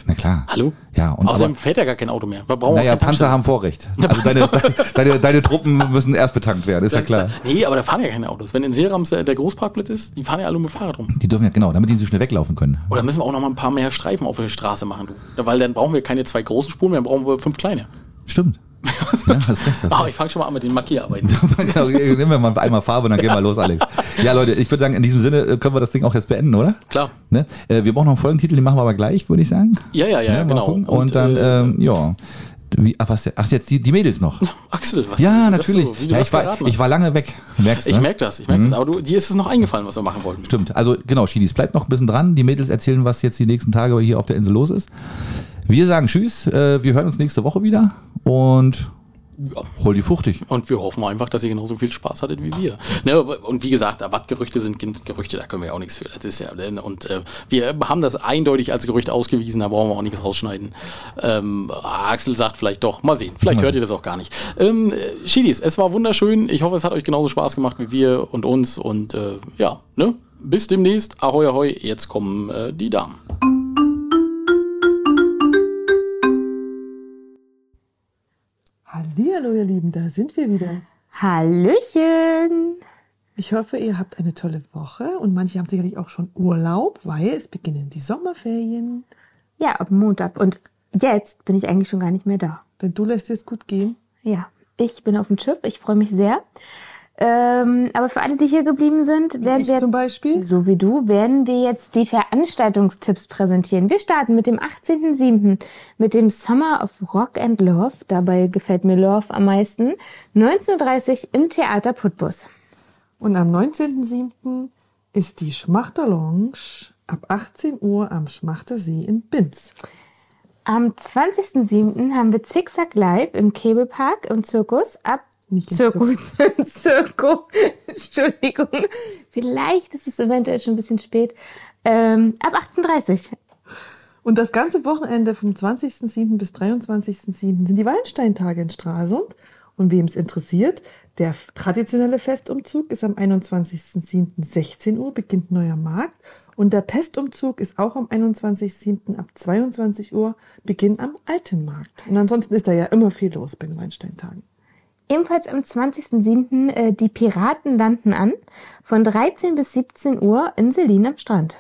na klar.
Hallo?
Ja, und
Außerdem
aber,
fährt ja gar kein Auto mehr. Wir brauchen
naja,
auch keine
Panzer
Tankstellen.
haben Vorrecht. Also deine, deine, deine Truppen müssen erst betankt werden, ist ja klar.
Nee, aber da fahren ja keine Autos. Wenn in Seerams äh, der Großparkplatz ist, die fahren ja alle mit dem Fahrrad rum.
Die dürfen ja, genau, damit die nicht so schnell weglaufen können.
Oder müssen wir auch noch mal ein paar mehr Streifen auf der Straße machen, du? Ja, Weil dann brauchen wir keine zwei großen Spuren, dann brauchen wir fünf kleine.
Stimmt. Ja, hast recht, hast recht.
Ah, ich fange schon mal an mit den Markierarbeiten.
Genau, Nehmen wir mal einmal Farbe und dann gehen wir los, Alex. Ja, Leute, ich würde sagen, in diesem Sinne äh, können wir das Ding auch jetzt beenden, oder?
Klar.
Ne? Äh, Wir brauchen noch einen Folgentitel, den machen wir aber gleich, würde ich sagen.
Ja, ja, ja,
mal
genau.
gucken. Und,
Und,
dann,
äh,
ähm, ja. Wie, ach, was, ach jetzt die, die Mädels noch.
Axel, was
Ja,
wie das
natürlich.
So, wie du
ja,
das
ich, war,
verraten hast.
ich war lange weg. Merkst,
Ich
ne?
merke das, ich merke das. Aber du, dir ist es noch eingefallen, was wir machen wollten.
Stimmt. Also genau, Schiedis, bleibt noch ein bisschen dran. Die Mädels erzählen, was jetzt die nächsten Tage hier auf der Insel los ist. Wir sagen Tschüss. Äh, wir hören uns nächste Woche wieder. Und hol die fuchtig.
Und wir hoffen einfach, dass ihr genauso viel Spaß hattet wie wir. Ne, aber- und wie gesagt, Wattgerüchte sind Gen- Gerüchte, da können wir auch nichts für. Das ist ja, ne, und äh, wir haben das eindeutig als Gerücht ausgewiesen, da brauchen wir auch nichts rausschneiden. Ähm, Axel sagt vielleicht doch, mal sehen, vielleicht hört ihr das auch gar nicht. Ähm, äh, Schiedis, es war wunderschön. Ich hoffe, es hat euch genauso Spaß gemacht wie wir und uns. Und äh, ja, ne? bis demnächst. Ahoi, ahoi, jetzt kommen äh, die Damen.
Hallihallo, ihr Lieben, da sind wir wieder.
Hallöchen!
Ich hoffe, ihr habt eine tolle Woche und manche haben sicherlich auch schon Urlaub, weil es beginnen die Sommerferien.
Ja, ab Montag. Und jetzt bin ich eigentlich schon gar nicht mehr da.
Denn du lässt dir es gut gehen.
Ja, ich bin auf dem Schiff. Ich freue mich sehr. Ähm, aber für alle, die hier geblieben sind, werden
Ich
wir
zum Beispiel.
so wie du, werden wir jetzt die Veranstaltungstipps präsentieren. Wir starten mit dem 18.07. mit dem Summer of Rock and Love. Dabei gefällt mir Love am meisten. 19.30 Uhr im Theater Putbus.
Und am 19.07. ist die Schmachterlounge ab 18 Uhr am Schmachtersee in Binz.
Am 20.07. haben wir Zickzack Live im Kebelpark im Zirkus ab
Nicht im
Zirkus, im Zirko. Entschuldigung. Vielleicht ist es eventuell schon ein bisschen spät. Ähm, ab 18.30 Uhr.
Und das ganze Wochenende vom 20.07. bis 23.07. sind die Weinsteintage in Stralsund. Und wem es interessiert, der f- traditionelle Festumzug ist am 21.07. 16 Uhr, beginnt neuer Markt. Und der Pestumzug ist auch am 21.07. ab 22 Uhr, beginnt am alten Markt. Und ansonsten ist da ja immer viel los bei den Weinsteintagen.
Ebenfalls am 20.07. äh, die Piraten landen an. Von 13 bis 17 Uhr in Selin am Strand.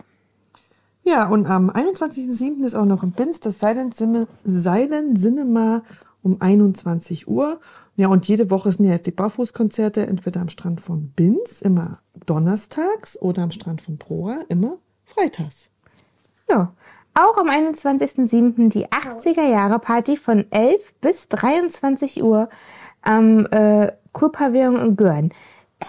Ja, und am 21.07. ist auch noch in Binz das Silent, Sim Silent Cinema um 21 Uhr. Ja, und jede Woche sind ja jetzt die Barfußkonzerte, entweder am Strand von Binz, immer donnerstags, oder am Strand von Proa, immer freitags.
Ja. Auch am 21.07. die 80er Jahre Party von 11 bis 23 Uhr am äh, Kurpavillon in Görn.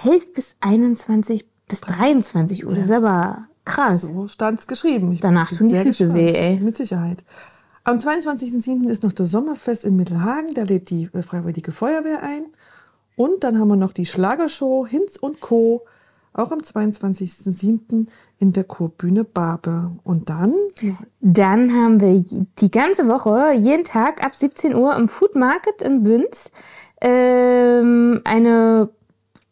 11 bis 21 bis 23 Uhr, das ist aber krass.
So stand's geschrieben. Ich
Danach
bin
tun die
sehr
Füße
gespannt.
weh, ey.
Mit Sicherheit. Am 22.07. ist noch das Sommerfest in Mittelhagen. Da lädt die äh, Freiwillige Feuerwehr ein. Und dann haben wir noch die Schlagershow Hinz und Co. Auch am 22.07. in der Kurbühne Barbe. Und dann
Dann haben wir j- die ganze Woche, jeden Tag ab 17 Uhr im Food Market in Bünz ähm, eine,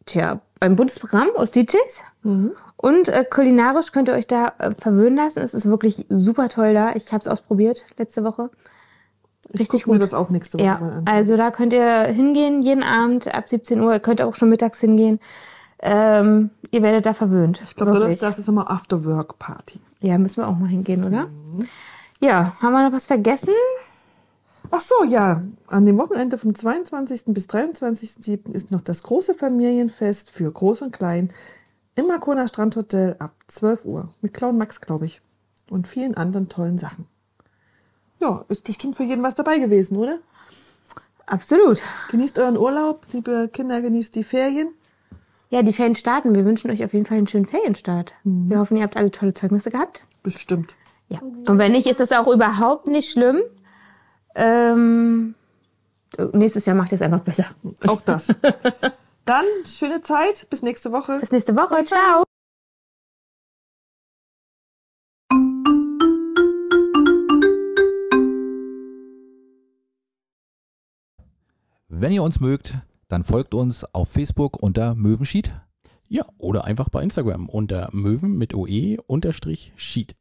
tja, ein buntes Programm aus DJs.
Mhm.
Und äh, kulinarisch könnt ihr euch da äh, verwöhnen lassen. Es ist wirklich super toll da. Ich habe es ausprobiert letzte Woche.
ich
Richtig
gucke mir
gut.
das auch nächste Woche mal
Ja,
an.
also da könnt ihr hingehen jeden Abend ab 17 Uhr. Ihr könnt auch schon mittags hingehen. Ähm, ihr werdet da verwöhnt.
ich glaube,
Wirklich.
das, das ist immer After-Work-Party.
Ja, müssen wir auch mal hingehen, oder?
Mhm.
Ja, haben wir noch was vergessen?
Ach so, ja. An dem Wochenende vom 22. bis 23.07. ist noch das große Familienfest für Groß und Klein im Arkona Strandhotel ab 12 Uhr. Mit Clown Max, glaube ich. Und vielen anderen tollen Sachen. Ja, ist bestimmt für jeden was dabei gewesen, oder?
Absolut.
Genießt euren Urlaub, liebe Kinder, genießt die Ferien.
Ja, die Ferien starten. Wir wünschen euch auf jeden Fall einen schönen Ferienstart. Wir hoffen, ihr habt alle tolle Zeugnisse gehabt.
Bestimmt.
Mhm. Ja. Und wenn nicht, ist das auch überhaupt nicht schlimm. Ähm, nächstes Jahr macht ihr es einfach besser.
Auch das. Dann schöne Zeit. Bis nächste Woche.
Bis nächste Woche. Ciao.
Wenn ihr uns mögt, dann folgt uns auf Facebook unter Möwenschied.
Ja, oder einfach bei Instagram unter Möwen mit OE E unterstrich Sheet.